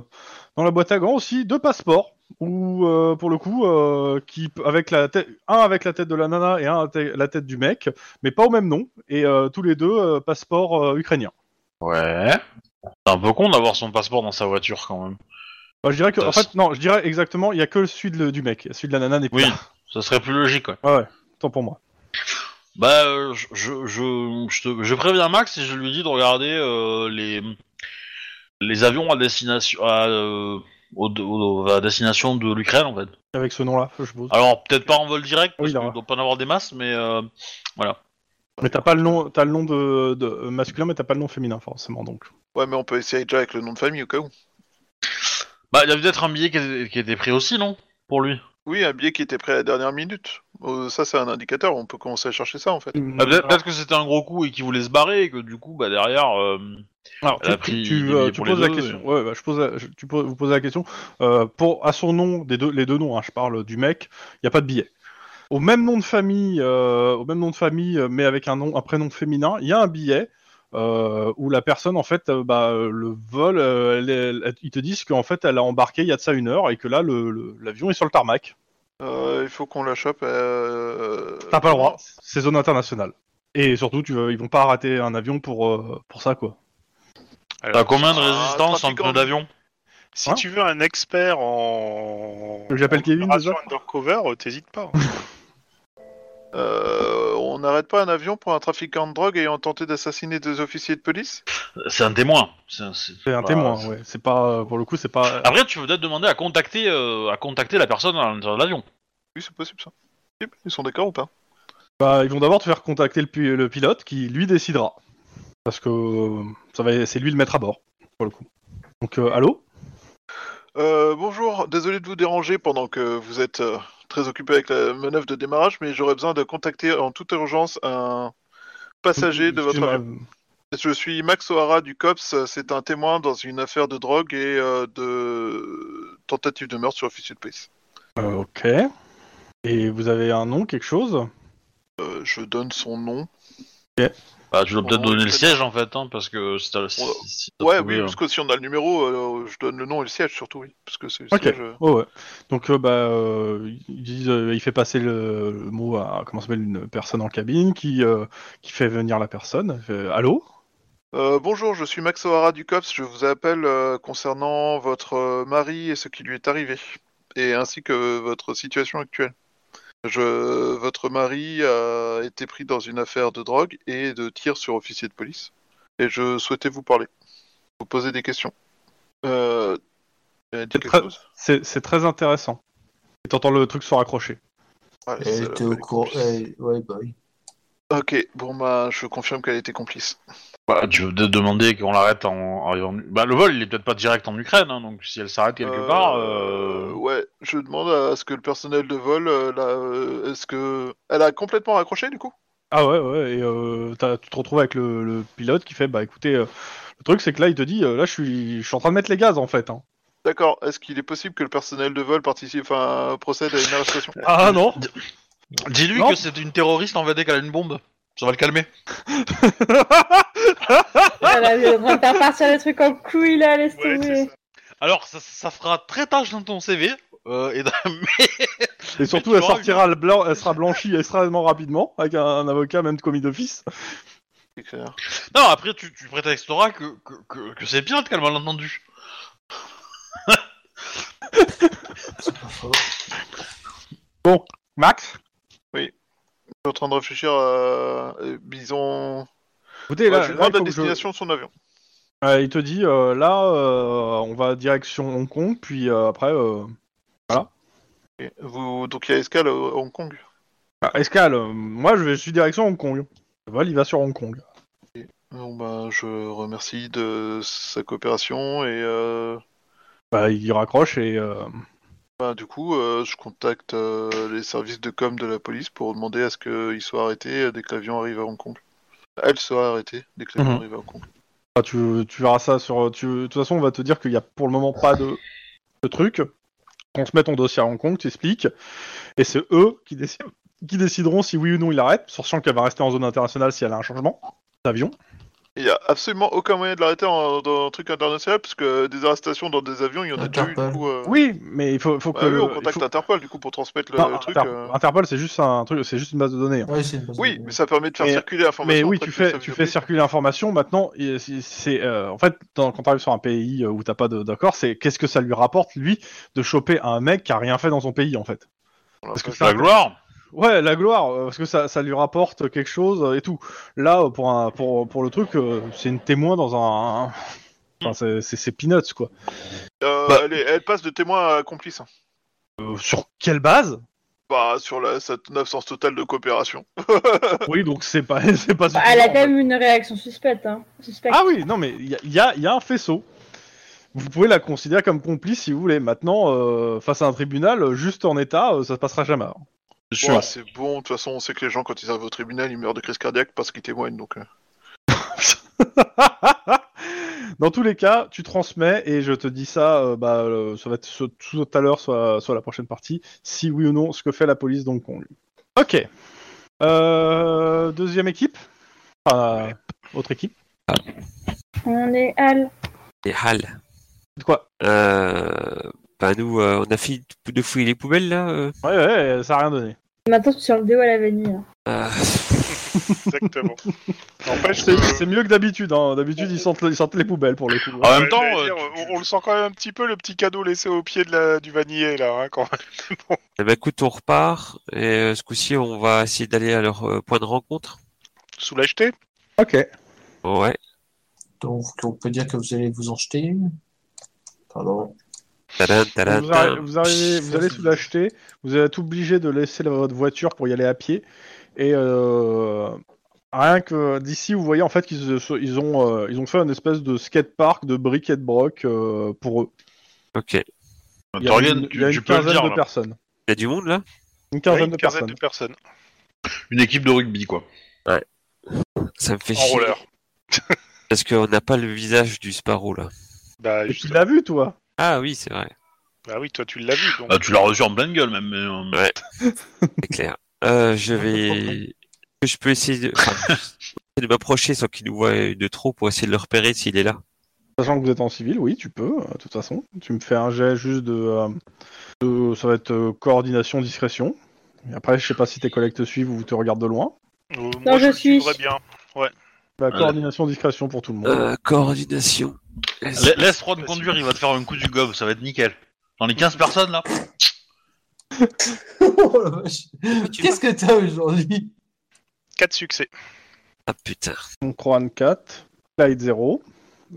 A: dans la boîte à gants aussi deux passeports où euh, pour le coup euh, qui avec la tête un avec la tête de la nana et un avec la tête du mec mais pas au même nom et euh, tous les deux euh, passeports euh, ukrainiens.
C: Ouais. C'est un peu con d'avoir son passeport dans sa voiture quand même.
A: Bah, je dirais que en
C: Ça, c'est-
A: fait non je dirais exactement il y a que celui de- du mec celui de la nana n'est pas <laughs>
C: Oui,
A: là.
C: ça serait plus logique, quoi.
A: Ah ouais tant pour moi.
C: Bah, euh, je, je, je, je te- je préviens Max et je lui dis de regarder euh, les, les avions à destination, à, euh, au- au- à destination de l'Ukraine en fait.
A: Avec ce nom là je suppose.
C: Alors, peut-être pas en vol direct, parce
A: Oui, là.
C: qu'il doit pas en avoir des masses, mais euh, voilà.
A: Mais t'as pas le nom t'as le nom de, de- euh, masculin mais t'as pas le nom féminin forcément donc.
F: Ouais, mais on peut essayer déjà avec le nom de famille au cas où.
C: Bah, il y a peut-être un billet qui a, qui a été pris aussi, non Pour lui.
F: Oui, un billet qui était prêt à la dernière minute. Euh, ça, c'est un indicateur, on peut commencer à chercher ça en fait.
A: Mm.
C: Ah, peut-être peut-être que c'était un gros coup et qu'il voulait se barrer et que du coup, bah derrière. euh,
A: Alors,
C: Elle a
A: tu,
C: pris
A: tu-
C: des
A: euh,
C: billets
A: tu
C: pour les
A: poses la
C: deux,
A: question. Ouais, bah, je pose, la- je- tu poses- vous posez la question. Euh, pour à son nom, des deux, les deux noms. hein, je parle du mec. Il y a pas de billet. Au même nom de famille, euh, au même nom de famille, euh, mais avec un nom, un prénom féminin, il y a un billet euh, où la personne, en fait, euh, bah, euh, le vol, euh, elle est- elle- ils te disent qu'en fait, elle a embarqué il y a de ça une heure et que là, le- le- l'avion est sur le tarmac.
F: Euh, il faut qu'on la chope. euh,
A: T'as pas le droit. C'est zone internationale. Et surtout, tu, veux- ils vont pas rater un avion pour euh, pour ça, quoi.
C: T'as combien de
F: Ah,
C: résistance en
F: trafiquant.
C: pneu d'avion
B: Si
A: Hein
B: tu veux un expert en.
A: Que j'appelle
B: en
A: Kevin,
B: opération
A: déjà
B: undercover, euh, t'hésites pas.
A: <laughs>
F: Euh, on n'arrête pas un avion pour un trafiquant de drogue ayant tenté d'assassiner deux officiers de police
C: C'est un témoin. C'est un, c'est-
A: C'est un
C: voilà,
A: témoin.
C: Bah, c'est-
A: Ouais. C'est pas pour le coup, c'est pas.
C: Après, tu peux peut-être demander à contacter, euh, à contacter la personne à l'intérieur de l'avion.
F: Oui, c'est possible ça. Ils sont d'accord ou pas
A: Bah, ils vont d'abord te faire contacter le, pi- le pilote qui lui décidera. Parce que euh, ça va, c'est lui le mettre à bord, pour le coup. Donc, euh, allô
F: Euh, bonjour, désolé de vous déranger pendant que vous êtes euh, très occupé avec la manœuvre de démarrage, mais j'aurais besoin de contacter en toute urgence un passager de votre
A: Excuse-moi,
F: avion. Je suis Max O'Hara du COPS, c'est un témoin dans une affaire de drogue et euh, de tentative de meurtre sur officier de police.
A: euh, Ok. Et vous avez un nom, quelque chose
F: Euh, je donne son nom.
C: Bah, tu dois peut-être
F: Oh,
C: donner le
F: c'est-
C: siège en fait, hein, parce que si t'as si-
F: Oh.
C: si t'as
F: Ouais,
C: trouvé,
F: oui,
C: euh,
F: parce que si on a le numéro, euh, je donne le nom et le siège surtout, oui. Parce que c'est le
A: Ok.
F: siège, euh,
A: Oh, ouais. Donc, euh, bah, euh, ils disent, euh, il fait passer le, le mot à comment s'appelle une personne en cabine qui, euh, qui fait venir la personne. Elle fait, allô
F: Euh, bonjour, je suis Max O'Hara du COPS. Je vous appelle euh, concernant votre euh, mari et ce qui lui est arrivé, et ainsi que votre situation actuelle. Je, votre mari a été pris dans une affaire de drogue et de tir sur officier de police, et je souhaitais vous parler, vous poser des questions. Euh, il a dit
A: C'est
F: quelque
A: très-
F: chose
A: C'est c'est très intéressant. Et t'entends le truc se raccrocher.
F: Ouais, Ah, c'est
G: Elle
F: la
G: était au
F: folie
G: courant.
F: complice.
G: elle- Ouais, bah oui.
F: Ok, bon bah je confirme qu'elle était complice.
C: bah, tu veux peut-être demander qu'on l'arrête en arrivant. en- Bah, le vol il est peut-être pas direct en Ukraine, hein, donc si elle s'arrête quelque
F: Euh,
C: part. euh,
F: Ouais, je demande à ce que le personnel de vol, euh, là, euh, est-ce que. Elle a complètement raccroché du coup
A: Ah ouais, ouais, et euh, t'as- tu te retrouves avec le, le pilote qui fait Bah écoutez, euh, le truc c'est que là il te dit euh, Là je suis, je suis en train de mettre les gaz en fait. hein.
F: D'accord, est-ce qu'il est possible que le personnel de vol participe, enfin, procède à une arrestation
A: Ah non
C: Dis-lui
A: Non.
C: que c'est une terroriste envadée qu'elle a une bombe. Ça va le calmer.
D: Voilà, il est en train de faire partir les trucs en couille là, laisse
B: Ouais, c'est
D: tomber.
B: ça.
C: Alors, ça, ça fera très tâche dans ton CV. euh, et dans- mais-
A: Et surtout
C: Mais
A: elle
C: tu auras
A: sortira, le blanc, elle sera blanchie extrêmement rapidement avec un, un avocat, même commis d'office.
F: C'est clair.
C: <laughs> Non, après, tu, tu prétexteras que, que, que, que c'est bien qu'elle m'a entendu.
G: C'est pas faux.
A: Max
F: Je suis en train de réfléchir à. euh, Ils ont.
A: Écoutez,
F: Ouais,
A: là,
F: je
A: là,
F: demande
A: il
F: la
A: faut que je-
F: destination de son avion.
A: Euh, il te dit euh, Là euh, on va direction Hong Kong, puis euh, après euh,
F: Et vous... Donc il y a escale à Hong Kong.
A: ah, escale. Euh, Moi je, vais, je suis direction Hong Kong. Le vol il va sur Hong Kong.
F: Bon bah, je remercie de sa coopération et. euh,
A: Bah il raccroche et. euh,
F: Bah, du coup, euh, je contacte euh, les services de com de la police pour demander à ce qu'ils soient arrêtés dès que l'avion arrive à Hong Kong. Elle sera arrêtée dès que l'avion
A: Mhm.
F: arrive à Hong Kong.
A: Ah, tu, tu verras ça sur. Tu, de toute façon, on va te dire qu'il n'y a pour le moment pas de, de truc. Qu'on se met ton dossier à Hong Kong, t'expliques. Et c'est eux qui, déci- qui décideront si oui ou non ils l'arrêtent, sachant qu'elle va rester en zone internationale si elle a un changement d'avion.
F: Il n'y a absolument aucun moyen de l'arrêter en- dans un truc international, parce que des arrestations dans des avions, il y en a déjà eu, du
G: Interpol.
F: coup. euh,
A: Oui, mais il faut, faut
F: bah
A: que.
F: oui, on
A: il
F: contacte
A: faut-
F: Interpol, du coup, pour transmettre le,
A: Non,
F: le truc.
A: Inter-
F: euh.
A: Interpol, c'est juste un truc, c'est juste une base de données. hein.
G: Ouais, c'est une bonne
F: Oui,
G: idée.
F: mais ça permet de faire
A: Mais-
F: circuler l'information.
A: Mais oui,
F: auprès
A: tu
F: du service
A: fais, tu
F: de
A: fais
F: police.
A: circuler l'information. Maintenant, et c'est c'est, euh, en fait dans- quand tu arrives sur un pays euh, où t'as pas de- d'accord, c'est qu'est-ce que ça lui rapporte lui de choper un mec qui a rien fait dans son pays en fait.
F: Voilà, bah,
A: parce que
F: ça,
A: ça-
C: La gloire
A: Ouais, la gloire, euh, parce que ça, ça lui rapporte quelque chose euh, et tout. Là, euh, pour, un, pour, pour le truc, euh, c'est une témoin dans un. un- Enfin, c'est- c'est c'est peanuts, quoi.
F: euh,
C: Bah-
F: elle, est- elle passe de témoin à complice. hein.
A: Euh, sur quelle base
F: Bah, sur la, cette absence totale de coopération.
A: Oui, donc c'est pas, <laughs> c'est pas
D: Bah, elle a
A: suffisant, en
D: quand même une réaction suspecte. Hein.
A: fait.
D: Suspecte.
A: Ah oui, non, mais il y a, il y a- il y a un faisceau. Vous pouvez la considérer comme complice si vous voulez. Maintenant, euh, face à un tribunal, euh, juste en état, euh, ça se passera jamais.
F: Bon, c'est bon, de toute façon, on sait que les gens, quand ils arrivent au tribunal, ils meurent de crise cardiaque parce qu'ils témoignent, donc. euh.
A: <laughs> Dans tous les cas, tu transmets et je te dis ça, euh, bah, euh, ça va être soit soit tout à l'heure, soit, soit la prochaine partie, si oui ou non, ce que fait la police donc on Ok. Euh, deuxième équipe Enfin, Autre équipe
D: On est Al.
E: Les halles.
A: De quoi
E: Euh, bah, nous, euh, on a fini de de fouiller les poubelles, là. euh.
A: ouais, ouais, ça a rien donné.
D: Maintenant, tu sur le déo à la vanille. hein.
E: Euh,
F: <laughs>
B: Exactement. N'empêche
A: C'est
B: que-
A: c'est mieux que d'habitude, hein. d'habitude ils, sentent le- ils sentent les poubelles pour le coup. hein.
C: En
B: Ouais,
C: même temps,
B: j'allais dire,
C: euh, tu-
B: on, on le sent quand même un petit peu le petit cadeau laissé au pied de la, du vanillé là. hein, quand même.
E: eh ben, écoute, on repart. Et euh, ce coup-ci, on va essayer d'aller à leur euh, point de rencontre.
B: Sous l'acheté
A: Ok.
E: Ouais.
G: Donc, on peut dire que vous allez vous en jeter une. Pardon.
E: Tadam, tadam,
A: Vous, arri-
E: tadam.
A: vous arrivez, vous allez sous l'acheter, vous êtes obligé de laisser la- votre voiture pour y aller à pied, Et euh, rien que d'ici, vous voyez en fait qu'ils se- ils ont, euh, ils ont fait un espèce de skatepark de briques et de broc euh, pour eux.
E: Ok. Il
A: Il y a
C: Torian,
A: une, il y a
C: tu, tu
A: une
C: peux le
A: quinzaine
C: dire.
A: de
C: là.
A: personnes.
E: y a du monde là
A: Une
B: Ouais,
A: quinzaine
B: une
A: de
B: quinzaine
A: personnes.
B: de personnes
C: Une équipe de rugby, quoi.
E: Ça me
A: <laughs>
E: fait
B: en
E: chier.
B: roller.
E: Parce qu'on n'a pas le visage du Sparrow là.
B: Bah,
A: Et tu
B: justement.
C: euh.
A: l'as vu, toi
E: Ah oui, c'est vrai.
B: Bah oui, toi tu l'as vu. Donc.
C: Ah, tu l'as reçu en pleine gueule, même. mais, euh,
E: Ouais. C'est clair. Euh, je vais. que Je peux essayer de, enfin, <laughs> de m'approcher sans qu'il nous voit de trop pour essayer de le repérer s'il est là.
A: Sachant que vous êtes en civil, oui, tu peux, euh, de toute façon. Tu me fais un jet juste de. euh, de- ça va être euh, coordination, discrétion. Et après, je sais pas si tes collègues te suivent ou te regardent de loin.
B: Euh, moi,
D: je
B: je, le
D: suis.
B: suivrais bien.
A: Bah,
C: Ouais.
A: coordination, discrétion pour tout le monde.
E: Euh, coordination.
C: la- Laisse Ron conduire, il va te faire un coup du gobe, ça va être nickel. Dans les 15 personnes, là.
G: Oh, la vache. Qu'est-ce que t'as aujourd'hui
B: 4 succès.
E: Ah putain.
A: Donc, Rohan 4, Clyde 0. Ouais,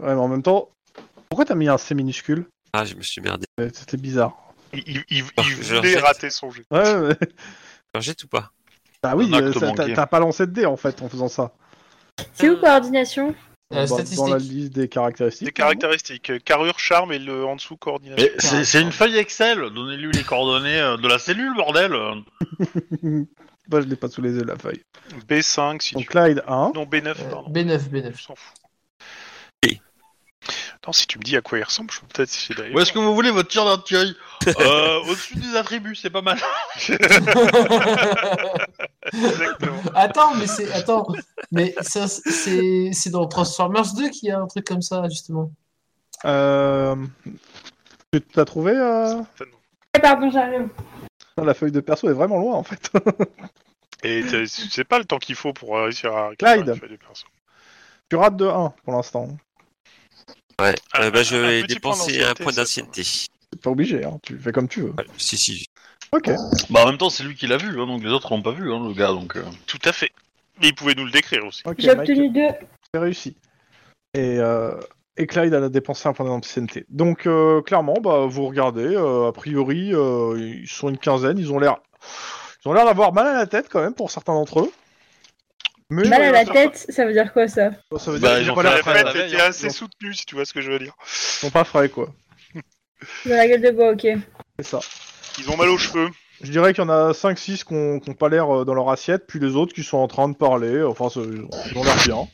A: mais en même temps, pourquoi t'as mis un C minuscule
E: Ah, je me suis merdé.
A: Euh, C'était bizarre.
B: Il, il, il-
E: Ah,
B: il
E: je
B: voulait
E: rejette.
B: rater son jeu.
A: Ouais, ouais.
E: Alors, jette ou pas
A: Bah oui,
C: Un acte
A: euh, ça- t'as
C: manqué.
A: t'as pas lancé de dé en fait en faisant ça.
D: C'est où coordination
G: Euh,
A: dans,
G: statistique.
A: dans la liste des caractéristiques.
B: Des caractéristiques. euh, Carrure, charme et le en dessous coordination.
C: Mais C'est c'est une feuille Excel, donnez-lui les coordonnées euh, de la cellule, bordel. euh.
A: Bah, je l'ai pas sous les yeux la feuille.
B: B5 si
A: Donc hein
B: tu
A: Clyde 1.
B: Non, B9,
G: Euh,
B: pardon.
G: B9,
B: Je
G: B9.
B: s'en fous.
E: Et-
B: Non, si tu me dis à quoi il ressemble, je peux peut-être essayer d'aller.
C: Où est-ce que vous voulez votre tir d'artillerie <laughs> euh, Au-dessus des attributs, c'est pas mal.
B: <laughs> Exactement.
G: attends, mais c'est attends, mais ça c'est c'est dans Transformers 2 qu'il y a un truc comme ça justement.
A: Euh... Tu t'as trouvé euh,
B: Certainement.
D: Ah, Pardon, j'arrive.
A: La feuille de perso est vraiment loin en fait. <laughs>
B: Et t'as- c'est pas le temps qu'il faut pour euh, réussir à.
A: Clyde.
B: récupérer des persos.
A: tu rates de 1 pour l'instant.
E: Ouais.
B: Un-
E: Euh, bah, je
B: Ah, un- un
E: vais
B: petit point
E: dépenser un
B: d'ancienneté,
E: point
B: ça.
E: d'ancienneté.
A: T'es pas obligé, hein, tu fais comme tu veux.
E: Ouais, si, si.
A: Ok.
C: Bah en même temps, c'est lui qui l'a vu, hein, donc les autres l'ont pas vu, hein, le gars. Donc, euh.
B: Tout à fait. Mais il pouvait nous le décrire aussi.
A: Ok,
D: J'ai
A: Mike,
D: obtenu deux.
A: c'est réussi. Et, euh, et Clyde elle a dépensé un point d'ancienneté. Donc euh, clairement, bah, vous regardez, euh, a priori, euh, ils sont une quinzaine, ils ont l'air. Ils ont l'air d'avoir mal à la tête quand même pour certains d'entre eux. Mais,
D: Mal à la
A: euh,
D: tête, ça veut dire quoi ça
A: Ça veut dire
C: Bah,
A: qu'ils
C: ils
A: ont
C: ont
A: pas
C: fait
A: l'air
C: la
A: frais,
C: fête,
A: la
C: veille,
B: était
C: hein.
B: assez soutenu, si tu vois ce que je veux dire.
A: Ils sont pas frais quoi.
D: Dans la gueule de bois, ok.
A: C'est ça.
B: Ils ont mal aux cheveux.
A: Je dirais qu'il y en a 5-6 qui n'ont pas l'air euh, dans leur assiette, puis les autres qui sont en train de parler. euh, Enfin, c'est- ils ont l'air bien.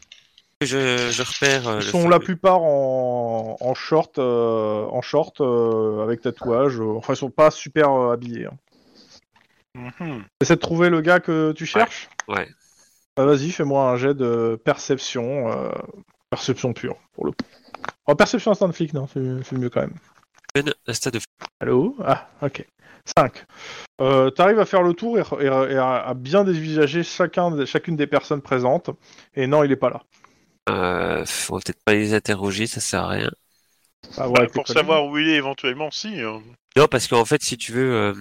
E: Je, je repère. euh,
A: Ils
E: le
A: sont
E: fameux-
A: la plupart en, en short, euh, en short euh, avec tatouage. euh, Enfin, ils sont pas super euh, habillés. hein.
B: Mhm.
A: Essaie de trouver le gars que tu cherches.
E: Ouais.
A: Bah, vas-y, fais-moi un jet de perception. euh, perception pure, pour le coup. En perception instant flic, non, c'est c'est mieux quand même.
E: Ben, un stade de-
A: Allô Ah, ok. 5. T'arrives à faire le tour et, et- et à, à bien dévisager chacun, de- chacune des personnes présentes. Et non, il est pas là.
E: Euh, faut peut-être pas les interroger, ça sert à rien.
A: Ah, ouais,
B: Bah,
A: avec
B: pour
A: les collègues.
B: savoir où il est éventuellement, si. hein.
E: Non, parce qu'en fait, si tu veux, euh,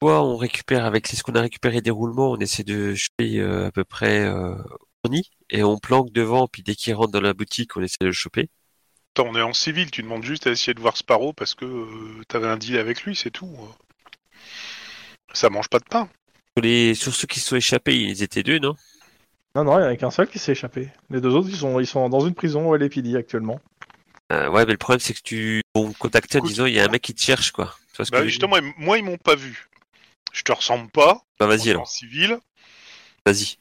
E: toi, on récupère avec ce qu'on a récupéré des roulements, on essaie de choper euh, à peu près euh, au nid, et on planque devant, puis dès qu'il rentre dans la boutique, on essaie de le choper.
B: Attends, on est en civil, tu demandes juste à essayer de voir Sparrow parce que euh, t'avais un deal avec lui, c'est tout. euh. Ça mange pas de pain.
E: Sur, les... Sur ceux qui se sont échappés, ils étaient deux, non
A: Non, non, il n'y en a qu'un seul qui s'est échappé. Les deux autres, ils sont, ils sont dans une prison au LAPD actuellement.
E: Euh, Ouais, mais le problème, c'est que tu on contactait en
B: Écoute-
E: disant, il y a un mec qui te cherche, quoi. Tu vois ce que
B: Bah,
E: je veux dire
B: justement, ils- moi, ils m'ont pas vu. Je te ressemble pas. on
E: Bah,
B: est
E: vas-y,
B: En
E: alors,
B: civil.
E: vas-y.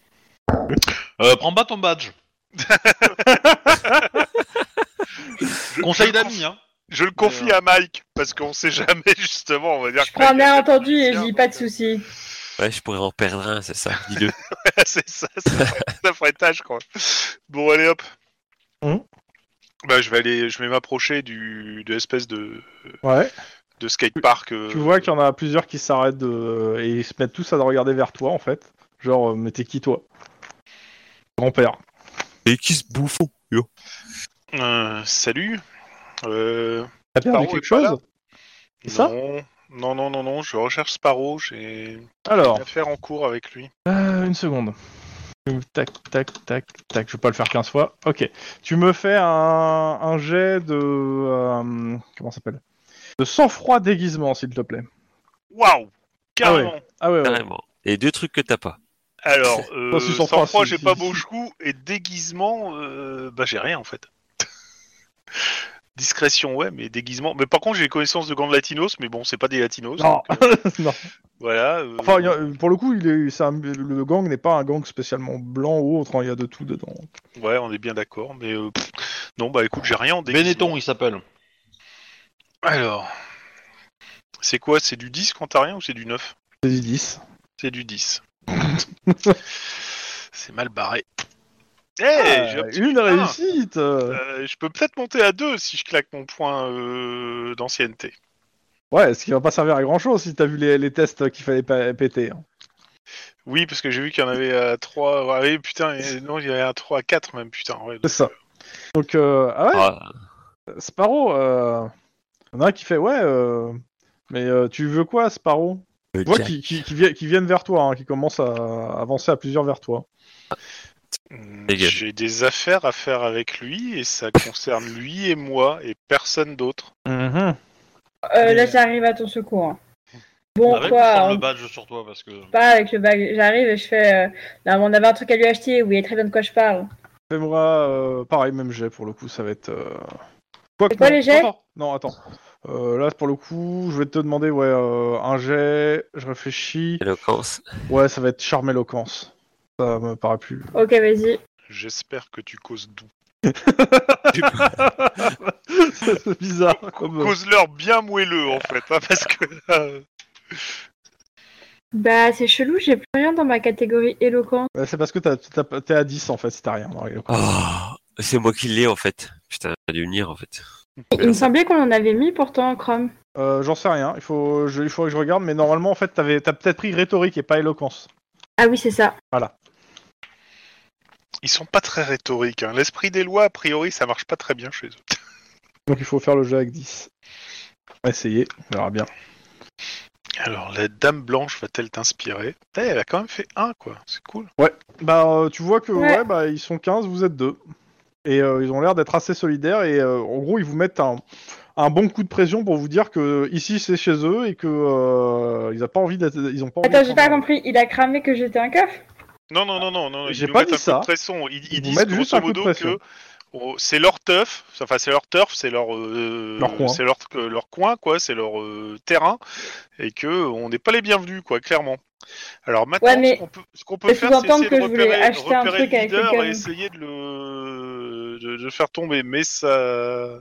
C: Euh, prends pas ton badge.
B: Je-
C: Conseil
B: je le
C: d'amis,
B: conf-
C: hein.
B: Je le confie à Mike parce qu'on sait jamais, <laughs> justement, on va dire.
D: Je
B: que
D: prends
B: Mike a
D: bien
B: fait
D: entendu et je
B: policière,
D: dis pas de
B: donc,
D: soucis.
E: Ouais, je pourrais en perdre un, c'est ça. Dis-le.
B: euh, <laughs> c'est ça, ça ferait, ça ferait tâche, quoi. Bon, allez, hop.
A: Hmm.
B: Bah, je vais aller, je vais m'approcher du, de l'espèce de,
A: Ouais.
B: de euh, skatepark.
A: Tu vois qu'il y en a plusieurs qui s'arrêtent de- et ils se mettent tous à regarder vers toi, en fait. Genre, euh, mais t'es qui, toi Grand-père.
E: Et qui se bouffon yo
B: Euh, salut. Euh,
A: T'as perdu
B: Sparrow
A: quelque
B: est pas là
A: chose C'est ça
B: non, non, non, non, non, je recherche Sparrow, j'ai
A: Alors,
B: une affaire en cours avec lui.
A: Euh, une seconde. Tac, tac, tac, tac. Je vais pas le faire 15 fois. Ok. Tu me fais un, un jet de. euh, comment ça s'appelle De sang-froid déguisement, s'il te plaît.
B: Waouh Carrément
A: Ah ouais, ouais.
E: Carrément. Et deux trucs que t'as pas.
A: <laughs>
B: Alors, euh,
A: Pas si sans
B: sang-froid,
A: froid, si-
B: j'ai
A: si-
B: pas
A: si.
B: beaucoup, et déguisement, euh, bah j'ai rien en fait. <laughs> Discrétion, ouais, mais déguisement. Mais par contre, j'ai connaissance de gangs latinos, mais bon, c'est pas des latinos. <laughs>
A: Non.
B: donc, euh,
A: Non.
B: voilà. euh,
A: Enfin, il y a- pour le coup, il est, c'est un- le gang n'est pas un gang spécialement blanc ou autre, hein, il y a de tout dedans.
B: Ouais, on est bien d'accord, mais euh, pff, non, bah écoute, j'ai rien en déguisement.
C: Benetton, il s'appelle.
B: Alors, c'est quoi C'est du 10 quand t'as rien ou c'est du 9
A: C'est du 10.
B: C'est du
A: <laughs>
B: 10. c'est mal barré. Eh, j'ai un
A: Ah,
B: petit
A: une
B: putain.
A: réussite euh.
B: Euh, je peux peut-être monter à 2 si je claque mon point euh, d'ancienneté.
A: Ouais, ce qui va pas servir à grand chose si t'as vu les, les tests qu'il fallait pas péter. hein.
B: Oui, parce que j'ai vu qu'il y en avait à 3. Ouais, oui, putain, et- non, il y en avait à 3, à 4 même, putain. Ouais,
A: C'est ça. Donc, euh, ah ouais,
E: Ah,
A: Sparrow, euh, y en a un qui fait ouais, euh, mais euh, tu veux quoi, Sparrow
E: le
A: Tu vois
E: Jack.
A: qui, qui, qui vi- qui viennent vers toi, hein, qui commencent à avancer à plusieurs vers toi.
B: Hmm,
E: Dégage.
B: J'ai des affaires à faire avec lui et ça concerne lui et moi et personne d'autre.
D: Euh, là, j'arrive à ton secours. hein. Bon,
C: Avec ou
D: quoi
C: sans
D: on
C: le badge sur toi parce que.
D: pas avec le bag. J'arrive et je fais. euh, Non, mais on avait un truc à lui acheter. Oui, très bien de quoi je parle.
A: Fais-moi euh, pareil, même jet pour le coup, ça va être. euh, Quoi
D: C'est quoi les jets
A: attends, Non, attends. Euh, là, pour le coup, je vais te demander ouais, euh, un jet, je réfléchis.
E: Éloquence.
A: Ouais, ça va être charme éloquence. Ça me paraît
D: <laughs>
A: plus. <laughs>
D: Ok, vas-y.
B: J'espère que tu causes doux.
A: C'est bizarre. Comme...
B: Cause-leur bien moelleux en fait, hein, parce que là,
D: Bah, c'est chelou, j'ai plus rien dans ma catégorie éloquent.
A: Ouais, C'est parce que t'as- t'as- t'es à 10 en fait, si t'as rien dans l'éloquence.
E: Ah, c'est moi qui l'ai en fait. Putain, j'ai dû venir en fait.
D: Il me semblait qu'on en avait mis pourtant, Chrome.
A: Euh, J'en sais rien, il faut, je, il faudrait que je regarde, mais normalement en fait t'avais- t'as peut-être pris rhétorique et pas éloquence.
D: Ah oui, c'est ça.
B: ils sont pas très rhétoriques. hein. L'esprit des lois, a priori, ça marche pas très bien chez eux.
A: Donc il faut faire le jeu avec 10. Essayez, on verra bien.
B: Alors, la dame blanche va-t-elle t'inspirer Eh, Elle a quand même fait un, quoi. C'est cool.
A: Bah euh, tu vois que ouais.
D: Ouais.
A: bah ils sont 15, vous êtes deux. Et euh, ils ont l'air d'être assez solidaires et euh, en gros ils vous mettent un, un bon coup de pression pour vous dire que euh, ici c'est chez eux et que euh, ils a pas envie d'être ils ont pas envie
D: Attends,
A: de
D: j'ai pas
A: prendre-
D: compris. Il a cramé que j'étais un keuf
B: Non, non, non, non, non.
A: J'ai
B: ils nous
A: pas
B: mettent
A: dit
B: un
A: ça.
B: Coup de pression. Ils,
A: Ils
B: ils
A: vous
B: disent
A: mettent juste
B: grosso
A: un coup de
B: modo
A: pression.
B: que oh, c'est leur teuf. Enfin, c'est leur turf, c'est leur, euh,
A: Leur coin.
B: c'est leur, que- leur coin, quoi. C'est leur euh, terrain, et que euh, on n'est pas les bienvenus, quoi, clairement. Alors maintenant,
D: Ouais, mais
B: ce qu'on peut, ce qu'on peut
D: ça
B: faire, c'est
D: sous-entend
B: essayer
D: que
B: de
D: je voulais
B: repérer,
D: acheter un
B: repérer
D: truc
B: le
D: avec
B: leader
D: lequel-
B: et essayer de le de, de le faire tomber, mais ça.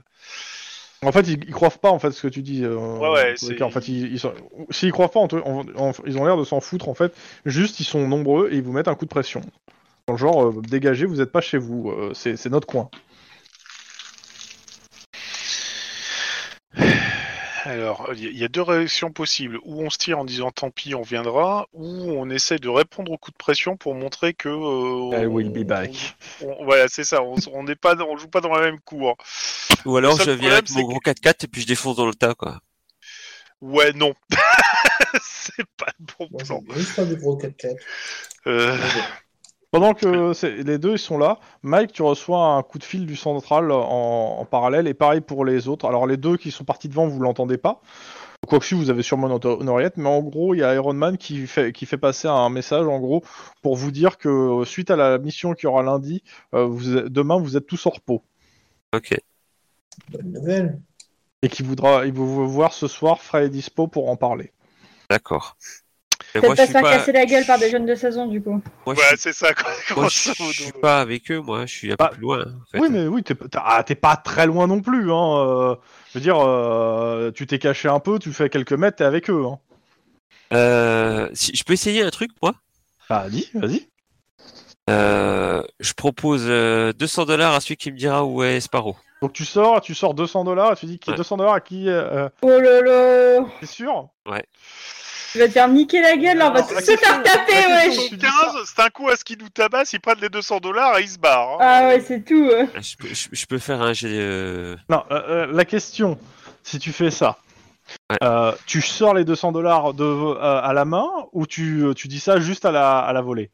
A: En fait, ils, ils croient pas en fait ce que tu dis. euh,
B: Ouais, ouais,
A: tous les
B: c'est-
A: cas. en fait, ils, ils sont- s'ils croient pas, en tout- en- en- ils ont l'air de s'en foutre en fait. Juste, ils sont nombreux et ils vous mettent un coup de pression. Dans le genre, euh, dégagez, vous êtes pas chez vous, euh, c'est c'est notre coin.
B: Alors, il y a- il y a deux réactions possibles. Ou on se tire en disant tant pis, on viendra, ou on essaie de répondre au coup de pression pour montrer que. euh,
A: I
B: on-
A: will be back.
B: on- on- voilà, c'est ça. On, s- on n'est pas, dans- on joue pas dans la même cour.
E: Ou alors
B: Le
E: je
B: seul
E: viens
B: problème,
E: avec
B: c'est
E: mon gros 4x4 et puis je défonce dans le tas quoi.
B: Ouais, non. <laughs> c'est pas le bon
G: Moi,
B: plan.
G: j'ai juste faire du gros 4x4.
B: Euh,
A: Pendant que c'est- les deux ils sont là, Mike, tu reçois un coup de fil du central en, en parallèle et pareil pour les autres. Alors les deux qui sont partis devant, vous l'entendez pas. Quoique si vous avez sûrement une oto- une oreillette, mais en gros, il y a Iron Man qui fait, qui fait passer un message en gros pour vous dire que suite à la mission qu'il y aura lundi, euh, vous êtes- demain vous êtes tous en repos
E: Ok.
G: Bonne nouvelle.
A: et qu'il voudra, il vous voir ce soir, frais et dispo pour en parler.
E: D'accord. Mais
D: Peut-être
E: moi, je
D: pas se
E: suis
D: faire
E: pas,
D: casser la gueule par des jeunes de saison, du coup.
E: moi, je
B: <laughs> voilà,
E: suis-
B: c'est ça. quoi,
E: moi,
B: grosso
E: je
B: modo.
E: suis pas avec eux, moi, je suis un
A: Bah,
E: peu plus loin. en fait.
A: Oui, mais oui, t'es t'as- ah, t'es pas très loin non plus. Hein. euh, je veux dire, euh, tu t'es caché un peu, tu fais quelques mètres, t'es avec eux. Hein.
E: Euh, si, je peux essayer un truc, moi
A: Bah, dis, vas-y.
E: Euh, Je propose euh, 200 dollars à celui qui me dira où est Sparrow.
A: Donc tu sors, tu sors 200 dollars, et tu dis qui
E: Ouais.
A: 200 dollars à qui euh,
D: Oh là là
A: T'es sûr
D: Tu vas te faire niquer la gueule, là, on va
B: Alors,
D: tous
B: la
D: se faire taper,
B: Ils
D: wesh
A: question-
B: sont 15, c'est un coup à ce qu'ils nous tabassent, ils prennent les 200 dollars et ils se barrent. hein.
D: Ah ouais, c'est tout. euh.
E: Ah, Je peux, je- je peux faire un jet. euh,
A: Non, euh, euh, la question, si tu fais ça,
E: Ouais.
A: euh, tu sors les 200 dollars de, euh, à la main ou tu, euh, tu dis ça juste à la, à la volée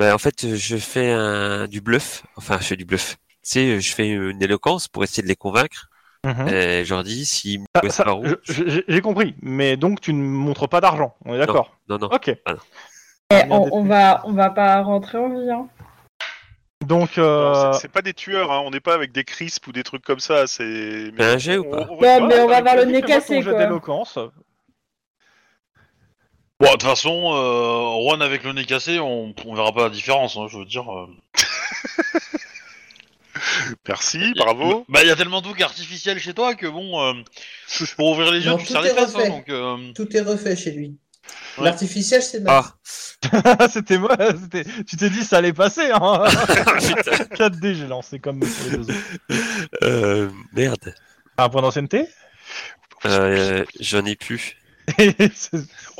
E: bah, en fait, je fais un, du bluff. Enfin, je fais du bluff. Tu sais, je fais une éloquence pour essayer de les convaincre.
D: Mhm.
A: Hein
E: Et je leur dis Euh, si me
A: Ah,
E: trouvent
A: ça,
E: Sparrow.
A: je- je- J'ai compris, mais donc tu ne montres pas d'argent, on est d'accord
E: Non, non.
A: Ok.
E: Voilà.
D: Eh, on, on va, on va pas rentrer en vie. hein.
A: Donc,
B: Alors,
A: euh,
B: c'est- C'est pas des tueurs, hein, on n'est pas avec des crisps ou des trucs comme ça. C'est.
E: T'as un jet ou pas
D: Ouais, Ah, mais on va avoir le
A: Nicolas,
D: nez cassé,
A: ton jet
D: quoi.
A: d'éloquence.
C: Bon, de toute façon, euh, Juan avec le nez cassé, on, on verra pas la différence, hein, je veux dire. euh.
B: Merci, bravo.
C: Bah, il y a tellement de trucs artificiels chez toi que bon, euh, pour ouvrir les yeux,
G: Non,
C: tu te
G: tout
C: serres les
G: est
C: fesses, hein,
G: refait.
C: donc. euh,
G: Tout est refait chez lui.
C: Ouais.
G: L'artificiel,
A: Oh,
G: c'est mal.
A: <laughs>
E: Ah,
A: c'était moi, c'était- tu t'es dit ça allait passer. Hein
E: <laughs>
A: <laughs>
E: putain.
A: 4D, j'ai lancé comme pour les deux autres.
E: Euh, merde.
A: Un point d'ancienneté
E: Euh, J'en ai plus.
A: C'est
B: On,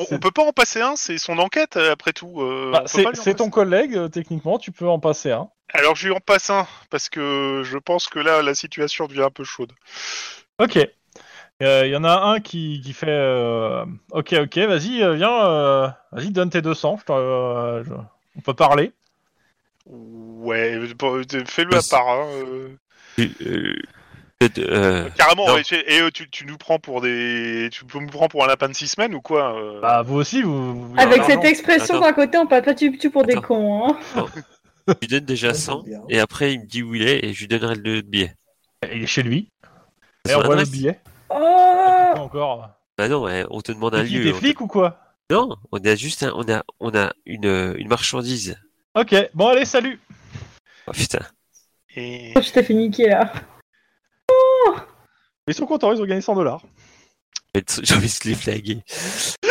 A: c'est-
B: on peut pas en passer un, c'est son enquête euh, après tout. euh,
A: bah,
B: on peut
A: c'est-
B: pas lui en
A: c'est
B: passer-
A: ton collègue, euh, techniquement, tu peux en passer un.
B: Alors je lui en passe un parce que je pense que là la situation devient un peu chaude.
A: Ok. Euh, Il y en a un qui, qui fait euh, Ok, ok, vas-y, euh, viens, euh, vas-y, donne tes 200. je t'en- euh, je- On peut parler.
B: Ouais, euh, pour- euh, fais-le à
E: Parce-
B: part. hein, euh.
E: Euh, euh,
B: Carrément.
E: Non.
B: ouais, tu- et euh, tu, tu nous prends pour des, tu nous prends pour un lapin de six semaines ou quoi euh
A: Bah, vous aussi, vous. vous-
D: Avec
E: non,
D: cette
A: non.
D: expression
E: Attends.
D: d'un côté, on parle pas tu tu pour des
E: Attends.
D: cons. Hein.
E: tu donnes déjà 100 et après il me dit où il est et je lui donnerai le billet.
A: Il est chez lui.
E: C'est
A: Et on
E: son
A: voit le
E: adresse
A: billet.
D: Oh
A: Encore.
E: Bah non, eh, on te demande un
A: T'es qui,
E: lieu.
A: t'es
E: on te-
A: flic ou quoi
E: Non, on a juste un- on a on a une, une marchandise.
A: Ok, bon, allez, salut.
E: Oh putain.
B: Et-
D: Je t'ai fait niquer là.
A: Ils sont contents, ils ont gagné 100 dollars.
E: J'ai envie de- J'ai envie de se les flaguer.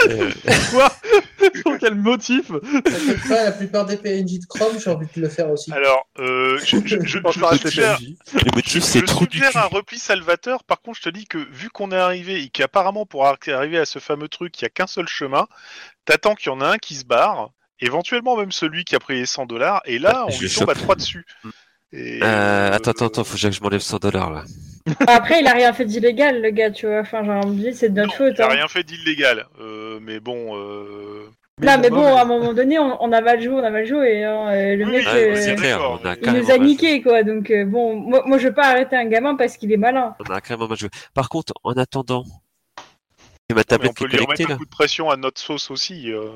E: Euh,
A: Quoi Pour <laughs> quel motif
G: T'inquiète pas, la plupart des PNJ de Chrome, j'ai envie de le faire aussi.
B: Alors, euh, je, je- je- je suggère,
E: le motif c'est
B: je
E: trop du
B: suggère
E: cul.
B: un repli salvateur. Par contre, je te dis que vu qu'on est arrivé et qu'apparemment pour ar- arriver à ce fameux truc, il n'y a qu'un seul chemin, t'attends qu'il y en a un qui se barre, éventuellement même celui qui a pris les 100 dollars, et là, on
E: Ah, Je
B: lui
E: le
B: tombe à
E: chope. Mm.
B: trois dessus. Et,
E: Euh,
B: euh,
E: attends, attends, attends, faut déjà que je m'enlève 100 dollars là.
D: Après, il a rien fait d'illégal, le gars, tu vois. Enfin, j'ai envie de dire, c'est de notre
B: non,
D: faute.
B: t'as
D: hein.
B: rien fait d'illégal, Euh, mais bon. euh,
D: Non, mais
A: la
D: bon,
A: mauvaise-
D: à un moment donné, on, on a mal joué, on a mal joué. hein, et le
B: Oui,
D: mec,
B: oui,
E: Ouais,
D: euh,
E: Ah, c'est
B: d'accord,
E: clair, on a
B: oui.
D: il
E: carrément
D: nous a
E: mal joué.
D: niqué, quoi. Donc, euh, bon, moi, moi, je veux pas arrêter un gamin parce qu'il est <laughs> malin.
E: On a carrément mal joué. Par contre, en attendant, j'ai
B: mais
E: ma
B: on
E: tablette qui
B: peut
E: est
B: lui
E: connectée
B: remettre un
E: là.
B: coup de pression à notre sauce aussi. euh.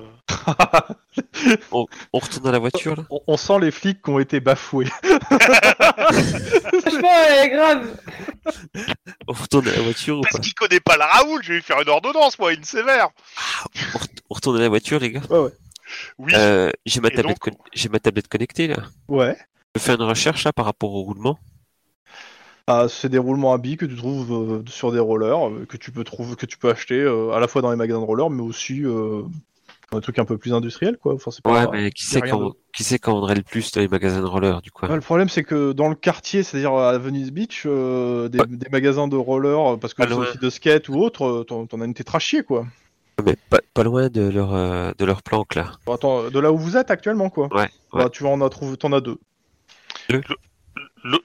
E: On retourne dans la voiture là.
A: On, on sent les flics qui ont été bafoués.
D: Franchement, euh, grave.
E: On retourne dans la voiture ou pas
B: Parce qu'il connaît pas la Raoul, je vais lui faire une ordonnance, moi, une sévère.
E: on, ret- on retourne dans la voiture les gars.
B: Oui,
E: Euh, j'ai ma
B: Et
E: tablette,
B: donc-
E: con- j'ai ma tablette connectée là.
A: Ouais.
E: Je fais une recherche là par rapport au roulement.
A: Ah, c'est des roulements à billes que tu trouves euh, sur des rollers, euh, que tu peux trouver, que tu peux acheter euh, à la fois dans les magasins de rollers, mais aussi euh, dans des trucs un peu plus industriels, quoi. Enfin, c'est
B: Ah,
E: Ouais,
A: pas...
E: mais qui
A: y a
E: sait
A: rien
E: quand,
A: d'autre.
E: qui sait quand on aurait le plus dans les magasins de roller du coin.
A: Ouais, le problème, c'est que dans le quartier, c'est-à-dire à Venice Beach, euh, des,
E: Ouais.
A: des magasins de rollers, euh, parce que
E: Ah,
A: c'est
E: ouais.
A: aussi de skate ou autre, euh, t'en t'en as une tétra chier, quoi.
E: Mais pas, pas loin de leur, euh, de leur planque là.
A: Bon, attends, euh, de là où vous êtes actuellement, quoi.
E: Ouais, ouais.
A: Bah, tu en as trouvé, t'en as deux. <laughs>
B: L-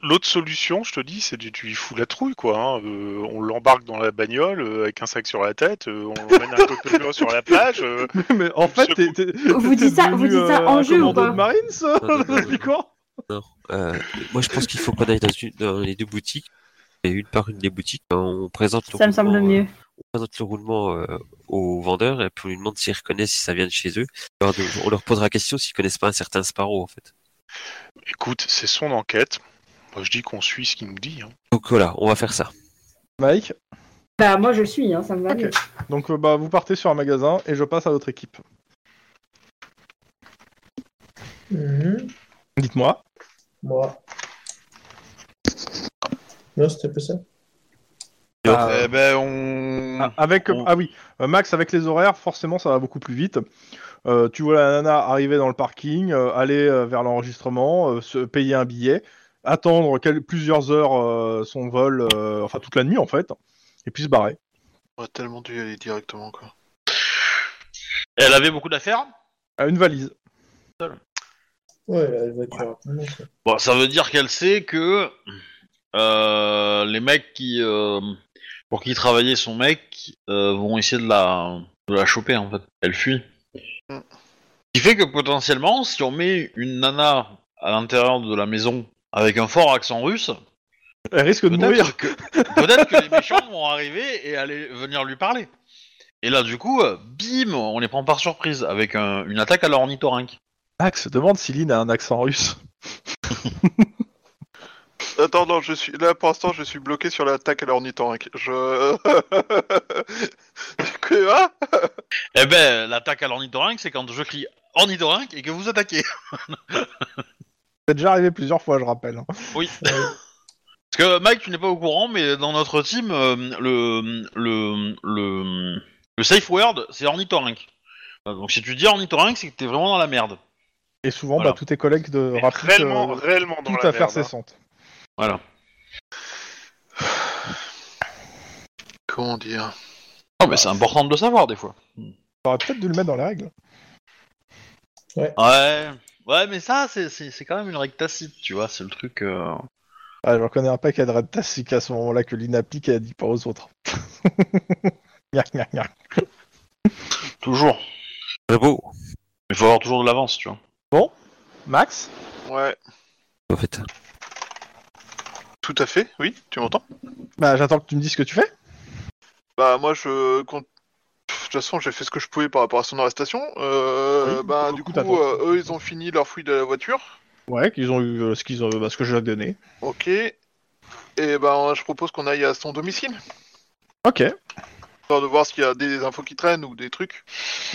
B: L'autre solution, je te dis, c'est de tu y fous la trouille, quoi. hein. Euh, on l'embarque dans la bagnole euh, avec un sac sur la tête, euh, on l'emmène à Cotonou sur la plage. euh,
A: mais en fait, t'es, t'es-
D: Vous
A: t'es
D: dites ça- vous
A: devenu,
D: dites ça
A: euh,
D: en
A: un
D: jeu ou
A: commando
D: pas
A: de Marines, ça
E: Non, non,
A: <laughs>
E: non, non.
A: C'est quoi
E: Non. Euh, moi, je pense qu'il faut qu'on aille dans, une- dans les deux boutiques. Et une par une des boutiques, hein, on présente le
D: Ça me semble
E: roulement, euh,
D: mieux.
E: on présente le roulement euh, aux vendeurs et puis on lui demande s'ils reconnaissent si ça vient de chez eux. Alors, de- on leur posera la question s'ils connaissent pas un certain Sparrow en fait.
B: Écoute, c'est son enquête. Moi, je dis qu'on suit ce qu'il nous dit. hein.
E: Donc voilà, on va faire ça.
A: Mike
C: euh,
D: Bah, moi, je le suis, hein, ça me va
A: Ok.
D: mieux.
A: Donc euh, bah, vous partez sur un magasin et je passe à l'autre équipe.
G: Mhm.
A: Dites-moi.
G: Moi. Non, c'était pas ça.
A: Euh,
F: Eh ben, on...
A: ah, avec,
F: on-
A: ah oui, euh, Max, avec les horaires, forcément ça va beaucoup plus vite. Euh, tu vois la nana arriver dans le parking, euh, aller euh, vers l'enregistrement, euh, se payer un billet, attendre quel- plusieurs heures euh, son vol, euh, enfin toute la nuit en fait, et puis se barrer.
F: on a tellement dû y aller directement, quoi.
C: Elle avait beaucoup d'affaires
A: À une valise.
G: Ouais, la voiture rapidement. quoi.
C: Bon, ça veut dire qu'elle sait que euh, les mecs qui euh, pour qui travaillait son mec euh, vont essayer de la de la choper en fait. Elle fuit.
F: Mm.
C: Ce qui fait que potentiellement, si on met une nana à l'intérieur de la maison avec un fort accent russe,
A: Elle risque de mourir.
C: peut-être que, peut-être que les méchants vont arriver et aller venir lui parler. Et là, du coup, euh, bim, on les prend par surprise avec un- une attaque à l'ornithorynque.
A: Max demande si Lynn a un accent russe.
F: Attends, non, je suis là pour l'instant, je suis bloqué sur l'attaque à l'ornithorynque. Je. <laughs> Que- ah
C: Eh ben, l'attaque à l'ornithorynque, c'est quand je crie ornithorynque et que vous attaquez.
A: <laughs> C'est déjà arrivé plusieurs fois, je rappelle. hein.
C: Oui. Parce que Mike, tu n'es pas au courant, mais dans notre team, euh, le, le, le, le safe word, c'est ornithorynque. Euh, Donc si tu dis ornithorynque, c'est que t'es vraiment dans la merde.
A: Et souvent,
C: Voilà.
A: bah, tous tes collègues de rappliquent,
B: réellement,
A: euh,
B: réellement dans
A: toute
B: la
A: affaire
B: merde. hein.
A: cessante.
C: Voilà.
F: Comment dire
C: Oh, mais c'est important de le savoir des fois.
A: T'aurais peut-être dû le mettre dans les règles.
C: Ouais. Ouais, mais ça, c'est- c'est c'est quand même une règle tacite, tu vois, c'est le truc. euh,
A: Ah, je reconnais un paquet de Red Tassic à ce moment-là que Lynn applique et elle dit pas aux autres. <laughs> Gnac, gnac, gnac.
C: Toujours.
E: Très beau,
C: Il faut avoir toujours de l'avance, tu vois.
A: Max
F: Ouais,
E: en fait.
F: tout à fait, oui, tu m'entends
A: Bah, j'attends que tu me dises ce que tu fais.
F: Bah, moi, je. compte- Pff, De toute façon, j'ai fait ce que je pouvais par rapport à son arrestation. Euh,
A: Oui,
F: bah,
A: beaucoup
F: du coup,
A: d'attente.
F: euh, eux, ils ont fini leur fouille de la voiture.
A: Ouais, qu'ils ont eu euh, ce qu'ils ont, bah, ce que je leur ai donné.
F: Ok. Et ben, je propose qu'on aille à son domicile,
A: Ok.
F: histoire de voir s'il y a des infos qui traînent ou des trucs,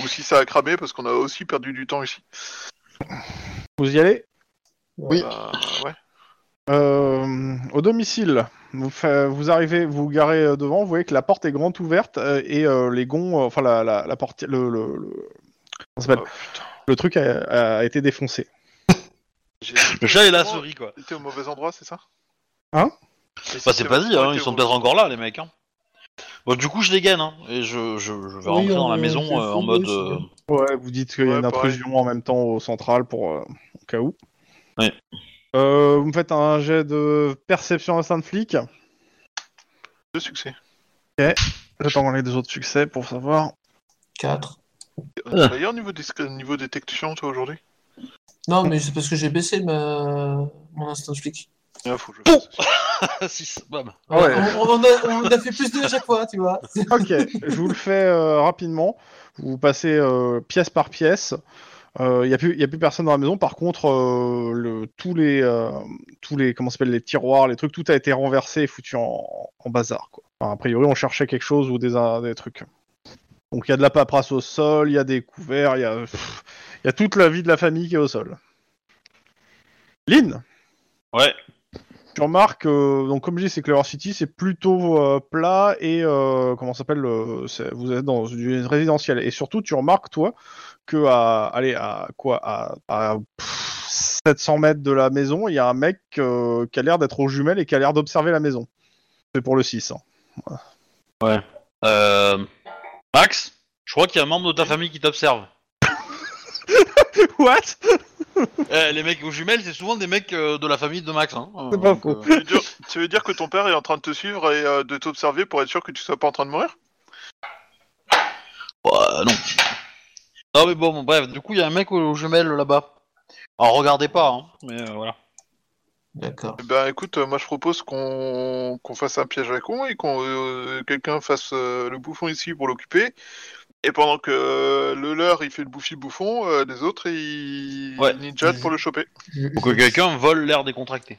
F: ou si ça a cramé, parce qu'on a aussi perdu du temps ici.
A: Vous y allez
G: Oui.
F: Bah, ouais.
A: Euh, Au domicile, vous, fa- vous arrivez, vous garez euh, devant, vous voyez que la porte est grande ouverte euh, et euh, les gonds, euh, enfin la, la, la porte, le, le, le- comment ça s'appelle
F: Oh, putain.
A: le truc a, a été défoncé.
B: <laughs>
F: J'ai-
C: Le chat et la
F: Oh,
C: souris, quoi.
F: J'étais au mauvais endroit, c'est ça
A: Hein
F: Et si
C: Bah, c'est pas dit, hein,
F: j'étais
C: ils sont
F: au-
C: peut-être encore là, les mecs. Hein. Bon, du coup, je dégaine, hein, et je, je, je vais
G: Oui,
C: rentrer dans
G: on-
C: la
G: c'est
C: maison euh, en
G: fou,
C: mode.
G: oui, c'est
C: euh,
G: bien.
A: Ouais, vous dites qu'il y a
F: Ouais,
A: une
F: pareil.
A: intrusion en même temps au central pour euh, au cas où.
C: Ouais.
A: Euh, vous me faites un jet de perception instinct de flic.
F: Deux succès.
A: J'attends les deux autres succès pour savoir.
G: 4.
F: On est meilleur niveau, disc- niveau détection, toi, aujourd'hui
G: Non, mais c'est parce que j'ai baissé ma... mon instinct de flic.
F: Ah, faut que je-
C: euh, <laughs> Six, bah, bam.
A: Ouais.
G: On, on a, on a fait plus de à chaque fois, tu vois.
A: Ok, je vous le fais euh, rapidement. Vous passez euh, pièce par pièce. Il n'y a, plus- y a plus personne dans la maison. Par contre, euh, le- tous les, euh, tous les, comment ça s'appelle, les tiroirs, les trucs, tout a été renversé et foutu en, en bazar. Quoi. Enfin, a priori, on cherchait quelque chose ou des, un- des trucs. Donc il y a de la paperasse au sol, il y a des couverts, il y, a- pff, y a toute la vie de la famille qui est au sol. Lynn
C: Ouais.
A: tu remarques, euh, donc comme je dis, c'est Clever City, c'est plutôt euh, plat et euh, comment ça s'appelle euh, c'est- Vous êtes dans une résidentielle et surtout tu remarques toi que à allez à quoi à, à, pff, 700 mètres de la maison, il y a un mec euh, qui a l'air d'être aux jumelles et qui a l'air d'observer la maison. C'est pour le 6. hein.
C: Euh, Max, je crois qu'il y a un membre de ta famille qui t'observe.
A: What
C: <laughs> Eh, les mecs aux jumelles, c'est souvent des mecs euh, de la famille de Max. Hein. Euh,
A: C'est pas
C: donc,
A: faux.
C: euh,
F: Ça veut dire- Ça veut dire que ton père est en train de te suivre et euh, de t'observer pour être sûr que tu sois pas en train de mourir
C: bah, non. Non, mais bon, bon, bref, du coup, il y a un mec aux, aux jumelles là-bas. Alors, regardez pas, hein, mais euh, voilà.
G: <laughs> D'accord.
F: Eh Ben écoute, euh, moi je propose qu'on qu'on fasse un piège à con et qu'on euh, quelqu'un fasse euh, le bouffon ici pour l'occuper. Et pendant que euh, le leur il fait le bouffi bouffon, euh, les autres ils
C: Ouais.
F: ils ninjatent pour le choper.
G: Je-
C: Faut que quelqu'un vole l'air décontracté.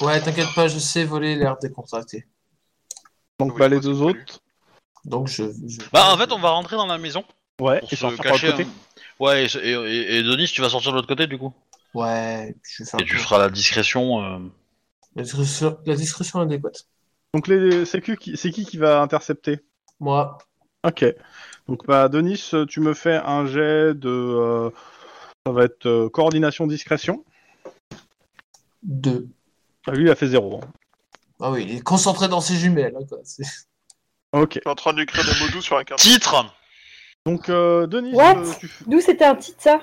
G: Ouais, t'inquiète pas, je sais voler l'air décontracté.
A: Donc
F: Oui,
A: bah,
F: je
A: les
F: vois ce
A: deux
F: que tu as
A: autres.
G: Donc je. je-
C: Bah, en fait, on va rentrer dans la maison
A: Ouais,
C: pour
A: et
C: se
A: sortir par
C: cacher. hein.
A: le côté.
C: un- Ouais, et, et, et- et Denis, tu vas sortir de l'autre côté, du coup.
G: Ouais, je vais faire
C: Et tu feras la discrétion. euh.
G: la, discrétion, la discrétion adéquate.
A: Donc les c'est qui qui- c'est qui qui va intercepter
G: Moi,
A: Ok. Donc, bah, Denis, euh, tu me fais un jet de. euh, ça va être euh, coordination discrétion.
G: deux.
A: Ah, lui, il a fait zéro. hein.
G: Ah oui, il est concentré dans ses jumelles. hein, quoi. C'est-
A: Ok.
F: Je suis en train d'écrire des mots doux sur un
C: <laughs>
F: carnet.
C: Titre
A: Donc, euh, Denis,
D: What
A: euh, tu f-
D: D'où c'était un titre ça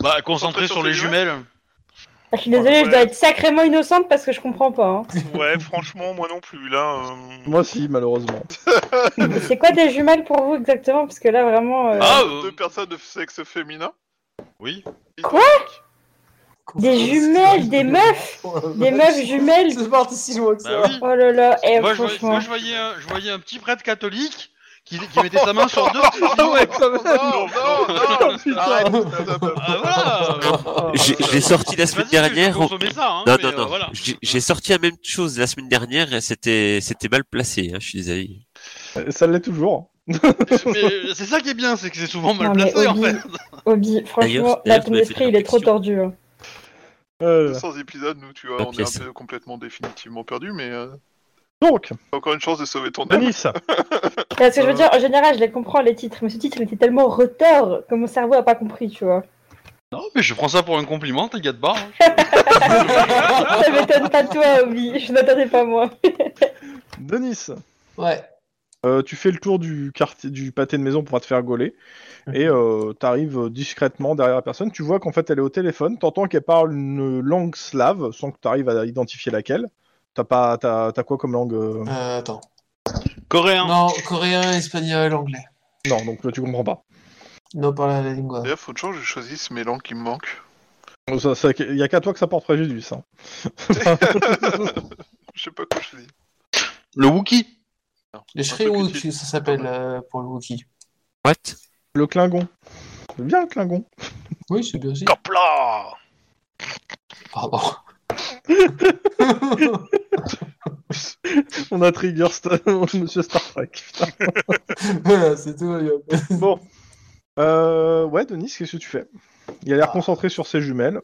C: Bah, concentré sur les jumelles.
D: Ah, Je suis désolée,
B: Ouais.
D: je dois être sacrément innocente parce que je comprends pas.
C: <laughs>
D: hein.
B: Ouais, franchement, moi non plus. Là, euh,
A: moi aussi, malheureusement.
D: Mais c'est quoi des jumelles pour vous exactement Parce que là vraiment. euh,
C: Ah,
F: Deux
C: euh,
F: personnes de sexe féminin.
C: oui.
D: Quoi Des
G: <laughs>
D: jumelles, des meufs Des meufs jumelles
G: C'est parti si loin que ça.
C: Bah oui.
D: Oh là là, eh,
C: bah, Moi je, voyais,
D: franchement.
C: moi, je voyais un, je voyais un petit prêtre catholique qui, qui mettait sa main sur deux stylos.
A: <laughs>
C: Oh,
F: Non, non,
A: Oh,
F: non Arrête, stop, stop.
C: <laughs> Ah, voilà
E: J'ai je l'ai sorti la
C: Oh, euh, Vas-y,
E: semaine
C: tu peux
E: dernière. au-
C: consommer ça, hein,
E: Non,
C: mais,
E: non,
C: euh,
E: non.
C: voilà.
E: J'ai- J'ai sorti la même chose la semaine dernière et c'était c'était mal placé. hein, je suis désolé.
A: Ça l'est toujours.
C: <laughs> Mais euh, c'est ça qui est bien, c'est que c'est souvent mal
D: Non, mais
C: placé en
D: Obi-
C: fait.
D: Obi, franchement,
E: D'ailleurs-
D: là,
E: d'ailleurs, je
D: ton
E: voulais
D: esprit,
E: faire
D: il est trop
E: une
D: tordu. hein.
A: Euh,
F: 200 épisodes, nous, tu vois,
E: La
F: on
E: pièce.
F: est un peu complètement définitivement perdu, mais euh,
A: donc,
F: t'as encore une chance de sauver ton âme.
A: Denis,
D: Parce que je veux dire, en général, je les comprends, les titres, mais ce titre, il était tellement retard que mon cerveau a pas compris, tu vois.
C: Non, mais je prends ça pour un compliment, t'es gars de hein. barre.
D: <laughs> Ça m'étonne pas toi, Obi, je n'attendais pas moi.
A: Denis,
C: Bah.
G: Ouais.
A: euh, tu fais le tour du quartier, du pâté de maison pour pas te faire gauler, et euh, t'arrives discrètement derrière la personne. Tu vois qu'en fait elle est au téléphone, t'entends qu'elle parle une langue slave sans que t'arrives à identifier laquelle. T'as pas, t'as, t'as quoi comme langue euh,
G: Euh, attends.
C: Coréen.
G: Non, coréen, espagnol, anglais.
A: Non, donc euh, tu comprends pas.
G: Non, parler la lingua.
F: D'ailleurs, faut toujours que je choisisse mes langues qui me manquent.
A: Ça, ça- y a qu'à toi que ça porte préjudice. hein.
F: Je sais pas quoi je dis.
C: Le Wookie.
G: Les
F: Un truc
G: Shriwook,
F: utile.
G: ça s'appelle euh, pour le Wookie.
E: What
A: Le Klingon. C'est bien le Klingon.
G: Oui, c'est bien aussi.
B: Copla
G: Pardon.
A: <laughs>
G: <laughs>
A: On a trigger Star- <laughs> Monsieur Star Trek. putain.
G: Voilà, c'est tout. il y a-
A: Bon. Euh, ouais, Denis, qu'est-ce que tu fais Il a l'air concentré sur ses jumelles.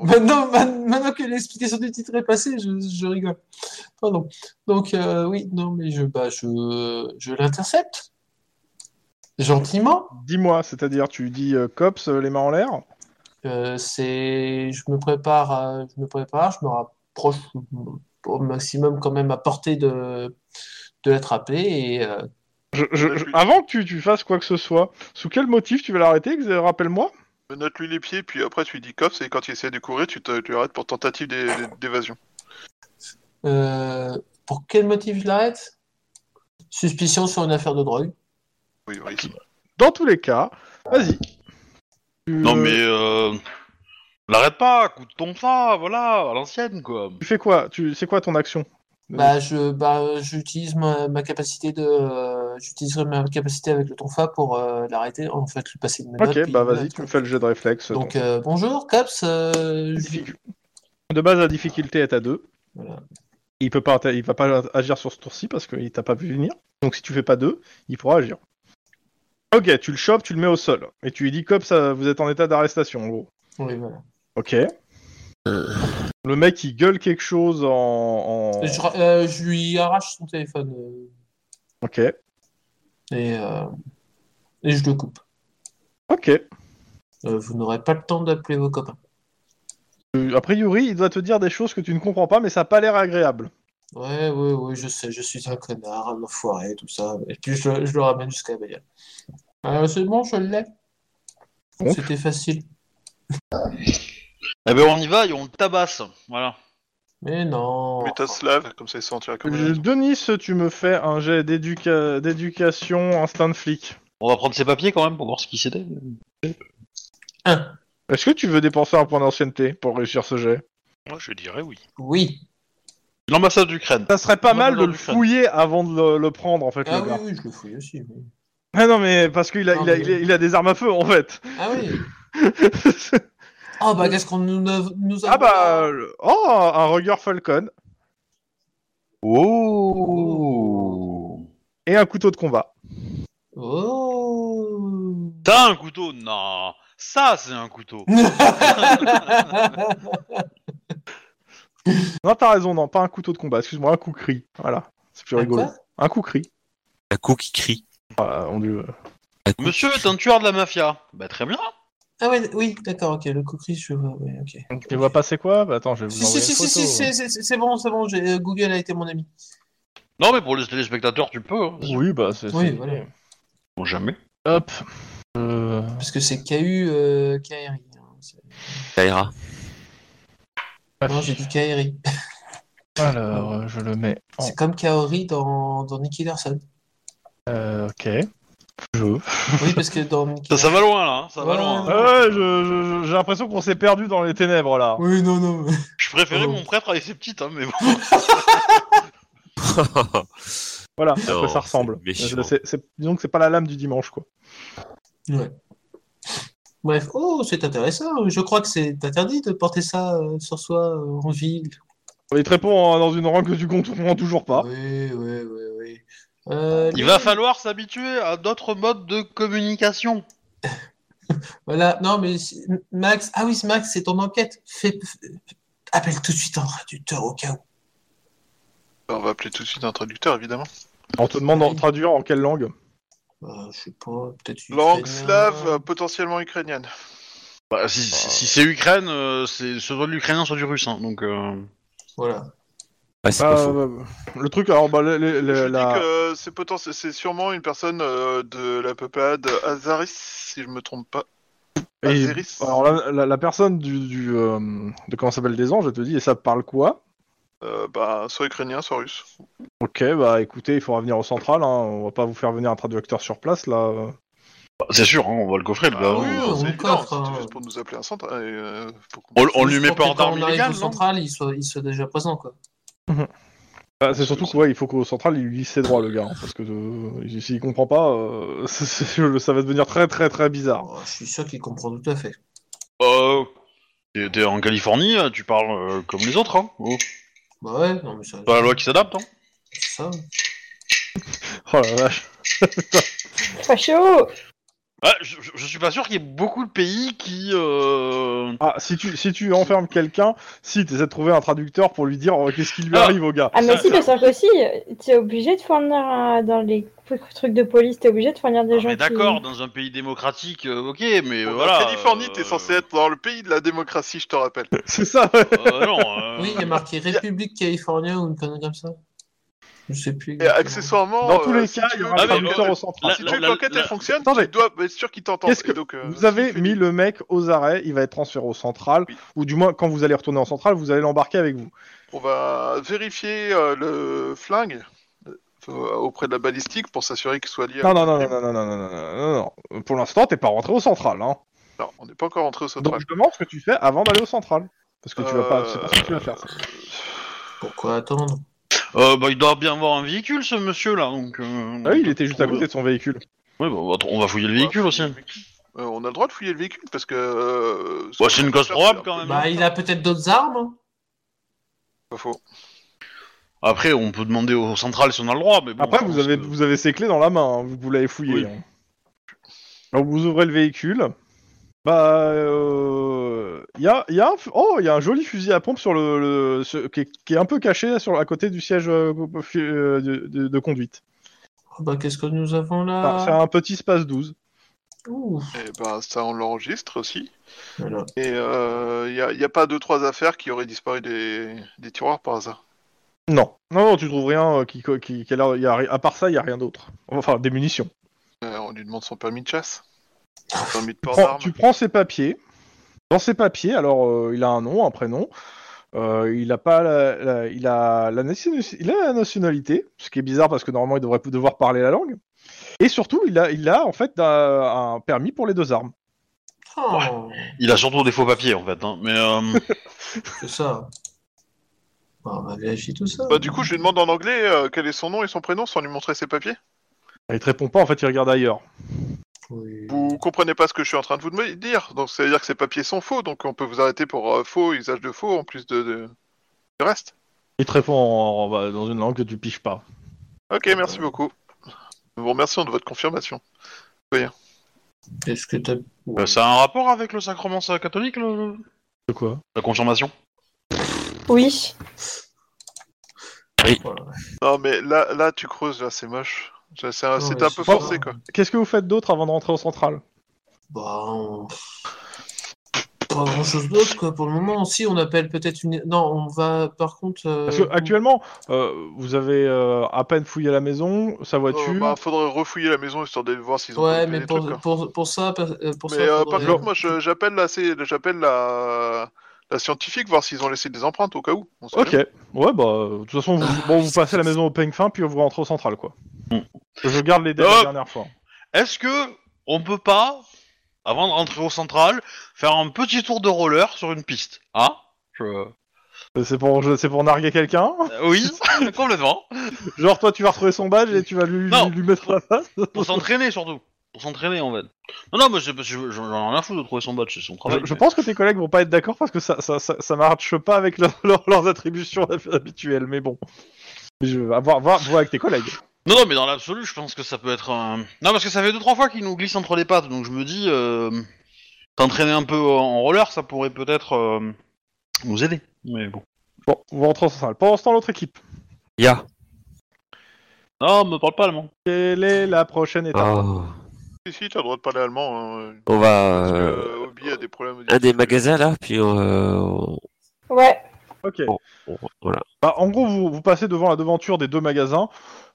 G: Maintenant, man- maintenant que l'explication du titre est passée, je, je rigole. Pardon. Donc, euh, oui, non, mais je, bah, je, je l'intercepte. Gentiment.
A: Dis-moi, c'est-à-dire, tu dis euh, cops, euh, les mains en l'air.
G: Euh, c'est, je me prépare, à- je me prépare, je me rapproche au maximum quand même à portée de, de l'attraper et euh,
A: Je- je- je- avant que tu, tu fasses quoi que ce soit, sous quel motif tu vas l'arrêter ex- Rappelle-moi.
F: Note-lui les pieds, puis après tu lui dis cops, et quand il essaie de courir, tu, te, tu l'arrêtes pour tentative d'é- d'é- d'évasion.
G: euh, pour quel motif je l'arrête? Suspicion sur une affaire de drogue.
F: Oui, oui.
A: Dans tous les cas, vas-y. Tu-
C: Non, mais euh, l'arrête pas, coup de ton ça, voilà, à l'ancienne quoi.
A: Tu fais quoi tu, C'est quoi ton action
G: Bah, je, bah, j'utilise ma, ma capacité de, euh, j'utiliserai ma capacité avec le tonfa pour euh, l'arrêter, en fait, lui passer une menotte,
A: Ok,
G: puis
A: bah
G: une
A: vas-y,
G: menotte.
A: tu me fais le jeu de réflexe.
G: Donc, euh, bonjour, Cops, euh, je-
A: Difficult- De base, la difficulté est à 2.
G: Voilà.
A: Il peut pas, il va pas agir sur ce tour-ci parce qu'il t'a pas vu venir. Donc si tu fais pas 2, il pourra agir. Ok, tu le chopes, tu le mets au sol. Et tu lui dis, comme ça, vous êtes en état d'arrestation, en gros.
G: Oui, voilà.
A: Ok. Le mec, il gueule quelque chose en... en-
G: Je, ra- euh, je lui arrache son téléphone euh,
A: Ok.
G: et, euh, et je le coupe.
A: Ok.
G: Euh, vous n'aurez pas le temps d'appeler vos copains.
A: Euh, A priori, il doit te dire des choses que tu ne comprends pas, mais ça a pas l'air agréable.
G: Ouais, ouais, ouais, je sais, je suis un connard, un enfoiré, tout ça. Et puis je, le- je le ramène jusqu'à la bagnole. Euh, c'est bon, je l'ai.
A: Donc
G: C'était facile.
C: Eh ben on y va et on le tabasse, voilà.
G: Mais non.
F: Méta slave, comme ça il se sentira comme
A: Euh, Denis, tu me fais un jet d'éduca- d'éducation instinct de flic.
C: On va prendre ses papiers quand même pour voir ce qui c'était.
A: Est-ce que tu veux dépenser un point d'ancienneté pour réussir ce jet
B: Moi, je dirais oui.
G: Oui.
C: L'ambassade d'Ukraine.
A: Ça serait pas
C: Ouais,
A: mal
C: mais
A: de
C: dans
A: le
C: du crâne.
A: fouiller avant de le, le prendre, en fait,
G: Ah
A: le
G: oui,
A: gars.
G: oui, je le fouille aussi. oui.
A: Ah non, mais parce qu'il a,
G: Non,
A: il a,
G: mais-
A: il a- il a des armes à feu, en
G: <laughs>
A: fait.
G: Ah oui. Ah bah qu'est-ce qu'on nous, nous a...
A: ah bah... le- Oh, un Ruger Falcon
C: Oh.
A: et un couteau de combat.
G: Oh.
C: T'as un couteau Non, ça c'est un couteau.
A: Non, t'as raison, non, pas un couteau de combat, excuse-moi, un coup cri. Voilà, c'est plus
G: Un
A: rigolo.
G: quoi
A: un coup cri.
E: Un coup qui crie.
A: Ah, on dit... euh,
E: Un coup
C: Monsieur
E: qui
C: est
E: crie.
C: un tueur de la mafia. Bah très bien.
G: Ah ouais, oui, d'accord, ok, le coquerie, je vois, ouais, ok.
A: Tu vois passer quoi Bah, Attends, je vais vous
G: Si, si,
A: envoyer
G: si,
A: une
G: si, si,
A: photo.
G: c'est- c'est c'est bon, c'est bon, j'ai- euh, Google a été mon ami.
C: Non mais pour les téléspectateurs tu peux. Hein.
A: Oui, bah c'est...
G: Oui,
A: c'est-
G: voilà.
C: Bon, jamais.
A: Hop. Euh,
G: Parce que c'est KU, euh, KRI. hein, c'est-
E: <laughs> Taïra.
A: Ah.
G: Non, j'ai dit KRI.
A: Alors, euh, je le mets en...
G: C'est comme Kaori dans, dans Nicky Larson.
A: euh, ok. Je...
G: Oui, parce que dans Nicky
C: <laughs> Ça, ça va loin là, hein, ça va
G: Ouais.
C: loin. hein.
A: Ah ouais, je- je- je- j'ai l'impression qu'on s'est perdu dans les ténèbres là.
G: Oui, non, non.
C: Je préférais
G: Oh.
C: mon prêtre avec ses petites, hein, mais bon.
A: Voilà, à quoi
E: Non,
A: ça ressemble.
E: c'est méchant.
A: Euh, c'est- c'est- disons que c'est pas la lame du dimanche, quoi.
G: <laughs> Bref, oh, c'est intéressant. Je crois que c'est interdit de porter ça euh, sur soi euh, en ville.
A: Il te répond en- dans une rangue du compte, on comprend toujours pas.
G: Oui, oui, oui, oui. Euh,
C: Il va falloir s'habituer à d'autres modes de communication.
G: Voilà, non, mais si- Max, ah oui, Max, c'est ton enquête. Fais... Appelle tout de suite un traducteur au cas où.
F: On va appeler tout de suite un traducteur, évidemment.
A: On te demande de traduire en quelle langue
G: Euh, je sais pas, peut-être.
F: Langue
G: ukrainien.
F: slave, euh, potentiellement ukrainienne.
C: Bah, si si- si c'est Ukraine, euh, c'est soit de l'ukrainien, soit du russe. hein, donc, euh,
G: Voilà.
E: Ah, Ouais, c'est
A: Bah,
E: pas faux.
A: euh, Le truc, alors, bah, le- le- le-
F: Je
A: la-
F: dis que euh, c'est potent- c'est sûrement une personne euh, de la peuplade Azaris, si je me trompe pas.
A: Et-
F: Azeris.
A: alors, la, la- la personne du, du, euh, de comment ça s'appelle des anges, elle te dit, et ça parle quoi
F: Euh, bah, soit ukrainien, soit russe.
A: Ok, bah écoutez, il faudra venir au central, hein. on va pas vous faire venir un traducteur sur place là. euh.
C: bah, c'est sûr, hein, on va le coffrer. le
F: Bah
C: gars.
G: Ah oui, on
F: c'est
G: nous
F: évident,
G: coffre,
F: c'était
G: hein.
F: juste pour nous appeler un centre. et, euh, pour qu'on-
C: On, on lui
G: Juste
C: met
G: pour
C: pas
G: que
C: hors
G: quand
C: d'armes
G: on arrive
C: illégales,
G: au
C: non
G: central, il soit, il soit déjà présent, quoi.
A: Bah, c'est surtout que ouais, il faut qu'au central il lise ses droits le gars, hein, parce que euh, s'il comprend pas, euh, <laughs> c'est- c'est- ça va devenir très très très bizarre.
G: Oh, je suis sûr qu'il comprend tout à fait.
C: Euh, t'es- T'es en Californie, euh, tu parles euh, comme les autres. Hein. Oh,
G: Bah ouais, non, mais ça.
C: C'est pas la loi qui s'adapte. Hein.
G: c'est ça.
A: Oh la vache.
D: Pas chaud
C: Ah, je, je- je suis pas sûr qu'il y ait beaucoup de pays qui. euh,
A: Ah, si tu si tu enfermes quelqu'un, si t'essaies de trouver un traducteur pour lui dire euh, qu'est-ce qui lui
C: Ah.
A: arrive au gars.
D: Ah, mais
C: Ça-
D: si,
C: ça-
D: parce que aussi, t'es obligé de fournir un- dans les trucs de police, t'es obligé de fournir des
C: Ah,
D: gens.
C: mais
D: qui-
C: d'accord, dans un pays démocratique, euh, ok, mais euh,
F: En
C: voilà.
F: bah, Californie,
C: euh,
F: t'es censé être dans le pays de la démocratie, je te rappelle.
A: <laughs> C'est ça. ouais.
C: euh, non, euh,
G: <laughs> Oui, il y a marqué République californienne ou une connerie comme ça. Je sais plus.
F: Et
G: exactement.
F: accessoirement,
A: Dans tous
F: euh,
A: les
F: si
A: cas,
F: tu
A: il y
F: veux-
A: aura un
C: Ah, mais,
A: traducteur
C: euh,
A: au central.
C: la-
F: si
C: la-
F: tu veux que l'enquête
C: la-
F: elle fonctionne,
A: Attendez.
F: tu dois être sûr qu'il t'entend.
A: Qu'est-ce que-
F: Et donc, euh,
A: Vous
F: si
A: avez
F: tu fais
A: mis
F: des-
A: le mec aux arrêts, il va être transféré au central,
F: Oui.
A: ou du moins quand vous allez retourner en central, vous allez l'embarquer avec vous.
F: On va vérifier euh, le flingue euh, auprès de la balistique pour s'assurer qu'il soit lié. à-
A: Non, non, non, non, non, non, non, non, non, non, non. Pour l'instant, t'es pas rentré au central, hein.
F: Non, on n'est pas encore rentré au
A: Donc
F: central.
A: je demande ce que tu fais avant d'aller au central. Parce que tu vas pas,
F: Euh,
A: c'est pas ce que tu vas faire. ça.
G: Pourquoi attendre
C: euh, bah, il doit bien avoir un véhicule, ce monsieur là. Donc, euh,
A: Ah oui, il était juste à
C: trouve-
A: côté de son véhicule.
C: Ouais, bah, on va tr- on va fouiller le véhicule aussi.
F: Euh, on a le droit de fouiller le véhicule parce que. euh, ce
C: Ouais,
F: qu'on
C: Bah, c'est une
F: peut
C: cause
F: faire,
C: probable,
F: c'est un
C: quand
F: peu-
C: même.
G: Bah, il a peut-être d'autres armes. hein.
F: Pas faux.
C: Après, on peut demander au central si on a le droit, mais bon.
A: Après,
C: je
A: vous
C: pense
A: avez,
C: que-
A: vous avez ses clés dans la main, hein, vous, vous l'avez fouillé.
C: Oui.
A: hein. Donc vous ouvrez le véhicule. Bah, euh, il y a, il y a un, f- oh, il y a un joli fusil à pompe sur le, le- ce- qui, est, qui est un peu caché sur à côté du siège euh, fu- euh, de, de- de conduite.
G: Oh, bah, qu'est-ce que nous avons
A: Enfin,
G: là
A: Bah, c'est un petit space 12.
G: Ouh,
F: Et ben, ça, on l'enregistre aussi.
G: voilà.
F: Et il n'y a, y a pas deux, trois affaires qui auraient disparu des, des tiroirs par hasard.
A: Non, non, non, tu trouves rien euh, qui, co- qui, qui a l'air- il y a ri- à part ça, il y a rien d'autre. Enfin, des munitions.
F: Euh, on lui demande son permis de chasse. Son permis de
A: Tu
F: port
A: prends,
F: d'armes.
A: tu prends ses papiers. Dans ses papiers, alors euh, il a un nom, un prénom. Euh, il a pas, la, la- il a la nation- il a la nationalité, ce qui est bizarre parce que normalement il devrait devoir parler la langue. Et surtout, il a, il a en fait un, un permis pour les deux armes.
G: Oh,
C: Il a surtout des faux papiers en fait, hein, mais. euh,
A: <laughs>
G: c'est ça. Bah, on va vérifier tout ça.
F: Bah, du coup, je lui demande en anglais euh, quel est son nom et son prénom sans lui montrer ses papiers.
A: Il te répond pas, en fait, il regarde ailleurs.
G: Oui.
F: Vous comprenez pas ce que je suis en train de vous de- dire, donc ça veut dire que ces papiers sont faux, donc on peut vous arrêter pour euh, faux, usage de faux en plus de, de- du reste.
A: Il te répond en- en- bah, dans une langue que tu piges pas.
F: Ok, merci beaucoup. Nous vous remercions de votre confirmation.
G: Est-ce que t'as.
F: Bah,
C: euh, ça a un rapport avec le sacrement ça, catholique, le- le-
A: De quoi
C: la confirmation
D: Oui.
G: Voilà.
F: Non mais là, là tu creuses, là c'est moche. Ça, C'est un,
G: Non,
F: c'est
G: mais
F: un
G: c'est
F: peu
G: pas-
F: forcé quoi.
A: Qu'est-ce que vous faites d'autre avant de rentrer au central
G: Bah, on- Pas grand chose d'autre, quoi, pour le moment. Si, on appelle peut-être une. Non, on va, par contre. euh,
A: Parce que actuellement, euh, vous avez euh, à peine fouillé la maison, sa voiture.
F: Euh, bah, faudrait refouiller la maison histoire de voir s'ils ont
G: Ouais,
F: coupé
G: mais
F: des
G: pour,
F: trucs, quoi.
G: pour, pour ça. Pour, euh, pour
F: Mais
G: ça,
F: euh, par
G: faudrait-
F: contre, moi je- j'appelle la, c'est- j'appelle la, la scientifique voir s'ils ont laissé des empreintes au cas où. On sait
A: Ok,
F: jamais.
A: ouais, bah, euh, de toute façon, vous, bon, vous passez à la maison au peigne fin, puis vous rentrez au central, quoi.
C: Mm.
A: Je garde les deux
C: Hop.
A: la dernière fois.
C: Est-ce que on peut pas, hein avant de rentrer au central, faire un petit tour de roller sur une piste Ah Je-
A: C'est pour, je- c'est pour narguer quelqu'un
C: Euh, oui, <laughs> complètement.
A: Genre, toi, tu vas retrouver son badge et tu vas lui,
C: Non.
A: lui, lui mettre la face
C: Pour s'entraîner surtout. Pour s'entraîner en fait. Non, non, mais c'est parce que j'en ai rien à foutre de trouver son badge, c'est son travail.
A: Je, je
C: mais-
A: pense que tes collègues vont pas être d'accord parce que ça, ça, ça, ça marche pas avec leur- leur- leurs attributions habituelles, mais bon. Je vais voir, voir, voir avec tes collègues.
C: Non, non, mais dans l'absolu, je pense que ça peut être un. Non, parce que ça fait deux trois fois qu'il nous glisse entre les pattes, donc je me dis, euh, t'entraîner un peu en roller, ça pourrait peut-être euh, nous aider. Mais bon.
A: Bon, vous rentrez en salle. Pendant ce temps, l'autre équipe.
E: Ya.
C: Non, me parle pas allemand.
A: Quelle est la prochaine étape
E: Oh.
F: Si, si, t'as le droit de parler allemand. hein.
E: On
F: Parce
E: va
F: que
E: euh,
F: euh, Obi a des problèmes.
E: un des magasins là, puis euh, on-
D: Ouais,
C: Ah.
A: Ok.
E: on- voilà.
A: Bah, en gros, vous, vous passez devant la devanture des deux magasins.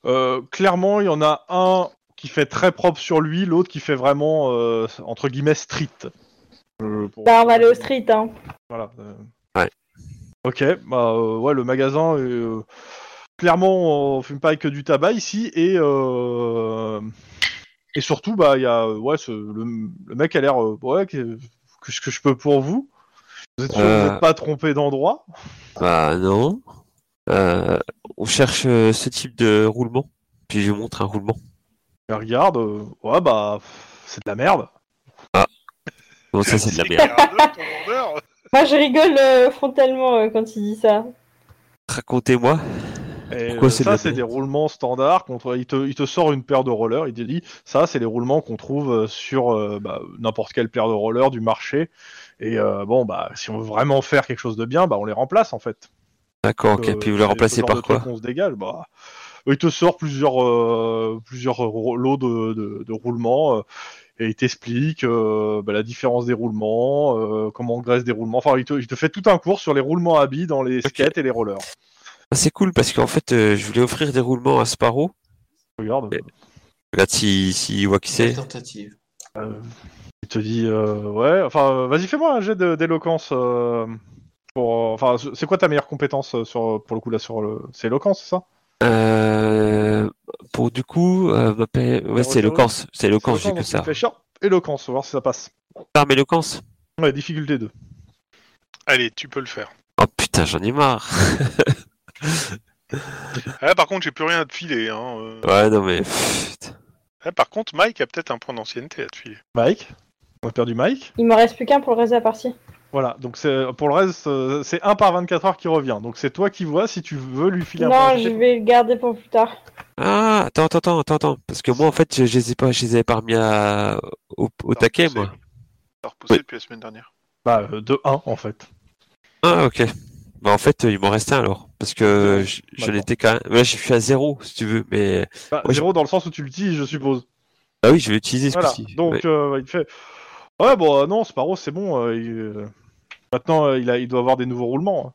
A: Euh, clairement, il y en a un qui fait très propre sur lui, l'autre qui fait vraiment, euh, entre guillemets, street. Euh, pour-
D: bah on va aller au street. Hein.
A: Voilà. euh.
E: Ouais.
A: Ok, bah euh, ouais, le magasin, est, euh, clairement, on fume pas que du tabac ici, et euh, et surtout, bah il y a euh, ouais, ce- le, le mec a l'air euh, ouais, que, que ce que je peux pour vous. Vous êtes sûr que vous
E: Euh.
A: n'êtes pas trompé d'endroit
E: Bah non. Euh, on cherche euh, ce type de roulement. Puis je lui montre un roulement.
A: Mais Regarde, euh, ouais bah pff, c'est de la merde.
E: Bon, ça c'est de la
B: C'est <laughs>
E: merde.
B: clair, ton vendeur.
D: Moi je rigole euh, frontalement euh, quand il dit ça.
E: Racontez-moi.
A: Et
E: Pourquoi
A: euh,
E: c'est de
A: ça,
E: la
A: c'est
E: merde
A: des roulements standards. Contre, il, te, il te sort une paire de rollers. Il te dit ça, c'est les roulements qu'on trouve euh, sur euh, bah, n'importe quelle paire de rollers du marché. Et euh, bon, bah, si on veut vraiment faire quelque chose de bien, bah, on les remplace en fait.
E: D'accord, ok.
A: Euh,
E: Puis vous
A: c'est ce
E: le remplacez
A: genre de
E: par
A: truc
E: quoi
A: qu'on se dégage. Bah, il te sort plusieurs, euh, plusieurs ro- lots de, de- de roulements. euh, et il t'explique euh, bah, la différence des roulements, euh, comment on graisse des roulements. Enfin, il te, il te fait tout un cours sur les roulements à billes dans les
E: Ok.
A: skates et les rollers.
E: Ah, C'est cool parce qu'en fait, euh, je voulais offrir des roulements à Sparrow.
A: Regarde.
E: Regarde si, si voit qui c'est.
G: Quelle tentative.
A: Euh, il te dit euh, ouais, enfin euh, vas-y fais-moi un jet de- d'éloquence. euh, pour, euh, enfin, c- c'est quoi ta meilleure compétence euh, sur pour le coup là sur le, c'est éloquence, c'est ça
E: Euh, pour du coup, euh, ma paix- ouais, c'est éloquence. C'est éloquence,
A: Éloquence,
E: j'ai que
A: donc
E: ça. Ah,
A: tu fais sharp éloquence, on va voir si ça passe.
E: Charme éloquence.
A: Ouais, difficulté 2.
B: Allez, tu peux le faire.
E: Oh putain, j'en ai marre.
B: Ah, par contre, j'ai plus rien à te filer. Hein. euh.
E: Ouais, non mais. pff, putain.
B: Ah, par contre, Mike a peut-être un point d'ancienneté à te filer.
A: Mike, on a perdu Mike.
D: Il m'en reste plus qu'un pour le reste de la partie.
A: Voilà, donc c'est pour le reste euh, c'est 1 par 24 heures qui revient. Donc c'est toi qui vois si tu veux lui filer un
D: Non,
A: point
D: je
A: d'ancienneté.
D: vais le garder pour plus tard.
E: Ah, attends, attends, attends, attends, attends. Parce que moi, en fait, je, je les ai pas, je les avais pas remis à- au, au
F: Non,
E: taquet,
F: c'est-
E: moi.
F: T'as repoussé
E: Oui.
F: depuis la semaine dernière.
A: Bah, euh, de 1 en fait.
E: Ah, ok. Bah, en fait, il m'en reste un alors. Parce que je- j'en
A: maintenant.
E: étais quand même. Là, je suis à zéro, si tu veux. Mais.
A: Bah,
E: Ouais, je-
A: zéro dans le sens où tu l'utilises, je suppose.
E: Ah oui, je vais utiliser ce
A: Voilà.
E: coup-ci.
A: Donc
E: Ouais.
A: euh, il fait Ouais, bon, euh, non, Sparrow, c'est bon. euh, il, euh, Maintenant, euh, il, a, il doit avoir des nouveaux roulements.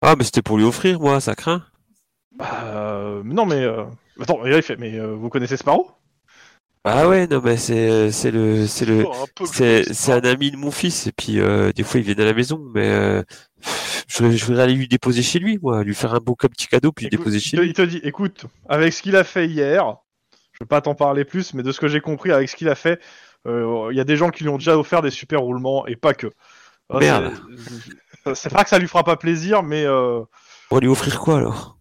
E: Ah, mais c'était pour lui offrir, moi, ça craint.
A: Bah, euh, mais non, mais. euh, Attends, et là, il fait Mais euh, vous connaissez Sparrow
E: Ah ouais, non, mais c'est, c'est le, c'est le,
B: Oh, un peu le
E: c'est,
B: jeu,
E: c'est un ami de mon fils. Et puis, euh, des fois, il vient à la maison, mais euh, je, je voudrais aller lui déposer chez lui, moi, lui faire un beau petit cadeau, puis lui
A: Écoute,
E: déposer
A: il,
E: chez
A: te,
E: lui.
A: il te dit Écoute, avec ce qu'il a fait hier, je veux pas t'en parler plus, mais de ce que j'ai compris, avec ce qu'il a fait, euh, il y a des gens qui lui ont déjà offert des super roulements et pas que. Ah,
E: Merde.
A: c'est- C'est pas que ça lui fera pas plaisir, mais. euh,
E: On va lui offrir quoi alors?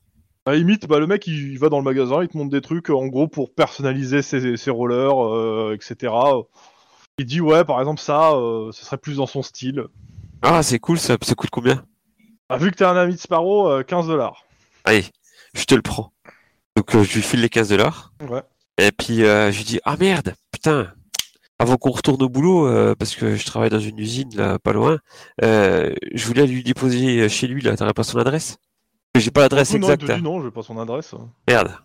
A: À la limite, bah, le mec il il va dans le magasin, il te montre des trucs euh, en gros pour personnaliser ses, ses rollers, euh, etc. Il dit ouais, par exemple ça, euh, ce serait plus dans son style.
E: Ah, c'est cool ça, ça coûte combien?
A: Ah, vu que t'es un ami de Sparrow, euh, 15 dollars.
E: Allez, je te le prends. Donc, euh, je lui file les 15 dollars.
A: Ouais.
E: Et puis, euh, je lui dis, ah merde, putain, avant qu'on retourne au boulot, euh, parce que je travaille dans une usine, là, pas loin, euh, je voulais lui déposer euh, chez lui, là, t'aurais pas son adresse? J'ai pas l'adresse
A: Oh non, il
E: exacte.
A: te dit
E: hein.
A: non, j'ai pas son adresse.
E: Merde.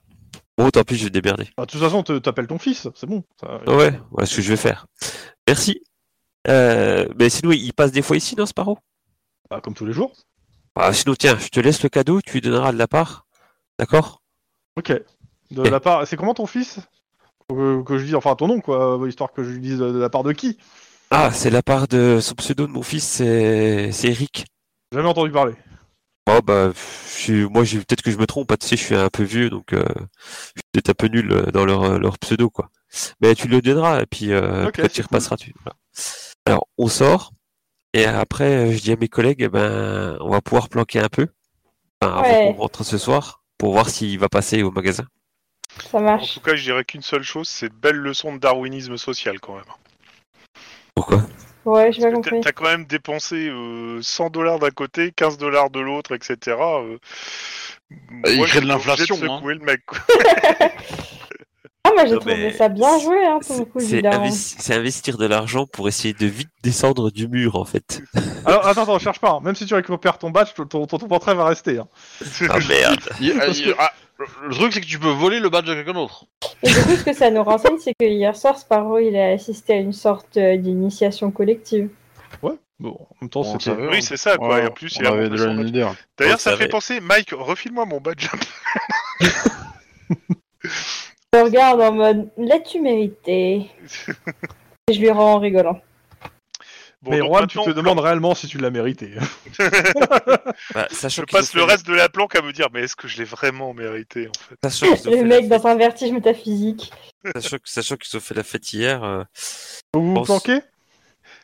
E: Bon, tant pis, je vais démerder.
A: Ah, de toute façon, te- t'appelles ton fils, c'est bon. ça-
E: Ouais, voilà ce que je vais faire. Merci. Euh, mais sinon, il passe des fois ici, non, Sparrow?
A: bah, comme tous les jours.
E: Ah, sinon, tiens, je te laisse le cadeau, tu lui donneras de la part. D'accord?
A: Ok. De
E: Ok.
A: la part, c'est comment ton fils Faut que, que je dise, enfin ton nom quoi, euh, histoire que je lui dise de, de la part de qui
E: Ah, c'est la part de son pseudo de mon fils, c'est, c'est Eric.
A: J'ai Jamais entendu parler.
E: Oh bah, je suis- moi, j'ai peut-être que je me trompe. hein, Tu sais, je suis un peu vieux, donc euh, je suis peut-être un peu nul euh, dans leur, euh, leur pseudo, quoi. Mais tu le donneras, et puis euh,
A: Ok,
E: peut-être
A: c'est
E: tu
A: cool.
E: repasseras dessus. Voilà. Alors, on sort. Et après, euh, je dis à mes collègues, eh ben, on va pouvoir planquer un peu enfin, avant
D: Ouais.
E: qu'on rentre ce soir pour voir s'il va passer au magasin.
D: Ça
B: En
D: marche.
B: tout cas, je dirais qu'une seule chose, c'est belle leçon de darwinisme social quand même.
E: Pourquoi
D: Ouais, j'ai pas
B: Parce que t'as-
D: compris.
B: T'as quand même dépensé euh, 100 dollars d'un côté, 15 dollars de l'autre, etc. euh,
C: il
B: moi,
C: crée de
B: j'étais obligé
C: l'inflation, hein.
B: secouer le mec. quoi.
D: Ah, moi j'ai
E: Non,
D: trouvé
E: mais
D: ça bien joué, hein, pour le
E: C'est
D: coup,
E: c'est
D: évidemment.
E: investi- c'est investir de l'argent pour essayer de vite descendre du mur, en fait.
A: Alors, attends, attends, cherche pas. hein. Même si tu récupères ton badge, ton, ton, ton portrait va rester. hein.
E: Ah merde
C: <laughs> Il- euh,
A: Parce
C: il- ah, le- le truc, c'est que tu peux voler le badge de quelqu'un d'autre.
D: Et du coup, ce que ça nous renseigne, c'est que hier soir, Sparrow, il a assisté à une sorte euh, d'initiation collective.
A: Ouais. Bon, en même temps,
C: On
A: c'était.
C: savait.
B: oui, c'est ça, hein. quoi.
C: Ouais,
B: et en plus,
C: on
B: il a
C: avait
B: montré
C: déjà
B: son
C: une
B: badge.
C: idée.
E: On
B: D'ailleurs, ça
E: savait.
B: fait penser, Mike, refile-moi mon badge. <laughs>
D: Je le regarde en mode l'as-tu mérité Et je lui rends en rigolant.
B: Bon,
A: Mais
B: donc
A: Juan, tu te
B: maintenant,
A: demandes réellement si tu l'as mérité. <laughs>
E: bah,
B: Je
E: Sachant qu'ils
B: passe
E: ont
B: le
E: fait-
B: reste de la planque à me dire, mais est-ce que je l'ai vraiment mérité, en fait
E: sachant qu'ils ont
D: Le
E: fait
D: mec
E: la
D: dans un vertige métaphysique.
E: fête- sachant que- sachant qu'ils ont fait la fête hier, euh,
A: Vous vous
E: Pense-
A: planquez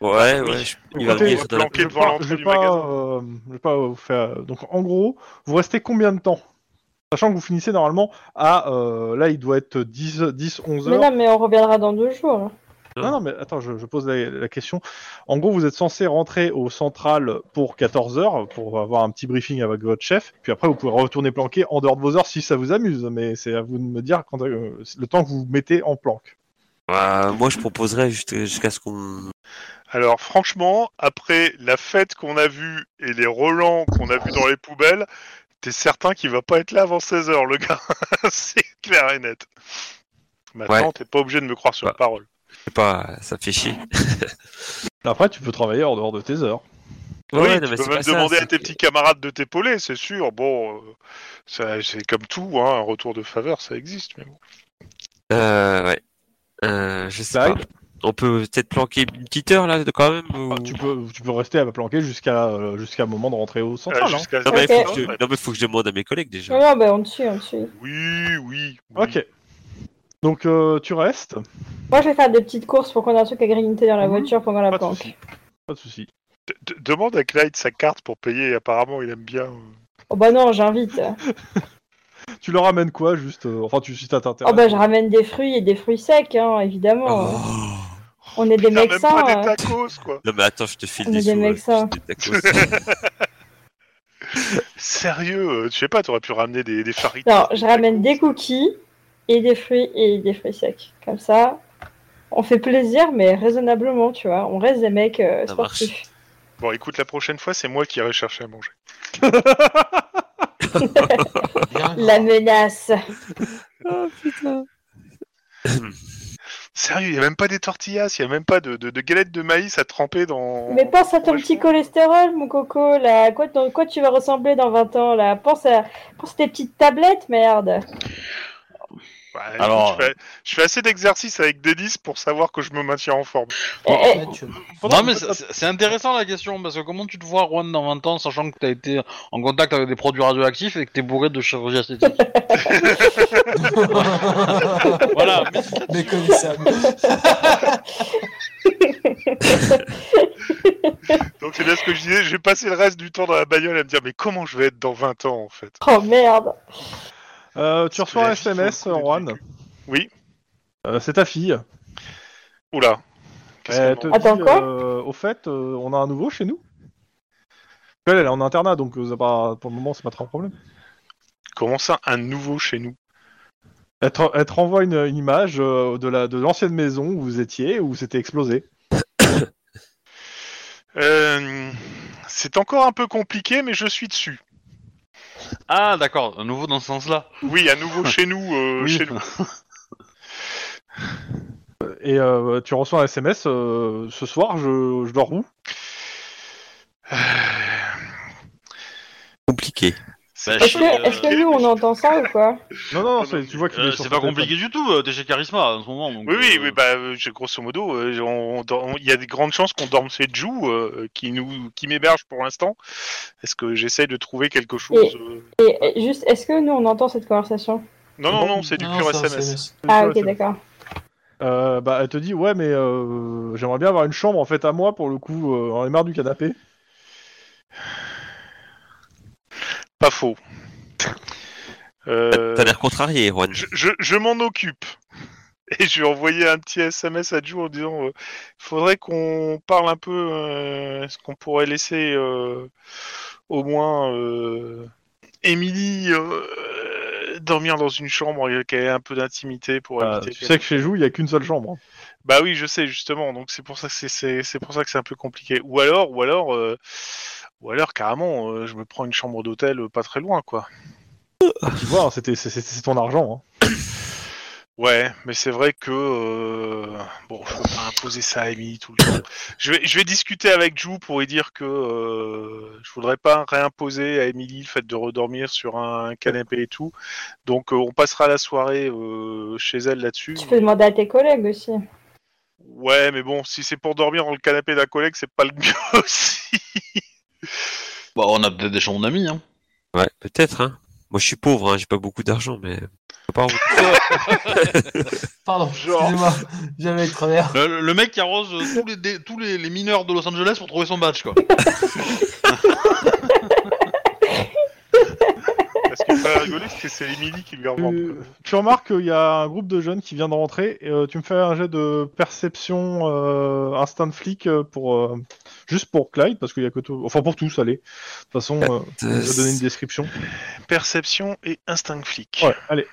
B: Ah,
E: ouais, ouais, je- il va
A: Écoutez,
E: venir dans la-
B: planquer
A: je
B: devant
A: vais pas-
B: l'entrée
A: je vais
B: du
A: pas,
B: magasin.
A: euh, je vais pas vous faire- euh, Donc, en gros, vous restez combien de temps Sachant que vous finissez normalement à. euh, là, il doit être 10, 10 11
D: Mais
A: heures.
D: non, mais on reviendra dans deux jours. hein.
A: Non, non, mais attends, je, je pose la, la question. En gros, vous êtes censé rentrer au central pour 14 heures pour avoir un petit briefing avec votre chef. Puis après, vous pouvez retourner planquer en dehors de vos heures si ça vous amuse. Mais c'est à vous de me dire quand, euh, le temps que vous mettez en planque.
E: Bah, moi, je proposerais juste- euh, jusqu'à ce qu'on.
B: Alors franchement, après la fête qu'on a vue et les relents qu'on a vus dans les poubelles, t'es certain qu'il va pas être là avant 16h le gars. <laughs> c'est clair et net. Maintenant,
E: Ouais.
B: t'es pas obligé de me croire sur
E: Bah.
B: la parole.
E: Je sais pas, ça fait chier.
A: Après, tu peux travailler en dehors de tes heures.
B: oui,
E: Ouais, ouais, non,
B: tu
E: mais
B: peux
E: c'est
B: même
E: pas ça,
B: demander à
E: c'est
B: tes
E: que-
B: petits camarades de t'épauler, c'est sûr. Bon, euh, ça- c'est comme tout, hein, un retour de faveur, ça existe. Mais bon.
E: Euh, ouais. Euh, je sais pas.
A: Clyde
E: On peut peut-être planquer une petite heure là de- quand même. ou-
A: Ah, tu, peux, tu peux rester à planquer jusqu'à euh, jusqu'à le moment de rentrer au
D: Ah,
B: Euh,
A: central. hein.
B: jusqu'à
E: Non, mais
D: Ok.
E: il faut,
B: 16h,
E: que je...
B: ouais.
E: non, mais faut que je demande à mes collègues déjà.
D: Non, non, bah on te suit, on te suit.
B: Oui, oui. oui.
A: Ok. Donc, euh, tu restes.
D: Moi, je vais faire des petites courses pour qu'on ait un truc à grignoter dans la
A: Mhm.
D: voiture pendant la
A: Pas de
D: planque.
A: souci. Pas de souci.
B: D- d- Demande à Clyde sa carte pour payer. Apparemment, il aime bien. euh.
D: Oh bah non, j'invite.
A: Tu leur ramènes quoi, juste euh, Enfin, tu, si ça t'intéresse.
D: Oh bah je ramène des fruits et des fruits secs, hein, évidemment.
E: Oh.
D: On est des
B: Putain,
D: mecs
B: même
D: sains.
B: pas
D: hein.
B: des tacos, quoi.
E: Non, mais attends, je te file
D: On
E: des
D: est des mecs,
E: sous. euh,
D: Ah, ça.
E: je te
B: <laughs>
E: file des tacos.
B: Sérieux, euh, je sais pas, t'aurais pu ramener des, des faritas.
D: Non, je ramène des cookies et des fruits et des fruits secs. Comme ça, on fait plaisir, mais raisonnablement, tu vois. On reste des mecs euh,
E: Ça
D: sportifs.
B: Bon, écoute, la prochaine fois, c'est moi qui irai chercher à manger.
G: Bien.
D: La menace.
E: oh putain.
B: Sérieux, il a même pas des tortillas, il a même pas de, de, de galettes de maïs à tremper dans.
D: Mais pense à ton
B: Ouais, je
D: petit
B: comprends.
D: cholestérol, mon coco. Là. À Quoi, dans quoi tu vas ressembler dans 20 ans là pense à... pense à tes petites tablettes, merde.
B: Ouais, Bah, écoute,
C: Alors,
B: je, fais, je fais assez d'exercices avec Denis pour savoir que je me maintiens en forme.
D: Eh, eh,
G: Ouais, tu-
C: Non, mais c'est- c'est c'est intéressant la question, parce que comment tu te vois, Juan, dans 20 ans, sachant que t'as été en contact avec des produits radioactifs et que t'es bourré de chirurgie
B: <laughs>
C: esthétique
G: <laughs>
C: Voilà, mais
G: Méconnaissable.
B: Donc c'est bien ce que je disais, j'ai passé le reste du temps dans la bagnole à me dire, mais comment je vais être dans 20 ans en fait
D: Oh merde.
A: Euh, tu
B: Parce que
A: reçois un
B: la vie,
A: SMS,
B: faut le coup
A: Juan.
B: d'être vécu. Oui.
A: Euh, c'est ta fille.
B: Oula. Qu'est-ce
A: Elle
B: qu'elle
A: te
B: m'en-
A: dit,
D: Attends, quoi
A: euh, Au fait, euh, on a un nouveau chez nous Elle, elle est en internat, donc euh, c'est pas- pour le moment, c'est pas trop un problème.
B: Comment ça, un nouveau chez nous
A: Elle te, elle te renvoie une, une image euh, de la de l'ancienne maison où vous étiez, où c'était explosé.
B: Euh, C'est encore un peu compliqué, mais je suis dessus.
C: Ah, d'accord, à nouveau dans ce sens-là.
B: Oui, à nouveau chez nous, euh,
C: Oui.
B: chez nous.
A: Et euh, tu reçois un SMS euh, ce soir, je, je dors où
C: Euh,
E: Compliqué.
C: Bah,
D: Est-ce
C: chez,
D: que, est-ce que
C: euh,
D: nous on entend ça ou quoi
A: Non, non, non, c'est- tu vois qu'il
C: euh,
A: est sur son
C: c'est pas
A: téléphone.
C: compliqué du tout, euh, t'es chez Charisma en ce moment. donc,
B: hein. Oui, oui,
C: euh,
B: oui, bah, euh, je- grosso modo, euh, on- on dor- on- il y a des grandes chances qu'on dorme cette joue euh, qui nous, qui m'héberge pour l'instant. Est-ce que j'essaye de trouver quelque chose euh,
D: et, et juste, est-ce que nous on entend cette conversation
B: Non, non, non, c'est du
G: Non,
B: pur
G: c'est un
B: SMS.
A: C'est
D: Ah
A: sur
D: ok,
A: SMS.
D: d'accord.
A: euh, bah, elle te dit ouais mais euh, j'aimerais bien avoir une chambre en fait à moi pour le coup, euh, on est marre du canapé.
B: Pas faux. Euh,
E: T'as l'air contrarié, Juan.
B: je, je- je m'en occupe. <laughs> Et je lui ai envoyé un petit SMS à Joe en disant euh, faudrait qu'on parle un peu. euh, Est-ce qu'on pourrait laisser euh, au moins euh, Emily euh, dormir dans une chambre et qu'elle ait un peu d'intimité pour
A: Euh,
B: éviter
A: tu
B: qu'elle-
A: sais que chez Jou il y a qu'une seule chambre. hein.
B: Bah oui, je sais justement. Donc c'est pour ça que c'est- c'est c'est pour ça que c'est un peu compliqué. Ou alors ou alors euh, ou alors carrément, euh, je me prends une chambre d'hôtel euh, pas très loin quoi.
A: Tu vois, hein, c'était c'est- c'est c'est ton argent. hein.
B: Ouais, mais c'est vrai que euh, bon, je peux pas imposer ça à Emily tout le temps. Je vais, je vais discuter avec Jou pour lui dire que euh, je voudrais pas réimposer à Emily le fait de redormir sur un canapé et tout. Donc euh, on passera la soirée euh, chez elle là-dessus.
D: Tu peux demander à tes collègues aussi.
B: Ouais, mais bon, si c'est pour dormir dans le canapé d'un collègue, c'est pas le mieux <laughs> aussi.
C: Bah, on a peut-être des chambres d'amis, hein.
E: Ouais, peut-être, hein. Moi, je suis pauvre, hein, j'ai pas beaucoup d'argent, mais.
B: <laughs>
E: Faut pas en-
G: Pardon,
B: Genre.
G: excusez-moi, j'avais le travers.
C: Le, le- le mec qui arrose euh, tous, les, dé- tous les, les mineurs de Los Angeles pour trouver son badge, quoi.
B: Euh, Parce que ça rigoler, parce que c'est Emily qui lui revend.
A: Tu, tu remarques qu'il y a un groupe de jeunes qui vient de rentrer. et, euh, tu me fais un jet de perception euh, instinct de flic euh, pour euh, juste pour Clyde parce qu'il y a que tout... enfin pour tous allez. De toute façon, euh, je vais donner une description.
B: Perception et instinct <laughs> flic.
A: Ouais, allez.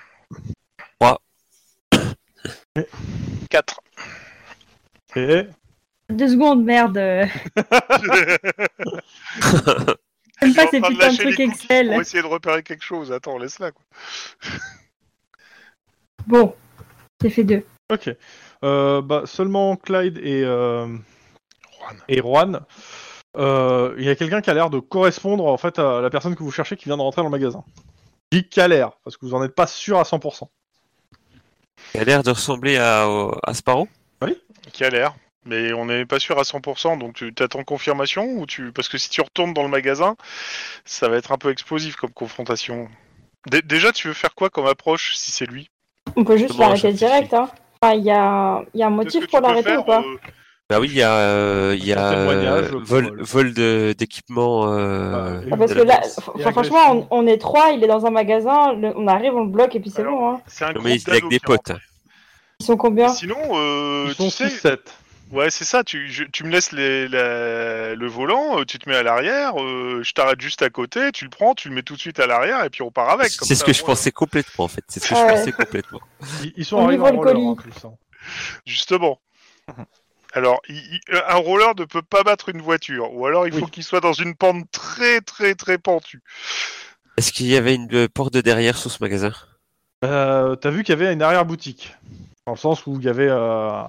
B: 4.
A: Et
D: Deux secondes, merde. J'aime pas ces putains de trucs
B: Pour
D: Excel.
B: essayer de repérer quelque chose. Attends, laisse-la. quoi.
D: Bon, j'ai fait deux.
A: ok. Euh, bah, seulement Clyde et euh,
B: Juan.
A: et Juan. Euh, Il y a quelqu'un qui a l'air de correspondre en fait à la personne que vous cherchez qui vient de rentrer dans le magasin. Je dis qui a l'air parce que vous en êtes pas sûr à 100%.
E: Il a l'air de ressembler à, au- à Sparrow.
B: qui a l'air. Mais on n'est pas sûr à 100%, donc tu t'attends confirmation ou tu parce que si tu retournes dans le magasin, ça va être un peu explosif comme confrontation. Dé- déjà, tu veux faire quoi comme approche si c'est lui
D: On peut juste
E: Bon,
D: l'arrêter
E: ça suffit.
D: direct, hein. Enfin, il y a, il y a
B: Qu'est-ce
D: un
B: que
D: motif
B: tu
D: pour
B: peux
D: l'arrêter
B: faire,
D: ou pas
B: euh,
E: Bah oui, il y a, euh, il y a
A: Témoignage,
E: euh, vol,
A: vol.
E: vol de- d'équipement. euh,
A: Bah,
D: Ah, Parce
E: de
D: que
E: la
D: là,
E: police.
D: enfin,
A: Il y a
D: franchement,
A: agression.
D: on, on est trois, il est dans un magasin, le- on arrive, on le bloque et puis c'est
B: Alors,
D: bon. Hein.
B: C'est un
E: Non,
B: groupe
E: mais il est avec
B: d'ados
E: des
B: qui rentre.
E: potes.
D: Ils sont combien
B: Sinon, euh,
A: Ils
B: tu
A: sont
B: sais,
A: 6-7.
B: ouais, c'est ça. Tu, je- tu me laisses les- la- le volant, euh, tu te mets à l'arrière, euh, je t'arrête juste à côté, tu le prends, tu le mets tout de suite à l'arrière et puis on part avec. comme
E: C'est ce
B: ça,
E: que je
B: au moins,
E: pensais complètement, en fait. C'est ce que
D: Ah Ouais.
E: je pensais complètement.
A: Ils, ils sont
D: On y
A: arrivés
D: voit
A: en
D: le
A: roller,
D: colis.
A: hein, tu le sens. <laughs>
B: Justement. Alors, il- il- un roller ne peut pas battre une voiture, ou alors il faut
A: Oui.
B: qu'il soit dans une pente très très très pentue.
E: Est-ce qu'il y avait une euh, porte de derrière sur ce magasin
A: Euh, T'as vu qu'il y avait une arrière-boutique. Dans le sens où il y avait. euh,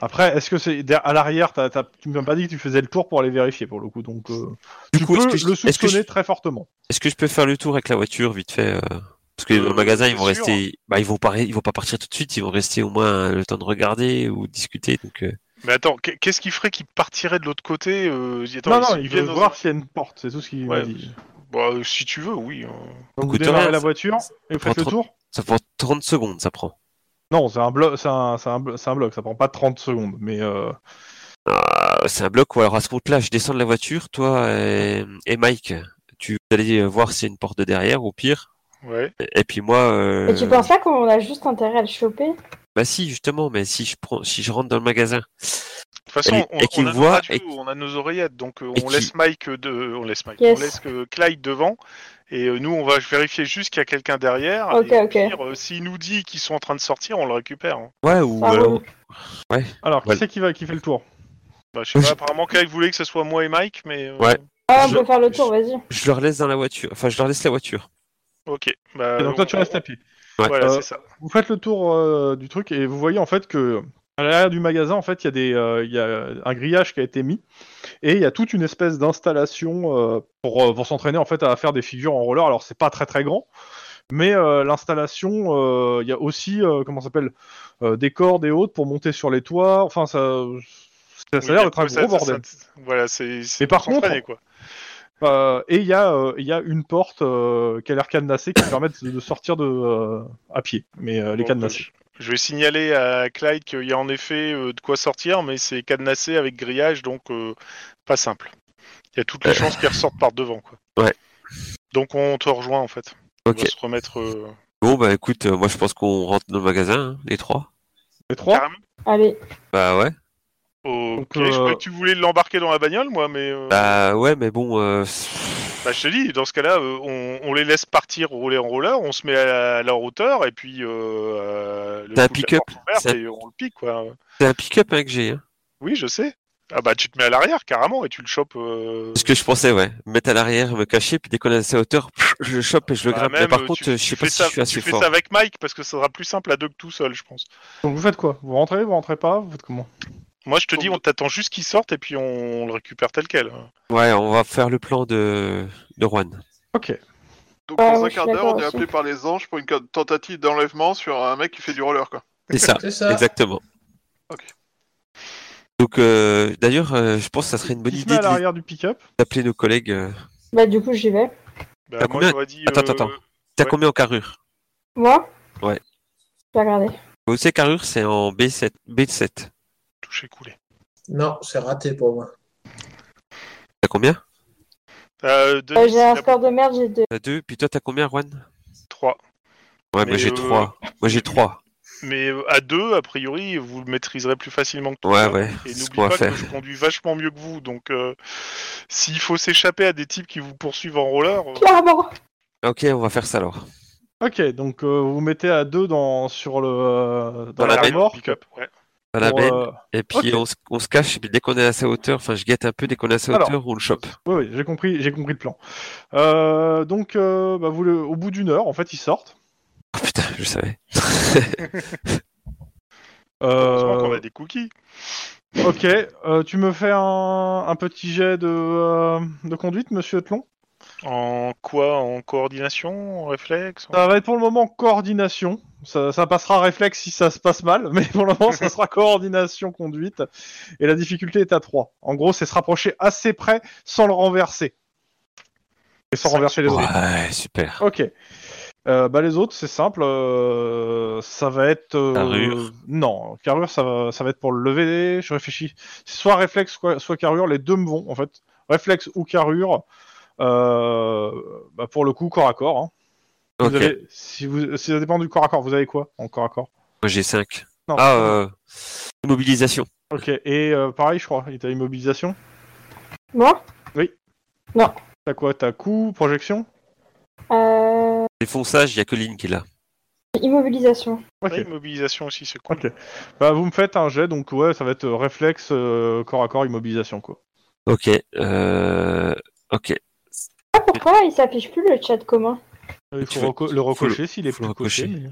A: Après, est-ce que c'est. der- À l'arrière, t'as- t'as- tu m'as pas dit que tu faisais le tour pour aller vérifier pour le coup. Donc, euh,
E: Du
A: tu
E: coup,
A: peux
E: est-ce que, je-
A: le
E: est-ce que
A: soupçonner
E: je-
A: très fortement.
E: est-ce que je peux faire le tour avec la voiture vite fait euh, Parce que dans
B: Euh,
E: le magasin, ils
B: bien
E: vont
B: sûr.
E: rester. Bah, ils vont pas, ils vont pas partir tout de suite. Ils vont rester au moins euh, le temps de regarder ou discuter. Donc, euh,
B: Mais attends, qu'est- qu'est-ce qui ferait qu'il partirait de l'autre côté euh, attends,
A: non, non,
B: ils
A: il veut
B: viennent dans
A: voir s'il y a une porte, c'est tout ce qu'il
B: Ouais.
A: m'a dit.
B: un- Bah, euh, si tu veux, oui. hein.
A: Donc, vous
E: Écoute,
A: démarrez
E: rien,
A: la
E: ça-
A: voiture et vous faites le
E: prend
A: tour
E: ça prend 30 secondes, ça prend.
A: Non, c'est un, blo... c'est un, c'est un, blo- c'est un bloc, ça prend pas 30 secondes. Mais euh,
E: Ah, c'est un bloc. Ou alors à ce compte-là, je descends de la voiture, toi et, et Mike. Tu vous allez euh, voir s'il y a une porte de derrière, au pire.
B: Ouais.
E: Et, et puis moi. Euh...
D: Et tu penses pas qu'on a juste intérêt à le choper
E: Bah si, justement. Mais si je prends, si je rentre dans le magasin,
B: De toute façon,
E: Et-
B: on,
E: et
B: on
E: qu'il
B: a nos
E: voit,
B: radios,
E: et-
B: on a nos oreillettes, donc euh,
E: et
B: on
E: qu'il-
B: laisse Mike de, on laisse Mike,
D: Yes.
B: on laisse que Clyde devant, et euh, nous on va vérifier juste qu'il y a quelqu'un derrière.
D: Ok,
B: et au
D: ok.
B: pire, euh, s'il nous dit qu'ils sont en train de sortir, on le récupère. hein.
E: ouais, ou
D: Ah,
E: alors.
D: relou.
A: alors, qui
E: Voilà.
A: c'est qui, va... qui fait le tour
B: Bah, je sais pas. Apparemment, Clyde voulait que ce soit moi et Mike, mais euh,
E: Ouais.
D: Ah, on
E: Je-
D: peut faire le tour, vas-y.
E: Je leur laisse dans la voiture. Enfin, je leur laisse la voiture.
B: ok. Bah,
A: Et Donc, toi,
B: on-
A: tu restes à pied.
E: Ouais.
B: Voilà,
A: Euh,
B: c'est ça.
A: vous faites le tour euh, du truc et vous voyez en fait que à l'arrière du magasin, en fait, il y a des, euh, il y a un grillage qui a été mis et il y a toute une espèce d'installation euh, pour, euh, pour s'entraîner en fait à faire des figures en roller. Alors c'est pas très très grand, mais euh, l'installation, euh, il y a aussi euh, comment ça s'appelle euh, des cordes et autres pour monter sur les toits. Enfin ça, ça, ça a l'air d'être un
B: Oui, ça-
A: gros
B: ça-
A: bordel.
B: ça- voilà, c'est. c'est
A: Mais par
B: pour s'entraîner,
A: contre-
B: quoi.
A: Euh, et il y a euh, il y a une porte euh, qui a l'air cadenassée qui permet de de sortir de euh, à pied, mais euh, les
B: Bon, bah,
A: cadenassés.
B: je- Je vais signaler à Clyde qu'il y a en effet euh, de quoi sortir, mais c'est cadenassé avec grillage, donc euh, pas simple. Il y a toutes les chances qu'il ressorte par devant. Quoi.
E: Euh. Ouais.
B: Donc on te rejoint en fait.
E: Ok.
B: On va se remettre. euh,
E: Bon, bah écoute, euh, moi je pense qu'on rentre dans le magasin, hein, les trois.
A: Les trois
B: carrément.
D: Allez,
E: Bah ouais.
B: Ok,
A: Donc, euh,
B: je croyais que tu voulais l'embarquer dans la bagnole, moi, mais. euh,
E: Bah ouais, mais bon. euh,
B: bah, je te dis, dans ce cas-là, euh, on, on les laisse partir rouler en roller, on se met à la, à leur hauteur et puis. euh, euh, le
E: T'as un
B: coup de la
E: pick-up,
B: porte ouverte
E: c'est-
B: et on le pique, quoi.
E: C'est un pick-up hein, que j'ai. hein.
B: Oui, je sais. Ah bah, tu te mets à l'arrière carrément et tu le chopes. euh,
E: C'est ce que je pensais, ouais. Me mettre à l'arrière, me cacher, puis dès qu'on est à sa hauteur, pff, je le chope et je le
B: Bah,
E: grimpe.
B: même,
E: mais par
B: euh,
E: contre,
B: tu-
E: je sais
B: tu
E: pas
B: fais
E: si
B: ça-
E: je suis assez
B: Tu fais
E: fort.
B: ça avec Mike parce que ça sera plus simple à deux que tout seul, je pense.
A: Donc vous faites quoi Vous rentrez, vous rentrez pas, vous faites comment
B: Moi, je te dis, on t'attend juste qu'il sorte et puis on le récupère tel quel.
E: Ouais, on va faire le plan de, de Juan.
A: Ok.
F: Donc
D: Ah,
F: dans
D: moi,
F: un
D: je
F: quart
D: suis
F: d'heure, on est
D: d'accord
F: appelé par les anges pour une ca- tentative d'enlèvement sur un mec qui fait du roller, quoi.
E: C'est ça,
G: C'est ça.
E: exactement.
F: Ok.
E: Donc, euh, d'ailleurs, euh, je pense que ça serait une bonne
A: Qui se
E: idée
A: met à
E: de les-
A: l'arrière du pick-up
E: d'appeler nos collègues. euh.
D: bah du coup j'y vais.
B: Bah,
E: T'as
B: moi,
E: combien
B: j'aurais dit.
E: Attends,
B: euh,
E: attends, T'as
B: Ouais.
E: combien en carrure
D: Moi
E: Ouais.
D: Je vais regarder.
E: Vous savez, carrure, c'est en B7. B7.
B: Toucher, couler.
G: Non, c'est raté pour moi.
E: T'as combien
B: Euh, Denis,
D: Euh, j'ai un
B: il a
D: score de merde, j'ai deux.
E: T'as deux, puis toi, t'as combien, Juan
B: trois.
E: Ouais,
B: Mais
E: moi j'ai
B: euh,
E: trois. Moi j'ai trois.
B: Mais euh, à deux, a priori, vous le maîtriserez plus facilement que tout
E: Ouais,
B: seul.
E: ouais,
B: Et
E: c'est ce
B: n'oublie
E: qu'on va
B: pas
E: faire.
B: que je conduis vachement mieux que vous. Donc, euh, s'il faut s'échapper à des types qui vous poursuivent en roller, euh,
D: Clairement
E: Ok, on va faire ça alors.
A: Ok, donc euh, vous mettez à deux dans sur le euh, dans,
E: Dans
A: la,
E: la benne,
A: remorque
B: pick-up, ouais.
E: Dans la
A: pour,
E: benne,
A: euh,
E: et puis
A: ok.
E: on, se- on se cache, et puis dès qu'on est à sa hauteur, enfin je guette un peu, dès qu'on est à sa
A: Alors.
E: hauteur, on le chope.
A: Oui, oui, j'ai compris, j'ai compris le plan. Euh, donc, euh, bah, vous le- au bout d'une heure, en fait, ils sortent.
E: Oh putain, je savais.
B: Heureusement qu'on
A: Euh,
B: a des cookies.
A: ok, euh, tu me fais un, un petit jet de, euh, de conduite, monsieur Tlon
B: En quoi En coordination En réflexe en-
A: Ça va être pour le moment coordination. Ça, ça passera réflexe si ça se passe mal, <laughs> mais pour le moment, ça sera coordination conduite. Et la difficulté est à 3. En gros, c'est se rapprocher assez près sans le renverser. Et sans
B: Cinq
A: renverser les autres.
E: Ouais, super.
A: Ok. Euh, bah les autres, c'est simple. euh, ça va être. euh,
E: Carrure.
A: Non, carrure, ça va, ça va être pour le lever. Je réfléchis. Soit réflexe, soit, soit carrure. Les deux me vont en fait. Réflexe ou carrure. euh, bah, pour le coup, corps à corps. hein. Vous
E: Ok,
A: avez- si vous, si ça dépend du corps à corps, vous avez quoi en corps à corps
E: moi j'ai 5.
A: Non.
E: Ah, euh, immobilisation.
A: Ok. Et euh, pareil, je crois. Et T'as immobilisation.
D: Moi
A: T'as quoi T'as coup, projection.
D: euh,
E: Défonçage, il n'y a que Lynn qui est là.
D: Immobilisation.
A: Ok.
B: Ouais, Immobilisation aussi, c'est cool.
A: Ok. Bah vous me faites un jet. Donc ouais, ça va être euh, réflexe, euh, corps à corps, immobilisation quoi.
E: Ok, euh, ok.
D: Ah pourquoi il s'affiche plus le chat commun
A: Euh, Il
E: Tu
A: faut
E: veux-
A: reco- le recocher s'il est
E: faut le
A: plus coché.
E: recocher.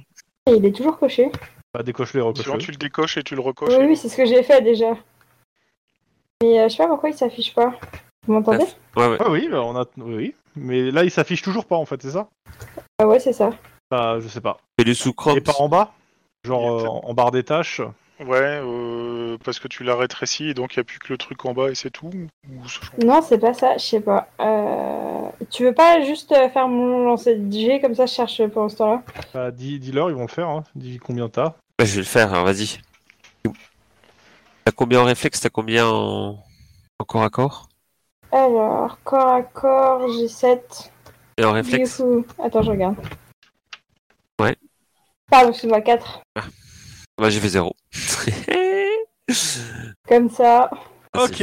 A: mais-
D: Et il est toujours coché.
A: Bah décoche-le et
B: Sinon,
A: recoche-le.
B: tu le décoches et tu le recoches.
D: Oui,
B: et-
D: oui, c'est ce que j'ai fait déjà. Mais euh, je sais pas pourquoi il s'affiche pas. Vous m'entendez
E: Neuf. Ouais, ouais.
A: Ouais, oui, bah, on a... oui, oui. Mais là, il s'affiche toujours pas, en fait, c'est ça
D: Ah ouais, c'est ça.
A: Bah, je sais pas.
E: Et le sous
A: Et pas en bas Genre
B: Il y a
A: euh, en barre des tâches
B: Ouais, euh, parce que tu l'as rétréci et donc il n'y a plus que le truc en bas et c'est tout. Ou ce genre-
D: Non, c'est pas ça, je sais pas. Euh, Tu veux pas juste euh, faire mon lancer de DJ comme ça je cherche pendant ce temps-là
A: Bah, dis, dis-leur, ils vont le faire, hein. Dis combien t'as.
E: Bah, je vais le faire, hein, vas-y. T'as combien en réflexe T'as combien en... en corps à corps
D: Alors, corps à corps, j'ai 7.
E: Et en réflexe
D: Attends, je regarde.
E: Ouais.
D: Pardon, excuse-moi, 4.
E: Bah, j'ai fait <laughs> Ah, 0.
D: Comme ça,
E: Ah,
A: Ok.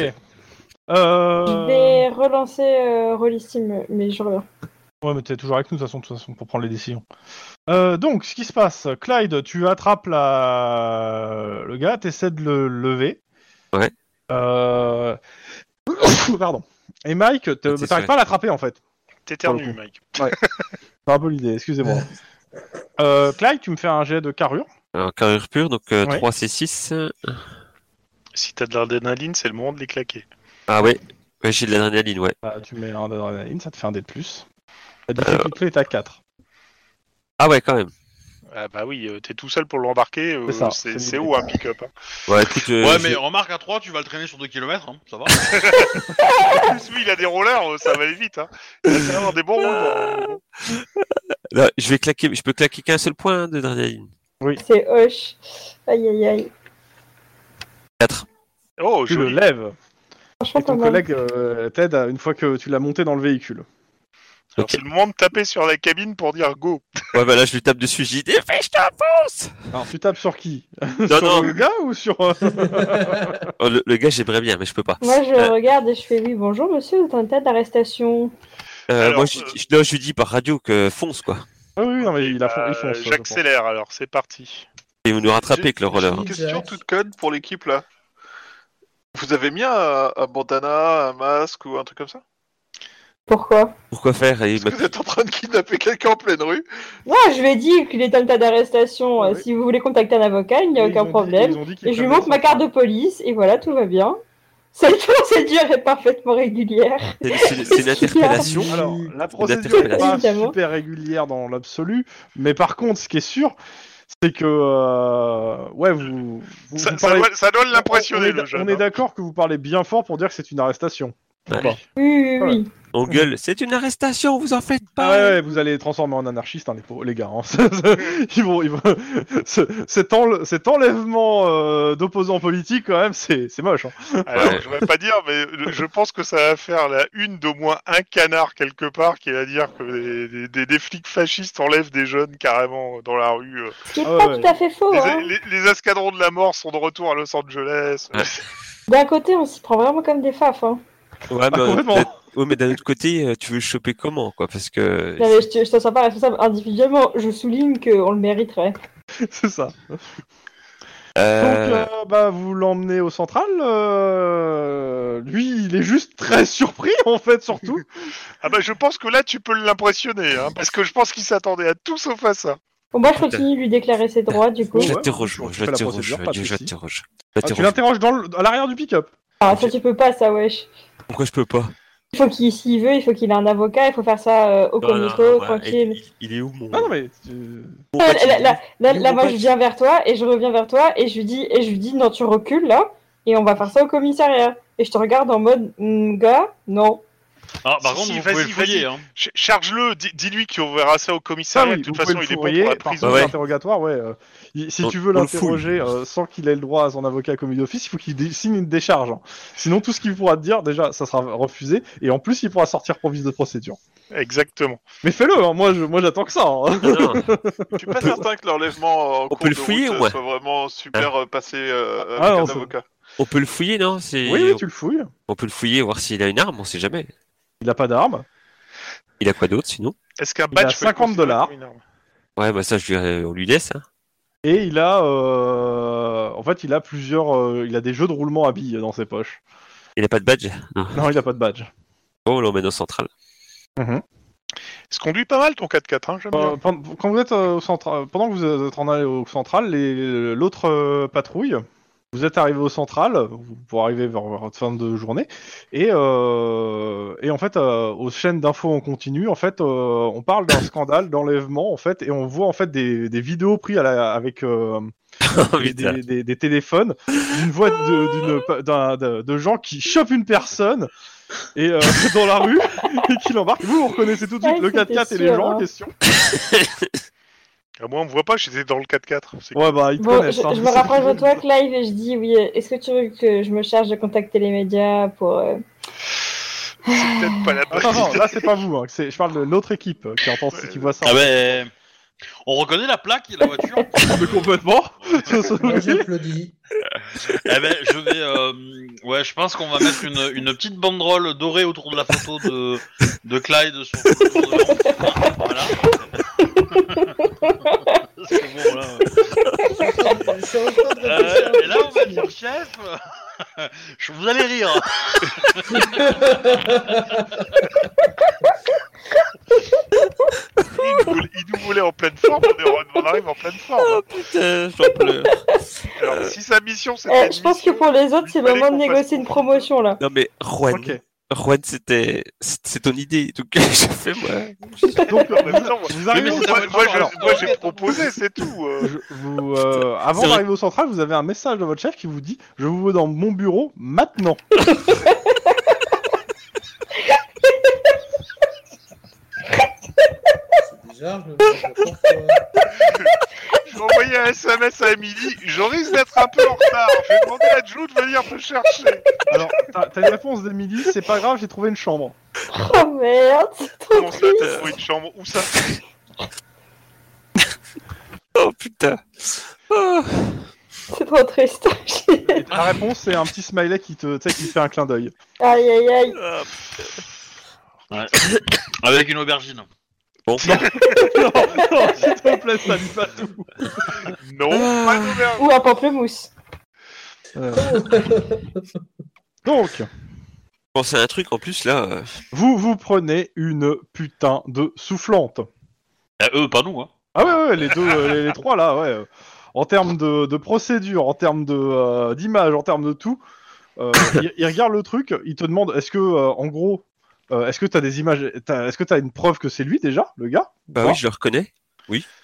A: Euh...
D: je vais relancer euh, Rollissime, mais je reviens.
A: Ouais, mais t'es toujours avec nous, de toute façon, de toute façon, pour prendre les décisions. Euh, donc, ce qui se passe, Clyde, tu attrapes la... le gars, t'essaies de le lever.
E: Ouais.
A: Euh... <coughs> Pardon. Et Mike, te-
E: Ah, c'est
A: t'arrives
E: ça.
A: pas à l'attraper, en fait.
B: T'éternues,
A: Pour le
B: Mike.
A: C'est un peu l'idée, excusez-moi. Euh, Clyde, tu me fais un jet de carrure.
E: En carrure pure, donc euh,
A: Ouais.
E: 3 C6.
B: Si t'as de l'adrénaline, c'est le moment de les claquer.
E: Ah ouais, ouais j'ai de l'adrénaline, ouais.
A: Bah, tu mets un d'adrénaline, ça te fait un dé de plus. La difficulté est à 4.
E: Ah ouais, quand même.
B: Ah bah oui, euh, t'es tout seul pour l'embarquer, euh,
A: C'est ça,
B: c'est
A: c'est
B: c'est
A: l'idée.
B: haut un pick-up. hein.
E: Ouais, écoute, euh,
C: ouais,
E: j'ai-
C: mais remarque, à 3, tu vas le traîner sur 2 km,
B: <laughs>
C: ça va.
B: En plus, lui, il a des rollers, euh, ça va aller vite. Hein. Il va faire avoir des bons roulements.
E: là, je vais claquer, je peux claquer qu'un seul point hein, d'adrénaline.
D: C'est hoche. Aïe aïe aïe.
E: 4.
B: Oh,
A: Tu le
B: joli.
A: lèves
D: Franchement,
A: et ton
D: quand même.
A: collègue euh, t'aide à- une fois que tu l'as monté dans le véhicule.
B: Alors, C'est le moment de taper sur la cabine pour dire go.
E: Ouais, bah là, je lui tape dessus, je dis Dépêche, je t'enfonce
A: Alors tu tapes sur qui <laughs>
E: Non,
A: Sur
E: non,
A: le gars ou sur... euh,
E: oh, le, le gars, j'aimerais bien, mais je peux pas.
D: Moi, je
E: Euh.
D: regarde et je fais oui, bonjour monsieur, vous êtes en tête d'arrestation.
E: Euh,
B: Alors,
E: moi, je,
B: euh,
E: je- non, je lui dis par radio que fonce, quoi.
A: Ah oui, oui, non, mais il a fon- il
B: Euh,
A: fonce. je
B: J'accélère alors, c'est parti.
E: Et vous nous rattrapez avec le
F: J'ai
E: roller.
F: Une
E: hein.
F: question toute code pour l'équipe là. Vous avez mis un, un bandana, un masque ou un truc comme ça
D: Pourquoi
E: Pourquoi faire Et il
F: Parce que
E: m'a-
F: vous êtes en train de kidnapper quelqu'un en pleine rue.
D: Non, je lui ai dit qu'il est en tête d'arrestation.
A: Ah Oui.
D: Euh, Si vous voulez contacter un avocat, il n'y a
A: Oui, ils ont
D: aucun
A: dit-
D: problème.
A: ils ont dit qu'ils
D: Et je lui
A: prenaient
D: montre ma
A: ça.
D: carte de police et voilà, tout va bien. <laughs> Cette procédure est parfaitement régulière.
E: C'est- C'est c'est une
D: Qu'est-ce qu'il y a
E: interpellation.
A: Alors, la procédure n'est
E: interpellation.
A: pas
D: Évidemment.
A: super régulière dans l'absolu, mais par contre, ce qui est sûr, c'est que. euh, ouais, vous. vous-
B: Ça,
A: vous
B: ça
A: parlez-
B: doit, ça doit
A: on est
B: l'impressionner
A: d'a-
B: le jeune.
A: On est
B: hein.
A: d'accord que vous parlez bien fort pour dire que c'est une arrestation.
E: Ouais.
A: Bon.
D: Oui, oui, oui.
E: On gueule C'est une arrestation, vous en faites
A: Ah
E: pas
A: ouais, ouais, vous allez les transformer en anarchistes, hein, les, pauvres- les gars. hein. <laughs> ils vont, ils vont- ce- cet, enle- cet enlèvement euh, d'opposants politiques, quand même, c'est c'est moche. hein. <laughs>
B: Alors,
E: Ouais.
B: je vais pas dire, mais le- je pense que ça va faire la une d'au moins un canard quelque part qui va dire que des, des- des- des flics fascistes enlèvent des jeunes carrément dans la rue. euh.
D: Ce qui n'est
A: Ah
D: pas
A: ouais.
D: tout à fait faux.
B: Les,
D: hein.
B: les- les escadrons de la mort sont de retour à Los Angeles.
E: Ouais.
D: D'un côté, on s'y prend vraiment comme des faf. Hein.
E: Ouais, mais,
A: Ah, complètement.
E: d'un- ouais, mais d'un autre côté, euh, tu veux le choper comment, quoi Parce que.
D: Non, mais je ne te sens pas responsable individuellement. Je souligne qu'on le mériterait.
A: c'est ça. Donc,
E: Euh,
A: euh, bah, vous l'emmenez au central. euh, Lui, il est juste très <laughs> surpris, en fait,
E: <laughs>
A: surtout.
B: Ah bah, je pense que là, tu peux l'impressionner, hein, parce que je pense qu'ils s'attendaient à tout sauf à ça.
D: Bon, moi, je continue de lui déclarer ses droits, du coup.
A: Ouais,
E: Je
A: ouais,
E: t'interroge,
A: tu
E: moi,
A: fais
E: je
A: la
E: t'interroge,
A: procédure,
E: je
A: pas de soucis.
E: t'interroge.
A: Ah, tu l'interroges dans le- à l'arrière du pick-up.
D: Ah, ça, tu peux pas, ça, wesh.
E: Pourquoi je peux pas
D: Il faut qu'il, s'il veut, il faut qu'il ait un avocat, il faut faire ça euh, au
E: Non, non,
D: comico,
E: non, bah,
D: tranquille.
E: il- Il il est où mon.
A: Ah non, mais. euh,
E: mon
D: Là,
E: badge, il
D: là,
E: est
D: là, là,
E: Mon
D: là, moi,
E: badge.
D: je viens vers toi et je reviens vers toi et je lui dis, et je lui dis non, tu recules là et on va faire ça au commissariat. Et je te regarde en mode, Hmm, gars, non.
C: Ah, par
B: Si,
C: contre,
B: si,
C: vous
B: vas-y,
C: pouvez le fouiller, hein.
B: Ch- Charge-le, di- dis-lui qu'on verra ça au
A: Ah
B: commissariat.
A: oui,
B: de toute
A: vous
B: façon,
A: pouvez
B: il est
A: le
B: bon pour
A: fourrer,
B: la
A: par contre,
B: prison.
E: Ah Ouais.
A: l'interrogatoire, ouais. euh, il- si
E: On-
A: tu veux
E: on le fouille.
A: l'interroger euh, sans qu'il ait le droit à son avocat comme office, il faut qu'il dé- signe une décharge. hein. Sinon, tout ce qu'il pourra te dire, déjà, ça sera refusé, et en plus, il pourra sortir pour vice de procédure.
B: Exactement.
A: Mais fais-le, hein, moi, je, moi, j'attends que ça. hein.
E: où Non, Ah non.
F: Je suis pas certain que l'enlèvement en
E: peut
F: cours
E: le
F: de
E: fouiller,
F: route euh,
E: ouais.
F: soit vraiment super euh, passé euh,
A: Ah,
F: avec
A: non,
F: un
A: ça-
F: avocat.
E: On peut le fouiller, non C'est-
A: Oui, oui, tu le fouilles.
E: On peut le fouiller, voir s'il a une arme, on sait jamais.
A: Il a pas d'arme.
E: Il a quoi d'autre sinon
B: Est-ce qu'un
A: Il a
B: badge peut être
A: 50 dollars.
B: considéré comme une arme
E: Ouais, bah ça, je lui, euh, on lui laisse. Hein.
A: Et il a, euh, en fait, il a plusieurs, euh, il a des jeux de roulement à billes dans ses poches.
E: Il a pas de badge. Non.
A: Non, il a pas de badge.
E: Bon, on l'emmène au central.
B: Se conduit pas mal ton 4x4, hein, j'aime bien.
A: Euh, pen- Quand vous êtes euh, au central, pendant que vous êtes en allée au central, les- l'autre euh, patrouille, vous êtes arrivé au central vous- pour arriver vers votre fin de journée, et, euh, et en fait euh, aux chaînes d'infos en continu, en fait, euh, on parle d'un scandale d'enlèvement en fait, et on voit en fait des, des vidéos prises à la- avec euh,
E: <laughs> Oh,
A: des,
E: putain.
A: des- des- des téléphones d'une voix de, d'une pa- d'un- de, de gens qui chopent une personne et euh, <laughs> dans la rue et qui l'embarquent. Vous, vous reconnaissez tout de suite
D: Ouais,
A: le
D: c'était
A: 4x4 et les
D: sûr,
A: gens en
D: hein.
A: question.
B: Ah, moi, on me voit pas, j'étais dans le 4x4. C'est-
A: Ouais, bah, ils te
D: Bon, je,
A: connaissent. hein.
D: je
A: <laughs>
D: me rapproche de toi, Clive, et je dis oui. euh, Est-ce que tu veux que je me charge de contacter les médias pour euh,
B: C'est peut-être pas la bonne
A: Attends, attends,
B: idée.
A: Ah, là, c'est pas vous. Hein. c'est- Je parle de l'autre équipe euh, qui entend, qui voit ça.
C: Ah, ben. On reconnaît la plaque et la voiture.
A: Mais complètement.
G: Moi, j'applaudis.
C: eh ben, je vais. euh, Ouais, je pense qu'on va mettre une, une petite banderole dorée autour de la photo de, de Clyde sur sur le- Voilà. C'est bon, là.
G: C'est encore de la
C: Euh,
G: pêche,
C: et là, on va
G: hein.
C: dire chef. je- Vous allez rire.
B: Il nous, voulait, il nous voulait en pleine forme, on, est en- on arrive en pleine
D: Oh,
B: forme.
E: Putain, j'en pleure.
B: Alors, si sa mission
A: Bah,
D: eh,
B: c'était.
D: Je
B: une
D: pense que
B: mission-
D: pour les autres, c'est
B: Il
D: le
B: fallait
D: moment de
B: qu'on fasse
D: négocier une
B: confiance.
D: promotion là.
E: Non, mais Juan,
A: Ok.
E: Juan c'était. C'est c'est ton idée. Donc, <laughs> je fais moi.
A: Donc, euh,
B: En même temps, moi-
A: vous arrivez
C: Mais
A: au
C: c'est
B: moi,
A: central.
C: pas-
B: moi,
A: Alors,
B: je- moi, j'ai proposé, c'est tout. euh.
A: je- vous, euh, avant
E: C'est vrai.
A: d'arriver au central, vous avez un message de votre chef qui vous dit Je vous veux dans mon bureau maintenant.
G: C'est déjà, je me demande pourquoi.
B: Je vais envoyer un SMS à midi, je risque d'être un peu en retard. Je vais demander à Joe de venir me chercher.
A: Alors, t'as t'as une réponse d'Emily, c'est pas grave, j'ai trouvé une chambre.
D: Oh merde, c'est trop
B: Comment ça,
D: triste.
B: t'as trouvé une chambre Où ça
E: Oh putain. Ah.
D: C'est trop triste. <laughs>
A: Et ta réponse, c'est un petit smiley qui te, tu sais, qui te fait un clin d'œil.
D: aïe aïe aïe.
C: <coughs> Avec une aubergine.
E: Bon.
A: <laughs> non, non, s'il te plaît, ça dit pas tout.
B: Non,
A: Ah.
B: pas d'auberge.
D: Ou un pamplemousse.
A: Euh. Donc,
E: Bon, c'est un truc en plus là. euh,
A: vous vous prenez une putain de soufflante.
C: Euh, eux, pas nous, hein.
A: Ah ouais, ouais, les deux, euh, les, les trois là, ouais. euh, En termes de, de procédure, en termes de euh, d'image, en termes de tout, euh, ils, ils regardent le truc, ils te demandent est-ce que, euh, en gros, euh, est-ce que t'as des images, t'as- est-ce que t'as une preuve que c'est lui déjà, le gars
E: Bah oui, je le reconnais.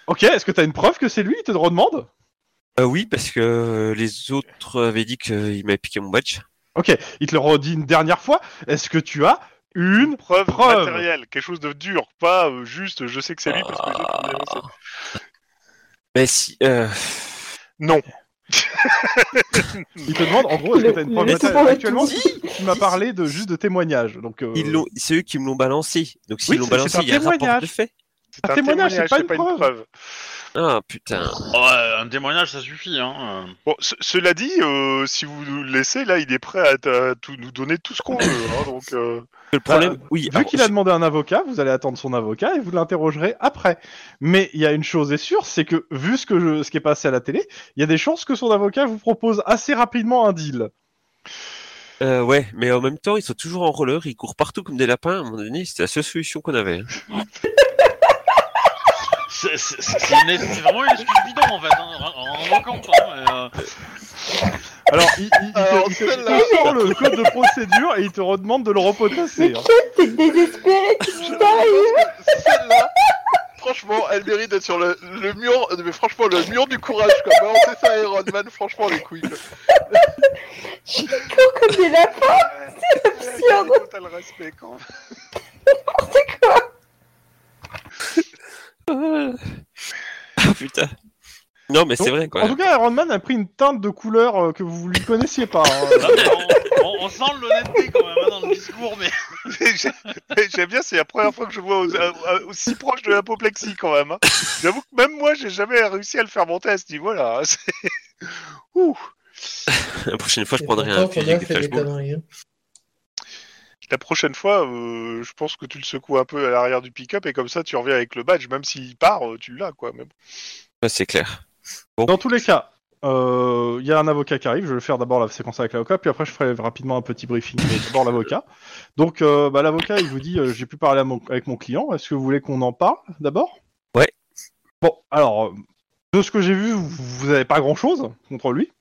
A: Ok, est-ce que t'as une preuve que c'est lui Ils te le redemandent.
E: Bah oui, parce que euh, les autres avaient dit qu'il m'avait piqué mon badge.
A: Ok, il te le redit une dernière fois. Est-ce que tu as une
B: Preuve,
A: Preuve.
B: matérielle, quelque chose de dur, pas euh, juste je sais que c'est lui parce que les
A: Ah.
B: autres, ils avaient ça.
E: Mais si. euh,
B: Non.
A: Il te demande en gros est-ce que t'as une
D: Le-
A: preuve
D: le
A: matérielle.
D: souvent le
A: Actuellement,
D: tout
A: tu, tu m'as parlé de juste de témoignages. Donc euh,
E: Ils l'ont, c'est eux qui me l'ont balancé. Donc s'ils
A: Oui,
E: l'ont
A: c'est-
E: balancé,
A: c'est un
E: il y a un rapport
A: témoignage.
E: de fait.
B: C'est
A: Un témoignage, c'est pas une preuve.
E: Ah putain.
C: Oh, Ouais, un témoignage, ça suffit, hein. euh.
B: Bon, ce- cela dit, euh, si vous nous le laissez, là, il est prêt à, t- à tout, nous donner tout ce qu'on veut. hein, donc, euh,
E: Le problème, oui.
A: Bah, Vu
E: alors,
A: qu'il a demandé un avocat, vous allez attendre son avocat et vous l'interrogerez après. Mais il y a une chose est sûre, c'est que vu ce, que je- ce qui est passé à la télé, il y a des chances que son avocat vous propose assez rapidement un deal.
E: Euh, ouais, mais en même temps, ils sont toujours en roller, ils courent partout comme des lapins. À un moment donné, c'était la seule solution qu'on avait. hein. <laughs>
C: C'est c'est- c'est- c'est une- c'est vraiment une excuse bidon, en fait, hein, en en rencontre, hein, mais, euh,
A: Alors, il, il- il te-
F: Alors,
A: il te, il te
F: celle-là.
A: sort le code de procédure et il te redemande de le repotasser.
D: Mais
A: hein.
D: quel t'es désespéré, qu'est-ce qui t'arrive
F: Celle-là, franchement, elle mérite d'être sur le, le mur, euh, mais franchement, le mur du courage, quoi. Balancer ça à Iron Man, franchement, les couilles, quoi.
D: Je cours comme des lapins,
B: il y a un total respect quand même.
D: c'est quoi
E: Ah putain. Non, mais c'est
A: Donc,
E: vrai quoi.
A: En tout cas, Iron Man a pris une teinte de couleur euh, que vous lui connaissiez pas.
C: là,
A: hein.
C: on, on- on sent l'honnêteté quand même hein, dans le discours, mais
B: Mais j'ai- mais J'aime bien, c'est la première fois que je vois aux- à- à- aussi proche de l'apoplexie quand même. hein. J'avoue que même moi, j'ai jamais réussi à le faire monter à ce niveau-là. hein, c'est- Ouh.
E: La prochaine fois, je
G: Et
E: prendrai
G: pourtant,
E: un fusil
G: Fabien
E: avec des
G: fait des
E: flashballs.
G: conneries, hein.
B: La prochaine fois, euh, je pense que tu le secoues un peu à l'arrière du pick-up et comme ça, tu reviens avec le badge. Même s'il part, euh, tu l'as quoi. Mais bon.
E: Ouais, c'est clair.
A: Dans tous les cas, euh, il y a un avocat qui arrive. Je vais le faire d'abord la séquence avec l'avocat, puis après je ferai rapidement un petit briefing. Mais d'abord l'avocat. Donc, euh, bah, l'avocat, il vous dit, euh, j'ai pu parler à mon- avec mon client. Est-ce que vous voulez qu'on en parle d'abord
E: Ouais.
A: Bon, alors, euh, de ce que j'ai vu, vous- vous n'avez pas grand-chose contre lui.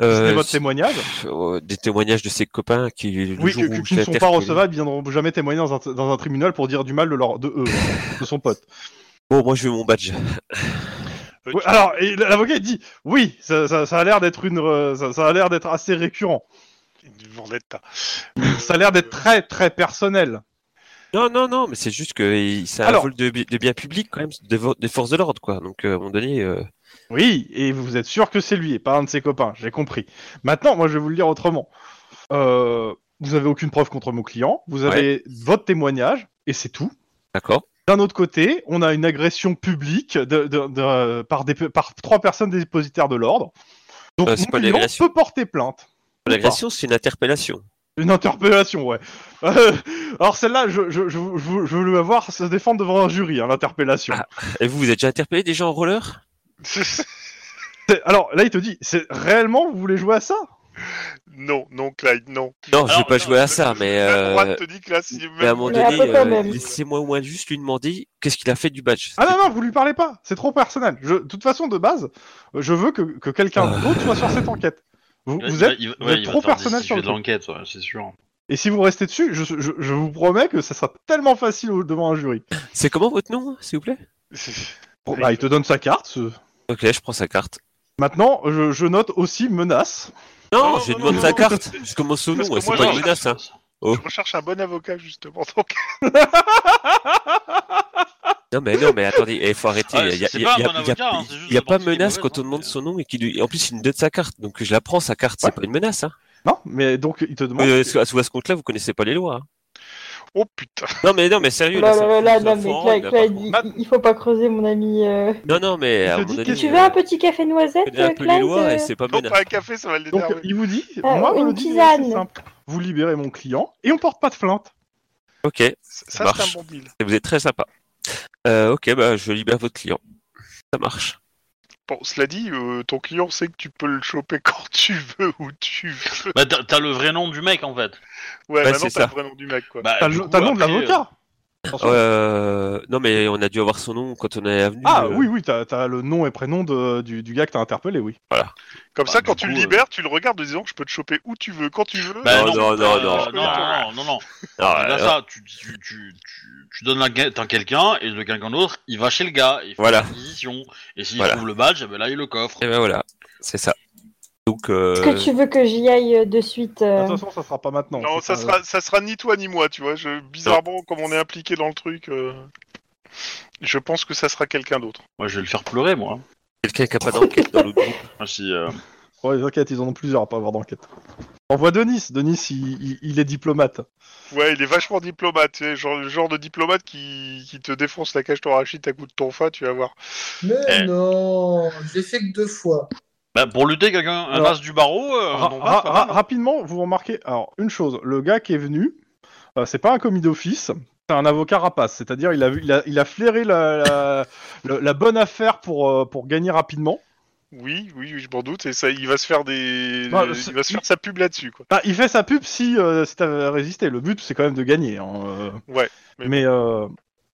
E: Euh,
A: C'est votre
E: c'est-
A: témoignage.
E: euh, des témoignages de ses copains qui le
A: Oui,
E: jour
A: que-
E: où
A: que-
E: je
A: qui ne
E: l'ai
A: sont pas
E: interpellé.
A: recevables, ils ne viendront jamais témoigner dans un, dans un tribunal pour dire du mal de, leur, de eux, de son pote.
E: Bon, moi, je veux mon badge.
B: Euh,
A: Oui,
B: tu-
A: alors, et l'avocat il dit oui, ça, ça- ça a l'air d'être une, euh, ça, ça a l'air d'être assez récurrent.
B: Une vendetta.
A: Ça a l'air d'être très très personnel.
E: Non, non, non, mais c'est juste que il- c'est un
A: Alors-
E: vol de, bi- de biens publics quand même, de vo- des forces de l'ordre quoi. Donc euh, à un moment donné, euh,
A: Oui, et vous êtes sûr que c'est lui et pas un de ses copains. J'ai compris. Maintenant, moi, je vais vous le dire autrement. Euh, vous avez aucune preuve contre mon client. Vous avez votre témoignage et c'est tout.
E: d'accord.
A: D'un autre côté, on a une agression publique de, de- de- par, des, par trois personnes dépositaires de l'ordre. Donc,
E: Euh, c'est
A: mon
E: pas une
A: client
E: agression.
A: peut porter plainte.
E: L'agression, c'est une interpellation.
A: Une interpellation, ouais. Euh, alors celle-là, je, je, je, je, veux- je veux la voir se défendre devant un jury, hein, l'interpellation.
E: Ah. Et vous, vous êtes déjà interpellé des gens en roller
A: C'est- Alors là, il te dit, c'est réellement, vous voulez jouer à ça
B: non, non, Clyde, non.
E: Non, je vais
C: Alors,
E: pas
C: non,
E: jouer à ça, mais
B: La
E: euh,
B: droite te dit que là, si
E: mais à un moment
D: Mais un
E: donné,
D: peu quand
E: euh,
D: même.
E: laissez-moi au moins juste lui demander qu'est-ce qu'il a fait du badge.
A: Ah non, non, vous lui parlez pas, c'est trop personnel. Je- De toute façon, de base, euh, je veux que, que quelqu'un
E: Ah.
A: d'autre soit sur cette enquête. Vous, vous êtes,
C: Il va- il va-
A: vous êtes
C: il va
A: trop
C: faire
A: personnel
C: des-
A: sur le
C: de
A: truc.
C: l'enquête, ouais, c'est sûr. hein.
A: Et si vous restez dessus, je, je, je vous promets que ça sera tellement facile au- devant un jury.
E: C'est comment votre nom, s'il vous plaît
A: Bon, bah, il te donne sa carte. ce-
E: Ok, je prends sa carte.
A: Maintenant, je, je note aussi menace.
E: Non,
B: Non,
E: je
B: non,
E: demande
B: non,
E: sa
B: non.
E: carte. Je commence au nom,
B: Parce que
E: hein, c'est
B: moi,
E: pas
B: j'en
E: une menace. Hein.
B: Je recherche un bon avocat, justement. Donc,
E: Non mais non mais attendez, il faut arrêter.
C: Ah,
E: Il y a-
C: c'est
E: il y a-
C: pas un
E: il y a-
C: bon
E: il y
C: avocat,
E: a-
C: hein, c'est juste
E: il y a
C: de
E: pas
C: penser qu'il est
E: menace
C: mauvais,
E: quand on
C: hein,
E: demande
C: mais-
E: son nom et qu'il lui. En plus, il me donne sa carte, donc je la prends sa carte.
A: Ouais.
E: C'est pas une menace. Hein.
A: Non, mais donc il te demande.
E: Euh, sous- à sous- à ce compte-là, vous connaissez pas les lois. hein.
B: Oh putain.
E: Non mais non mais sérieux.
D: Là,
E: ça-
D: là, là,
E: ça
D: là,
E: fout
D: mais
E: en
D: Clyde,
E: règle, là,
D: Clyde,
E: par contre.
D: il, il faut pas creuser, mon ami. euh.
E: Non non mais
A: Je
E: à
A: te
E: mon
A: dis
E: avis.
A: que-
D: Tu veux un
E: euh,
D: petit café noisette,
E: connaît un peu les
D: Clyde
E: lois et
D: euh
E: c'est pas
B: Non,
E: menace.
B: pas un café, ça va
A: Donc
B: l'énerver.
C: euh,
A: il vous dit,
D: Ah,
A: moi
D: une
A: me le dit,
D: tisane.
A: c'est simple. Vous libérez mon client et on porte pas de plainte.
E: Ok, et
B: Ça, c'est
E: marche.
B: un bon deal.
E: vous êtes très sympa. Euh, ok bah je libère votre client. Ça marche.
B: Bon, cela dit, euh, ton client sait que tu peux le choper <laughs> quand tu veux, où tu veux.
C: Bah, t'as t'as le vrai nom du mec en fait.
B: Ouais,
E: Ouais,
B: maintenant
E: c'est
B: t'as le
E: ça.
B: vrai nom du mec, quoi.
C: Bah,
A: T'as
C: du
A: le
C: coup,
A: t'as le nom de
C: après, euh,
A: l'avocat. Attention.
E: Euh, non mais on a dû avoir son nom quand on est venu.
A: Ah
E: euh,
A: oui, oui, t'as as le nom et prénom de- du, du gars que t'as interpellé, oui.
B: Comme
C: bah,
B: ça, quand
C: du
B: tu le
C: coup, euh,
B: libères, tu le regardes en disant je peux te choper où tu veux, quand tu veux.
C: bah, non,
E: Non, non, non,
C: euh,
E: non,
C: non, non, non, non.
E: Ah,
C: Là,
E: euh,
C: ça, tu, tu, tu, tu, tu donnes la guette à quelqu'un et de quelqu'un d'autre, il va chez le gars. Il fait
E: Voilà.
C: une acquisition. Et s'il
E: Voilà.
C: trouve le badge, eh ben là, il le coffre.
E: Et ben voilà, c'est ça. Donc euh,
D: Est-ce que tu veux que j'y aille euh, de suite
A: De
D: euh
A: toute façon, ça sera pas maintenant.
B: Non, ça sera, ça sera ni toi ni moi, tu vois. Je, bizarrement, comme on est impliqué dans le truc, euh, je pense que ça sera quelqu'un d'autre.
C: Moi, je vais le faire pleurer, moi.
E: quelqu'un qui a pas d'enquête dans l'autre groupe.
C: Moi, Si, euh,
A: Ouais, les enquêtes, ils en ont plusieurs à pas avoir d'enquête. Envoie Denis. Denis, il, il- il est diplomate.
B: Ouais, il est vachement diplomate. tu sais, genre, le genre de diplomate qui, qui te défonce la cage thoracique à coup de ton fa, tu vas voir.
G: Mais
C: Eh.
G: non, je l'ai fait que deux fois.
C: bah, pour lutter quelqu'un, un
A: Alors,
C: as du barreau, euh,
A: Ra-
C: non,
A: ra-
C: pas
A: ra-
C: mal, hein.
A: rapidement, vous remarquez. Alors, une chose, le gars qui est venu, euh, c'est pas un commis d'office, c'est un avocat rapace. C'est-à-dire, il a, vu- il a, il a flairé la, la- le- la bonne affaire pour, euh, pour gagner rapidement.
B: Oui, oui, oui, je m'en doute. Et ça, il va se faire des,
A: Bah, c'est-
B: il va se faire sa pub là-dessus, quoi.
A: Bah, il fait sa pub si, euh, si t'as résisté. Le but, c'est quand même de gagner. hein, euh.
B: Ouais,
A: Mais
B: mais-
A: mais, euh,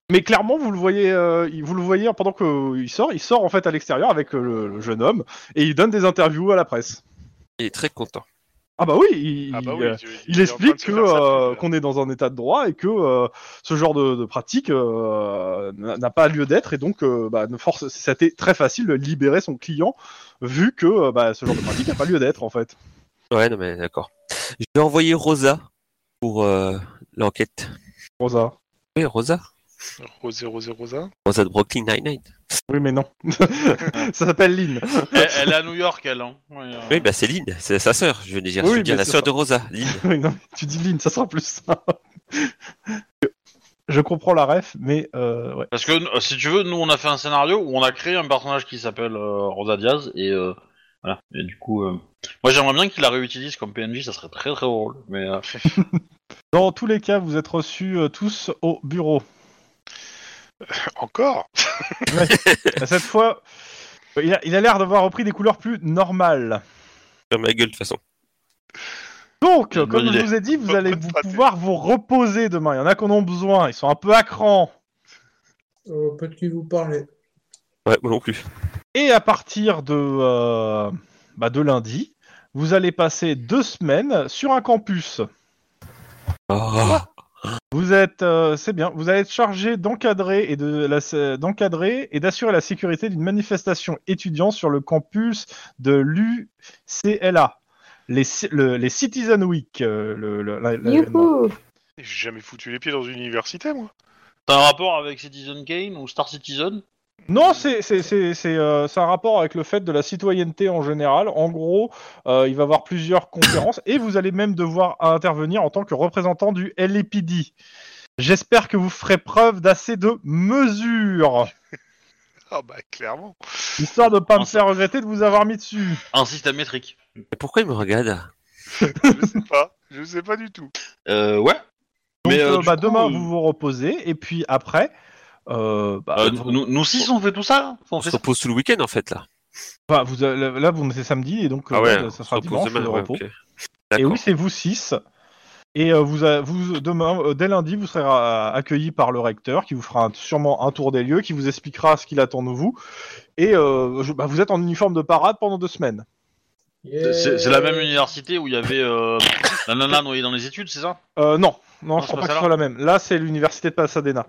A: mais clairement, vous le voyez, euh, il- vous le voyez pendant qu'il sort. Il sort en fait à l'extérieur avec euh, le, le jeune homme et il donne des interviews à la presse.
E: Il est très content.
A: Ah bah oui, il,
B: Ah bah
A: il,
B: oui,
A: euh,
B: tu-
A: il
B: est en train
A: explique
B: de se
A: que
B: faire sa
A: euh,
B: pub, là.
A: qu'on est dans un état de droit et que euh, ce genre de, de pratique euh, n'a n'a pas lieu d'être et donc euh, bah, ne force, c'était très facile de libérer son client vu que euh, bah, ce genre de pratique n'a pas lieu d'être en fait.
E: Ouais, non mais d'accord. Je vais envoyer Rosa pour euh, l'enquête.
A: Rosa.
E: Oui, Rosa.
B: Rosé, rosé, rosa.
E: Rosa de Brooklyn Nine-Nine.
A: Oui mais non. <laughs> Ça s'appelle Lynn.
C: elle, elle est à New York, elle. Hein. Ouais, euh.
E: Oui, bah c'est Lynn, c'est sa sœur. Je veux dire,
A: Oui,
E: je veux
A: mais
E: dire la
A: c'est
E: sœur
A: ça.
E: de Rosa, Lynn.
A: Oui, <laughs> non, tu dis Lynn, ça sera plus simple. Je comprends la ref, mais euh, ouais.
C: Parce que euh, si tu veux, nous on a fait un scénario où on a créé un personnage qui s'appelle euh, Rosa Diaz et euh, voilà. Et du coup, euh, moi j'aimerais bien qu'il la réutilise comme PNJ, ça serait très très drôle. Mais
A: <laughs>
C: euh,
A: Dans tous les cas, vous êtes reçus euh, tous au bureau.
B: Encore.
A: Cette fois, il a il a l'air d'avoir repris des couleurs plus normales.
E: Sur ma gueule de toute façon.
A: Donc,
C: Bonne
A: comme je
C: idée.
A: vous ai dit, vous
B: Bonne
A: allez vous
B: stratégie.
A: pouvoir vous reposer demain. Il y en a qui en ont besoin, ils sont un peu à cran.
G: Euh, Peut-être qu'il vous parlait.
E: Ouais, moi non plus.
A: Et à partir de, euh, bah, de lundi, vous allez passer deux semaines sur un campus.
E: Oh,
A: Vous êtes, euh, c'est bien, vous allez être chargé d'encadrer et de la- euh, d'encadrer et d'assurer la sécurité d'une manifestation étudiante sur le campus de l'UCLA, les, ci- le- les Citizen Week. euh, le- le- la- la-
D: Youhou
B: J'ai jamais foutu les pieds dans une université, moi.
C: t'as un rapport avec Citizen Kane ou Star Citizen
A: Non, c'est c'est- c'est- c'est, euh, c'est un rapport avec le fait de la citoyenneté en général. En gros, euh, il va y avoir plusieurs conférences et vous allez même devoir intervenir en tant que représentant du LAPD. J'espère que vous ferez preuve d'assez de mesures,
B: Ah bah clairement.
A: histoire de pas me
C: Enfin.
A: faire regretter de vous avoir mis dessus.
C: Un système métrique.
E: mais pourquoi il me regarde
B: je sais pas. Je sais pas du tout.
C: Euh, ouais.
A: Donc,
C: Mais, euh,
A: euh,
C: du
A: bah,
C: coup,
A: demain,
C: euh,
A: vous vous reposez et puis après, euh, bah,
C: Euh,
A: vous-
C: nous, nous six on fait tout ça. hein.
E: On
C: On
E: se
C: fait
E: repose tout le week-end en fait là.
A: bah, vous allez- là, vous mettez samedi et
C: Ah
E: Ah
A: donc euh, ça sera dimanche le
E: ouais,
A: repos.
E: ok.
A: Et
E: D'accord.
A: oui, c'est vous six. Et euh, vous, a- vous demain, euh, dès lundi, vous serez ra- accueillis par le recteur qui vous fera un- sûrement un tour des lieux, qui vous expliquera ce qu'il attend de vous. Et euh, je- bah, vous êtes en uniforme de parade pendant deux semaines.
G: Yeah.
C: C'est c'est la même université où il y avait euh, la nana noyée dans les études, c'est ça
A: Euh, non, non,
C: Non,
A: je
C: c'est
A: crois pas
C: pas
A: que ce
C: ça,
A: soit la même. Là, c'est l'université de Pasadena.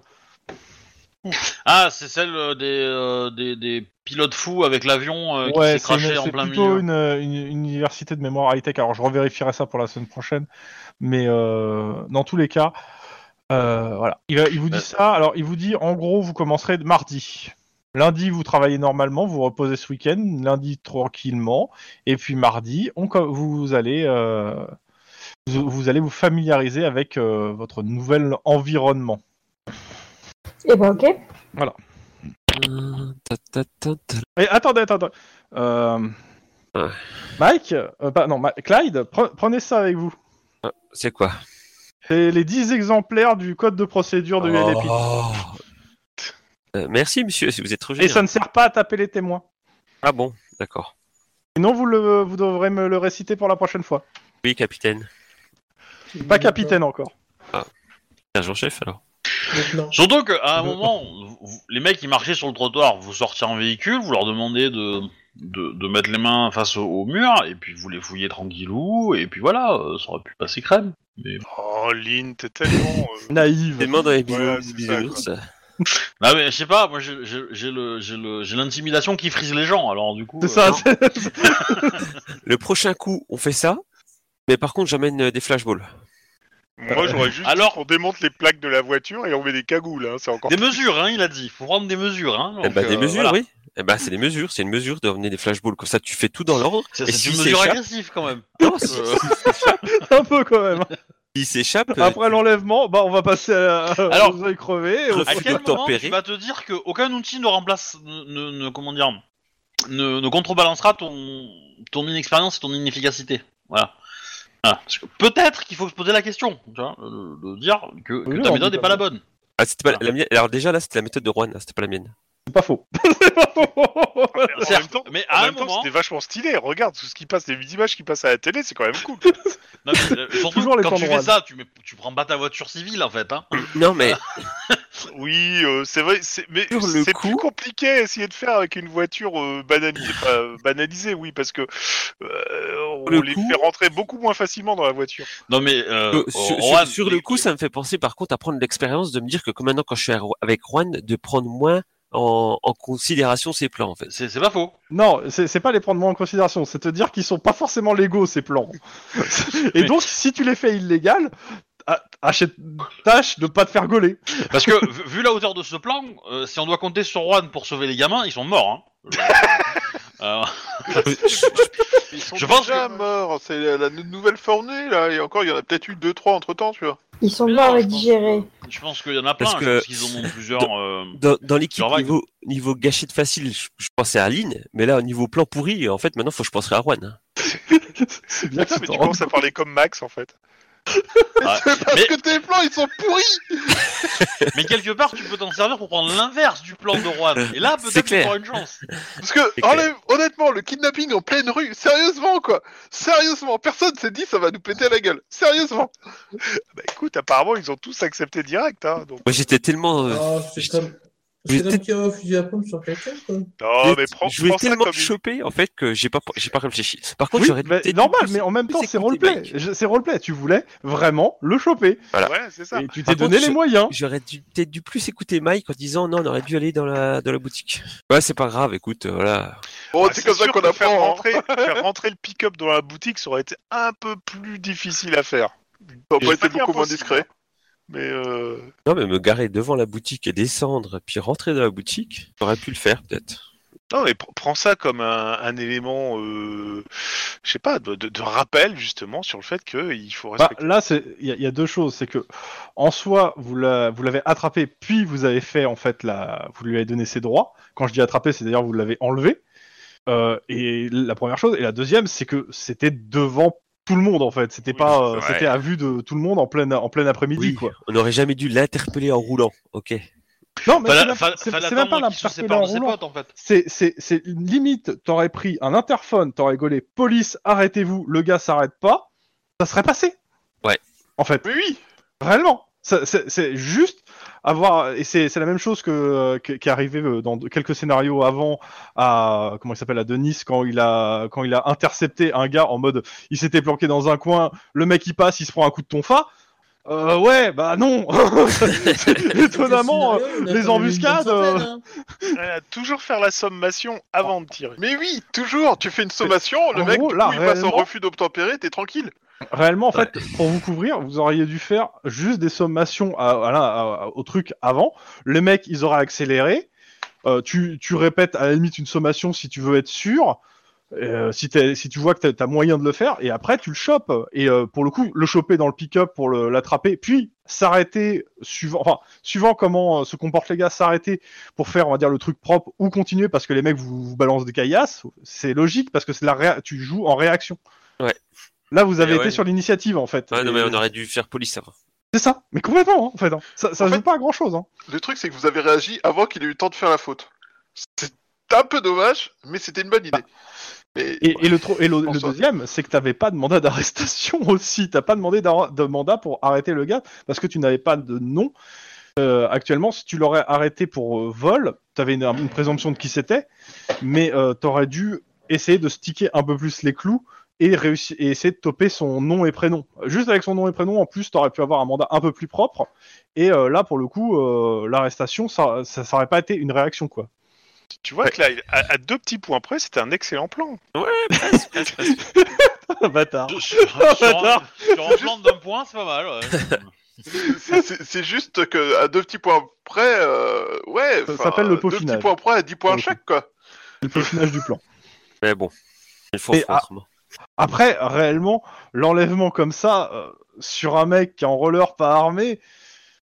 C: Ah, c'est celle euh, des, euh, des, des pilotes fous avec l'avion euh, qui s'est
A: c'est
C: craché
A: une-
C: en
A: c'est
C: plein
A: plutôt
C: milieu.
A: une, euh, une- une université de mémoire high-tech. Alors, je revérifierai ça pour la semaine prochaine. Mais euh, dans tous les cas, Euh, voilà. Il, va- il vous dit ça. Alors, il vous dit, en gros, vous commencerez mardi. Lundi, vous travaillez normalement, vous reposez ce week-end. Lundi, tranquillement. Et puis mardi, on, co- vous allez, euh, vous, vous allez vous familiariser avec euh, votre nouvel environnement.
D: Et ben, ok.
E: Ta, ta, ta, ta.
A: Et attendez, attendez. Euh,
E: Ouais.
A: Mike, euh, pas- non, Ma- Clyde, pre- prenez ça avec vous.
E: C'est quoi
A: C'est les 10 exemplaires du code de procédure
E: Oh.
A: de UNDP.
E: Euh, Merci, monsieur, si vous êtes trop
A: Et
E: généreux.
A: ça ne sert pas à taper les témoins.
E: Ah bon, d'accord.
A: Sinon, vous, le, vous devrez me le réciter pour la prochaine fois.
E: Oui, capitaine.
A: Pas capitaine encore.
E: Sergent chef, alors.
G: Lieutenant.
C: Surtout qu'à un moment, vous- les mecs ils marchaient sur le trottoir, vous sortiez en véhicule, vous leur demandez de, de, de mettre les mains face au, au mur, et puis vous les fouillez tranquillou, et puis voilà, euh, ça aurait pu passer crème.
B: Oh, Lynn, t'es tellement. euh,
E: Je
A: Naïve.
E: demande dans les
B: Voilà,
E: bisous-
B: c'est ça,
E: bisounours.
C: Non mais je sais pas, moi j'ai j'ai- j'ai le- j'ai le- j'ai l'intimidation qui frise les gens, alors du coup...
A: C'est ça. <laughs>
C: euh, non.
A: c'est-
E: Le prochain coup, on fait ça. Mais par contre, j'amène euh, des flashballs.
B: Moi, j'aurais juste.
C: Alors-
B: Alors, on démonte les plaques de la voiture et on met des cagoules, hein, c'est encore.
C: Des mesures, hein, il a dit, faut prendre des mesures, <laughs> hein.
E: Eh
C: donc,
E: ben, des
C: euh,
E: mesures,
C: voilà.
E: oui. Eh ben, c'est des mesures. C'est une mesure de ramener des flashballs. Comme ça, tu fais tout dans l'ordre.
C: C'est
E: Et
C: c'est
E: si
C: une
E: il
C: mesure
E: s'échappe,
C: agressive quand même.
E: non, si-
C: Euh,
A: Un peu quand
B: <laughs>
A: même.
E: s'il s'échappe, euh,
A: Après l'enlèvement, bah, on va passer à.
B: <laughs>
C: Alors-
A: vous allez crever. et on-
E: Refus
C: à quel moment
E: d'obtempérer.
C: tu vas te dire qu'aucun outil ne remplace, ne, ne- ne- comment dire, ne, ne contrebalancera ton, ton inexpérience et ton inefficacité. Voilà. Voilà. Parce que Peut-être qu'il faut se poser la question, tu vois, de, de dire que, que
A: Oui,
C: ta
A: on
C: méthode
A: dit
C: n'est pas la bonne.
E: Ah, c'était pas la mienne. Alors déjà là, c'était la méthode de Juan, là, c'était pas la mienne.
A: C'est pas faux. <laughs> C'est pas faux.
B: En
C: Certes,
B: même temps,
C: mais
B: En
C: à un
B: même temps,
C: moment,
B: c'était vachement stylé. Regarde tout ce qui passe, les images qui passent à la télé, c'est quand même cool.
C: non, mais, euh, surtout
A: Toujours les
C: quand
A: temps
C: tu
A: droits.
C: fais ça, tu, mets- tu prends pas ta voiture civile en fait. Hein.
E: Non mais
B: Oui, euh, c'est vrai, c'est- mais
E: Sur le
B: c'est
E: coup-
B: plus compliqué à essayer de faire avec une voiture euh, banalisée, enfin, euh, banalisée, oui, parce que euh, on
E: le
B: les
E: coup-
B: fait rentrer beaucoup moins facilement dans la voiture.
C: Non mais euh,
E: euh, sur,
C: Juan,
E: sur- sur le coup, ça me fait penser par contre à prendre l'expérience de me dire que comme maintenant quand je suis à- avec Juan, de prendre moins en, en considération ses plans en fait.
C: c'est c'est pas faux.
A: Non, c'est c'est pas les prendre moins en considération, c'est te dire qu'ils sont pas forcément légaux ces plans. <laughs> Et donc, si tu les fais illégal, a- achète, tâche de pas te faire gauler. <laughs>
C: Parce que vu- vu la hauteur de ce plan, euh, si on doit compter sur Juan pour sauver les gamins, ils
A: <laughs>
C: sont morts. Hein. Euh,
F: Ils
C: <laughs>
F: sont
C: Je pense
F: déjà morts, c'est la, la nou- nouvelle formée là, et encore il y en a peut-être eu 2-3 entre temps, tu vois.
D: Ils sont
C: Mais non,
D: morts et
C: je pense
D: digérés.
C: Je pense qu'il y en a plein,
E: Parce
C: je
E: que-
C: pense qu'ils en ont plusieurs. euh,
E: Dans, dans l'équipe
C: Genre,
E: niveau niveau gâchette facile, je, je pensais à Lynn, mais là au niveau plan pourri, en fait maintenant faut que je penserai à Juan. hein.
A: C'est bien que
B: Putain,
A: tu
B: mais
A: t'en
B: tu
A: rendes
B: commences à parler comme Max, en fait.
C: ouais.
F: <laughs> Parce
C: mais,
F: que tes plans ils sont pourris
C: mais quelque part, tu peux t'en servir pour prendre l'inverse du plan de Juan. Et là, peut-être
E: C'est
C: tu
E: clair.
C: auras une chance.
F: Parce que
E: C'est clair.
F: enlève- honnêtement, le kidnapping en pleine rue, sérieusement quoi Sérieusement, personne s'est dit ça va nous péter la gueule, sérieusement
B: Bah écoute, apparemment, ils ont tous accepté direct. Hein, donc...
E: Moi j'étais tellement euh,
G: Ah, c'est comme.
E: j'étais-
G: C'est comme qui a un fusil à pompe sur quelqu'un, quoi.
B: Non, Ah, mais prends,
E: je voulais
B: prends ça
E: tellement
B: comme une-
E: choper en fait que j'ai pas j'ai pas réfléchi. Par contre,
A: Oui,
E: j'aurais dû
A: mais
E: peut-être
A: normal,
E: plus-
A: mais en même temps,
E: plus
A: c'est
E: écouter
A: roleplay.
E: Mike.
A: Je- C'est roleplay. Tu voulais vraiment le choper.
B: Ouais, c'est ça.
A: Et tu t'es
E: Par
A: donné
E: contre,
A: les moyens.
E: J'aurais dû- peut-être dû plus écouter Mike en disant non, on aurait dû aller dans la, dans la boutique. Ouais, c'est pas grave, écoute, euh, voilà.
F: Bon,
B: Bah,
F: c'est comme ça
B: sûr
F: qu'on
B: que faire
F: apprend. hein. <laughs>
B: rentrer, faire rentrer le pick-up dans la boutique, ça aurait été un peu plus difficile à faire.
F: Ça aurait
B: J'ai pas
F: été
B: dit
F: beaucoup moins
B: impossible,
F: discret.
B: Mais euh,
E: Non, mais me garer devant la boutique et descendre, puis rentrer dans la boutique, j'aurais pu le faire peut-être.
B: Non, mais pr- prends ça comme un, un élément, euh, je sais pas, de, de- de rappel justement sur le fait qu'il faut
A: Bah,
B: respecter.
A: là, c'est il y, a- il y a deux choses, c'est que en soi, vous la- vous l'avez attrapé, puis vous avez fait en fait la, vous lui avez donné ses droits. Quand je dis attrapé, c'est d'ailleurs vous l'avez enlevé. Euh, et la première chose, et la deuxième, c'est que c'était devant tout le monde en fait. C'était
B: Oui,
A: pas, euh,
E: vrai.
A: c'était à vue de tout le monde en pleine, en pleine après-midi
E: Oui.
A: quoi.
E: On n'aurait jamais dû l'interpeller en roulant, ok.
A: Non, mais c'est
C: Fallait
A: même-
C: fallait-
A: c'est
C: fallait
A: c'est même pas
C: attendre qu'ils se
A: l'interpeller en
C: séparent de ses
A: roulant.
C: potes, en fait.
A: C'est, c'est, c'est limite, t'aurais pris un interphone, t'aurais gaulé police, arrêtez-vous, le gars s'arrête pas, ça serait passé.
E: Ouais.
A: En fait.
F: Mais oui
A: Réellement, Ça- c'est c'est juste avoir et c'est c'est la même chose que euh, que- qui est arrivé euh, dans de- quelques scénarios avant à comment il s'appelle à Denis quand il a quand il a intercepté un gars en mode il s'était planqué dans un coin, le mec il passe, il se prend un coup de tonfa. Euh, ouais, bah non. <laughs> Étonnamment, euh,
G: Scénario,
A: les
G: il y en a quand même une
A: embuscades,
G: bonne centaine,
A: euh,
G: hein.
B: Voilà, toujours faire la sommation avant de tirer.
F: Mais oui, toujours, tu fais une sommation,
A: En
F: le mec,
A: gros,
F: du
A: là,
F: coup, il passe en
A: réellement-
F: refus d'obtempérer, t'es tranquille.
A: Réellement, en fait, pour vous couvrir, vous auriez dû faire juste des sommations à, à la- à- au truc avant. Les mecs, ils auraient accéléré. Euh, tu, tu répètes à la limite une sommation si tu veux être sûr. Euh, si, t'es- si tu vois que t'as- t'as moyen de le faire, et après tu le chopes. Et euh, pour le coup, le choper dans le pick-up pour le- l'attraper, puis s'arrêter suivant, enfin, suivant comment euh, se comportent les gars, s'arrêter pour faire, on va dire, le truc propre ou continuer parce que les mecs vous, vous balancent des caillasses. C'est logique parce que c'est la réa- tu joues en réaction.
E: Ouais.
A: Là, vous avez
E: Mais
A: été
E: ouais.
A: sur l'initiative en fait.
E: Ah non,
A: Et-
E: mais on aurait dû faire police avant.
A: C'est ça, mais complètement hein, en fait. hein. Ça, ça
F: En
A: joue
F: fait-
A: pas à grand chose. Hein.
F: Le truc, c'est que vous avez réagi avant qu'il ait eu le temps de faire la faute. C'est un peu dommage, mais c'était une bonne idée.
A: Bah.
F: Mais
A: Et, et le, tro- et le, le
F: En soi.
A: deuxième, c'est que t'avais pas de mandat d'arrestation <laughs> aussi. T'as pas demandé d'ar- de mandat pour arrêter le gars parce que tu n'avais pas de nom. Euh, actuellement, si tu l'aurais arrêté pour euh, vol, t'avais une, une présomption de qui c'était, mais euh, t'aurais dû essayer de sticker un peu plus les clous et, réussir, et essayer de toper son nom et prénom. Juste avec son nom et prénom, en plus, t'aurais pu avoir un mandat un peu plus propre. Et euh, là, pour le coup, euh, l'arrestation, ça, ça, ça aurait pas été une réaction quoi.
B: Tu vois que là, il- à, à deux petits points près, c'était un excellent plan.
A: Bâtard.
H: De- sur,
E: <laughs>
H: sur un, sur un plan d'un point, c'est pas mal. ouais.
F: c'est- c'est c'est juste que à deux petits points près, euh, ouais,
A: Ça
F: enfin,
A: s'appelle le
F: Deux
A: peaufinage.
F: petits points près à 10 points
A: Oui.
F: chaque, quoi.
A: Le peaufinage du plan.
E: Mais bon, il faut
A: Mais,
E: faire
A: ah,
E: autrement.
A: Après, réellement, l'enlèvement comme ça, euh, sur un mec qui est en roller pas armé,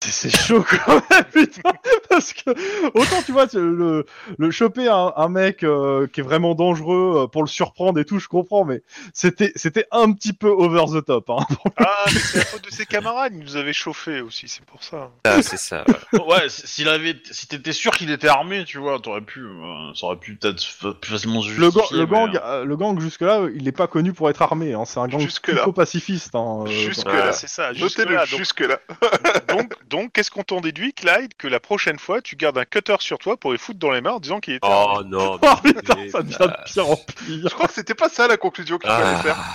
A: c'est c'est chaud <laughs> quand même, putain Parce que, autant tu vois, tu- le, le choper un, un mec euh, qui est vraiment dangereux euh, pour le surprendre et tout, je comprends, mais c'était c'était un petit peu over the top. Hein.
B: Ah, mais c'est la faute de ses camarades, ils nous avaient chauffé aussi, c'est pour ça.
E: Ah, c'est ça. voilà.
H: Ouais, s- s'il avait, si t'étais sûr qu'il était armé, tu vois, t'aurais pu, euh, ça aurait pu peut-être fa- plus facilement se
A: Le,
H: justifier.
A: ga- le
H: mais-
C: hein.
A: gang, euh, le gang jusque-là, il n'est pas connu pour être armé, hein. c'est un gang
F: Jusque-là.
A: plutôt pacifiste. Hein, euh,
F: Jusque-
B: Voilà,
F: Voilà.
B: c'est ça.
F: Notez-le
B: jusque-là. Donc,
F: jusque-là.
B: <laughs> donc, donc, qu'est-ce qu'on t'en déduit, Clyde Que la prochaine fois, tu gardes un cutter sur toi pour les foutre dans les mains en disant qu'il était. armé.
E: Oh non.
A: Oh
E: mais-
A: <laughs> putain, ça devient de pire en
F: Je crois que c'était pas ça la conclusion qu'il
B: <laughs>
F: fallait faire.
E: Ah,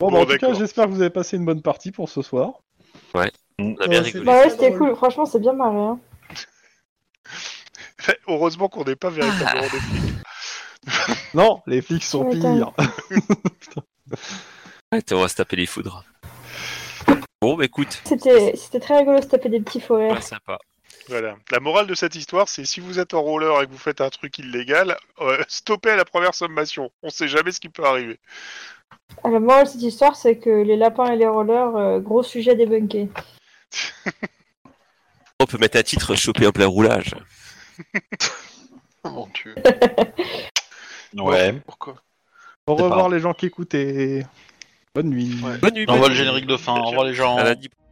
A: Bon, bah,
B: Bon,
A: en tout cas,
B: d'accord.
A: j'espère que vous avez passé une bonne partie pour ce soir.
E: on a bien
A: Euh,
E: rigolé.
A: c'est-
D: Bah ouais, c'était cool. Franchement, c'est bien marré. Hein.
B: Heureusement qu'on n'est pas véritablement des flics.
A: Non, les flics sont
D: Tu m'étonnes.
A: pires.
E: Arrête, on va se taper les foudres. Bon, bah écoute,
D: C'était c'était très rigolo de se taper des petits faux
E: pas
D: rires.
E: sympa.
B: Voilà. La morale de cette histoire, c'est si vous êtes en roller et que vous faites un truc illégal, euh, stoppez à la première sommation. On sait jamais ce qui peut arriver.
D: Ah, La morale de cette histoire, c'est que les lapins et les rollers, euh, gros sujet à débunker.
E: On peut mettre un titre choper en plein roulage.
F: Oh mon dieu.
H: Ouais.
F: Pourquoi
A: Au
H: C'est
A: revoir les gens qui écoutaient. Bonne nuit.
E: Bonne nuit.
H: On
E: bonne
H: voit le
E: nuit.
B: <laughs>
H: générique de fin, on voit les gens.
E: À la dip-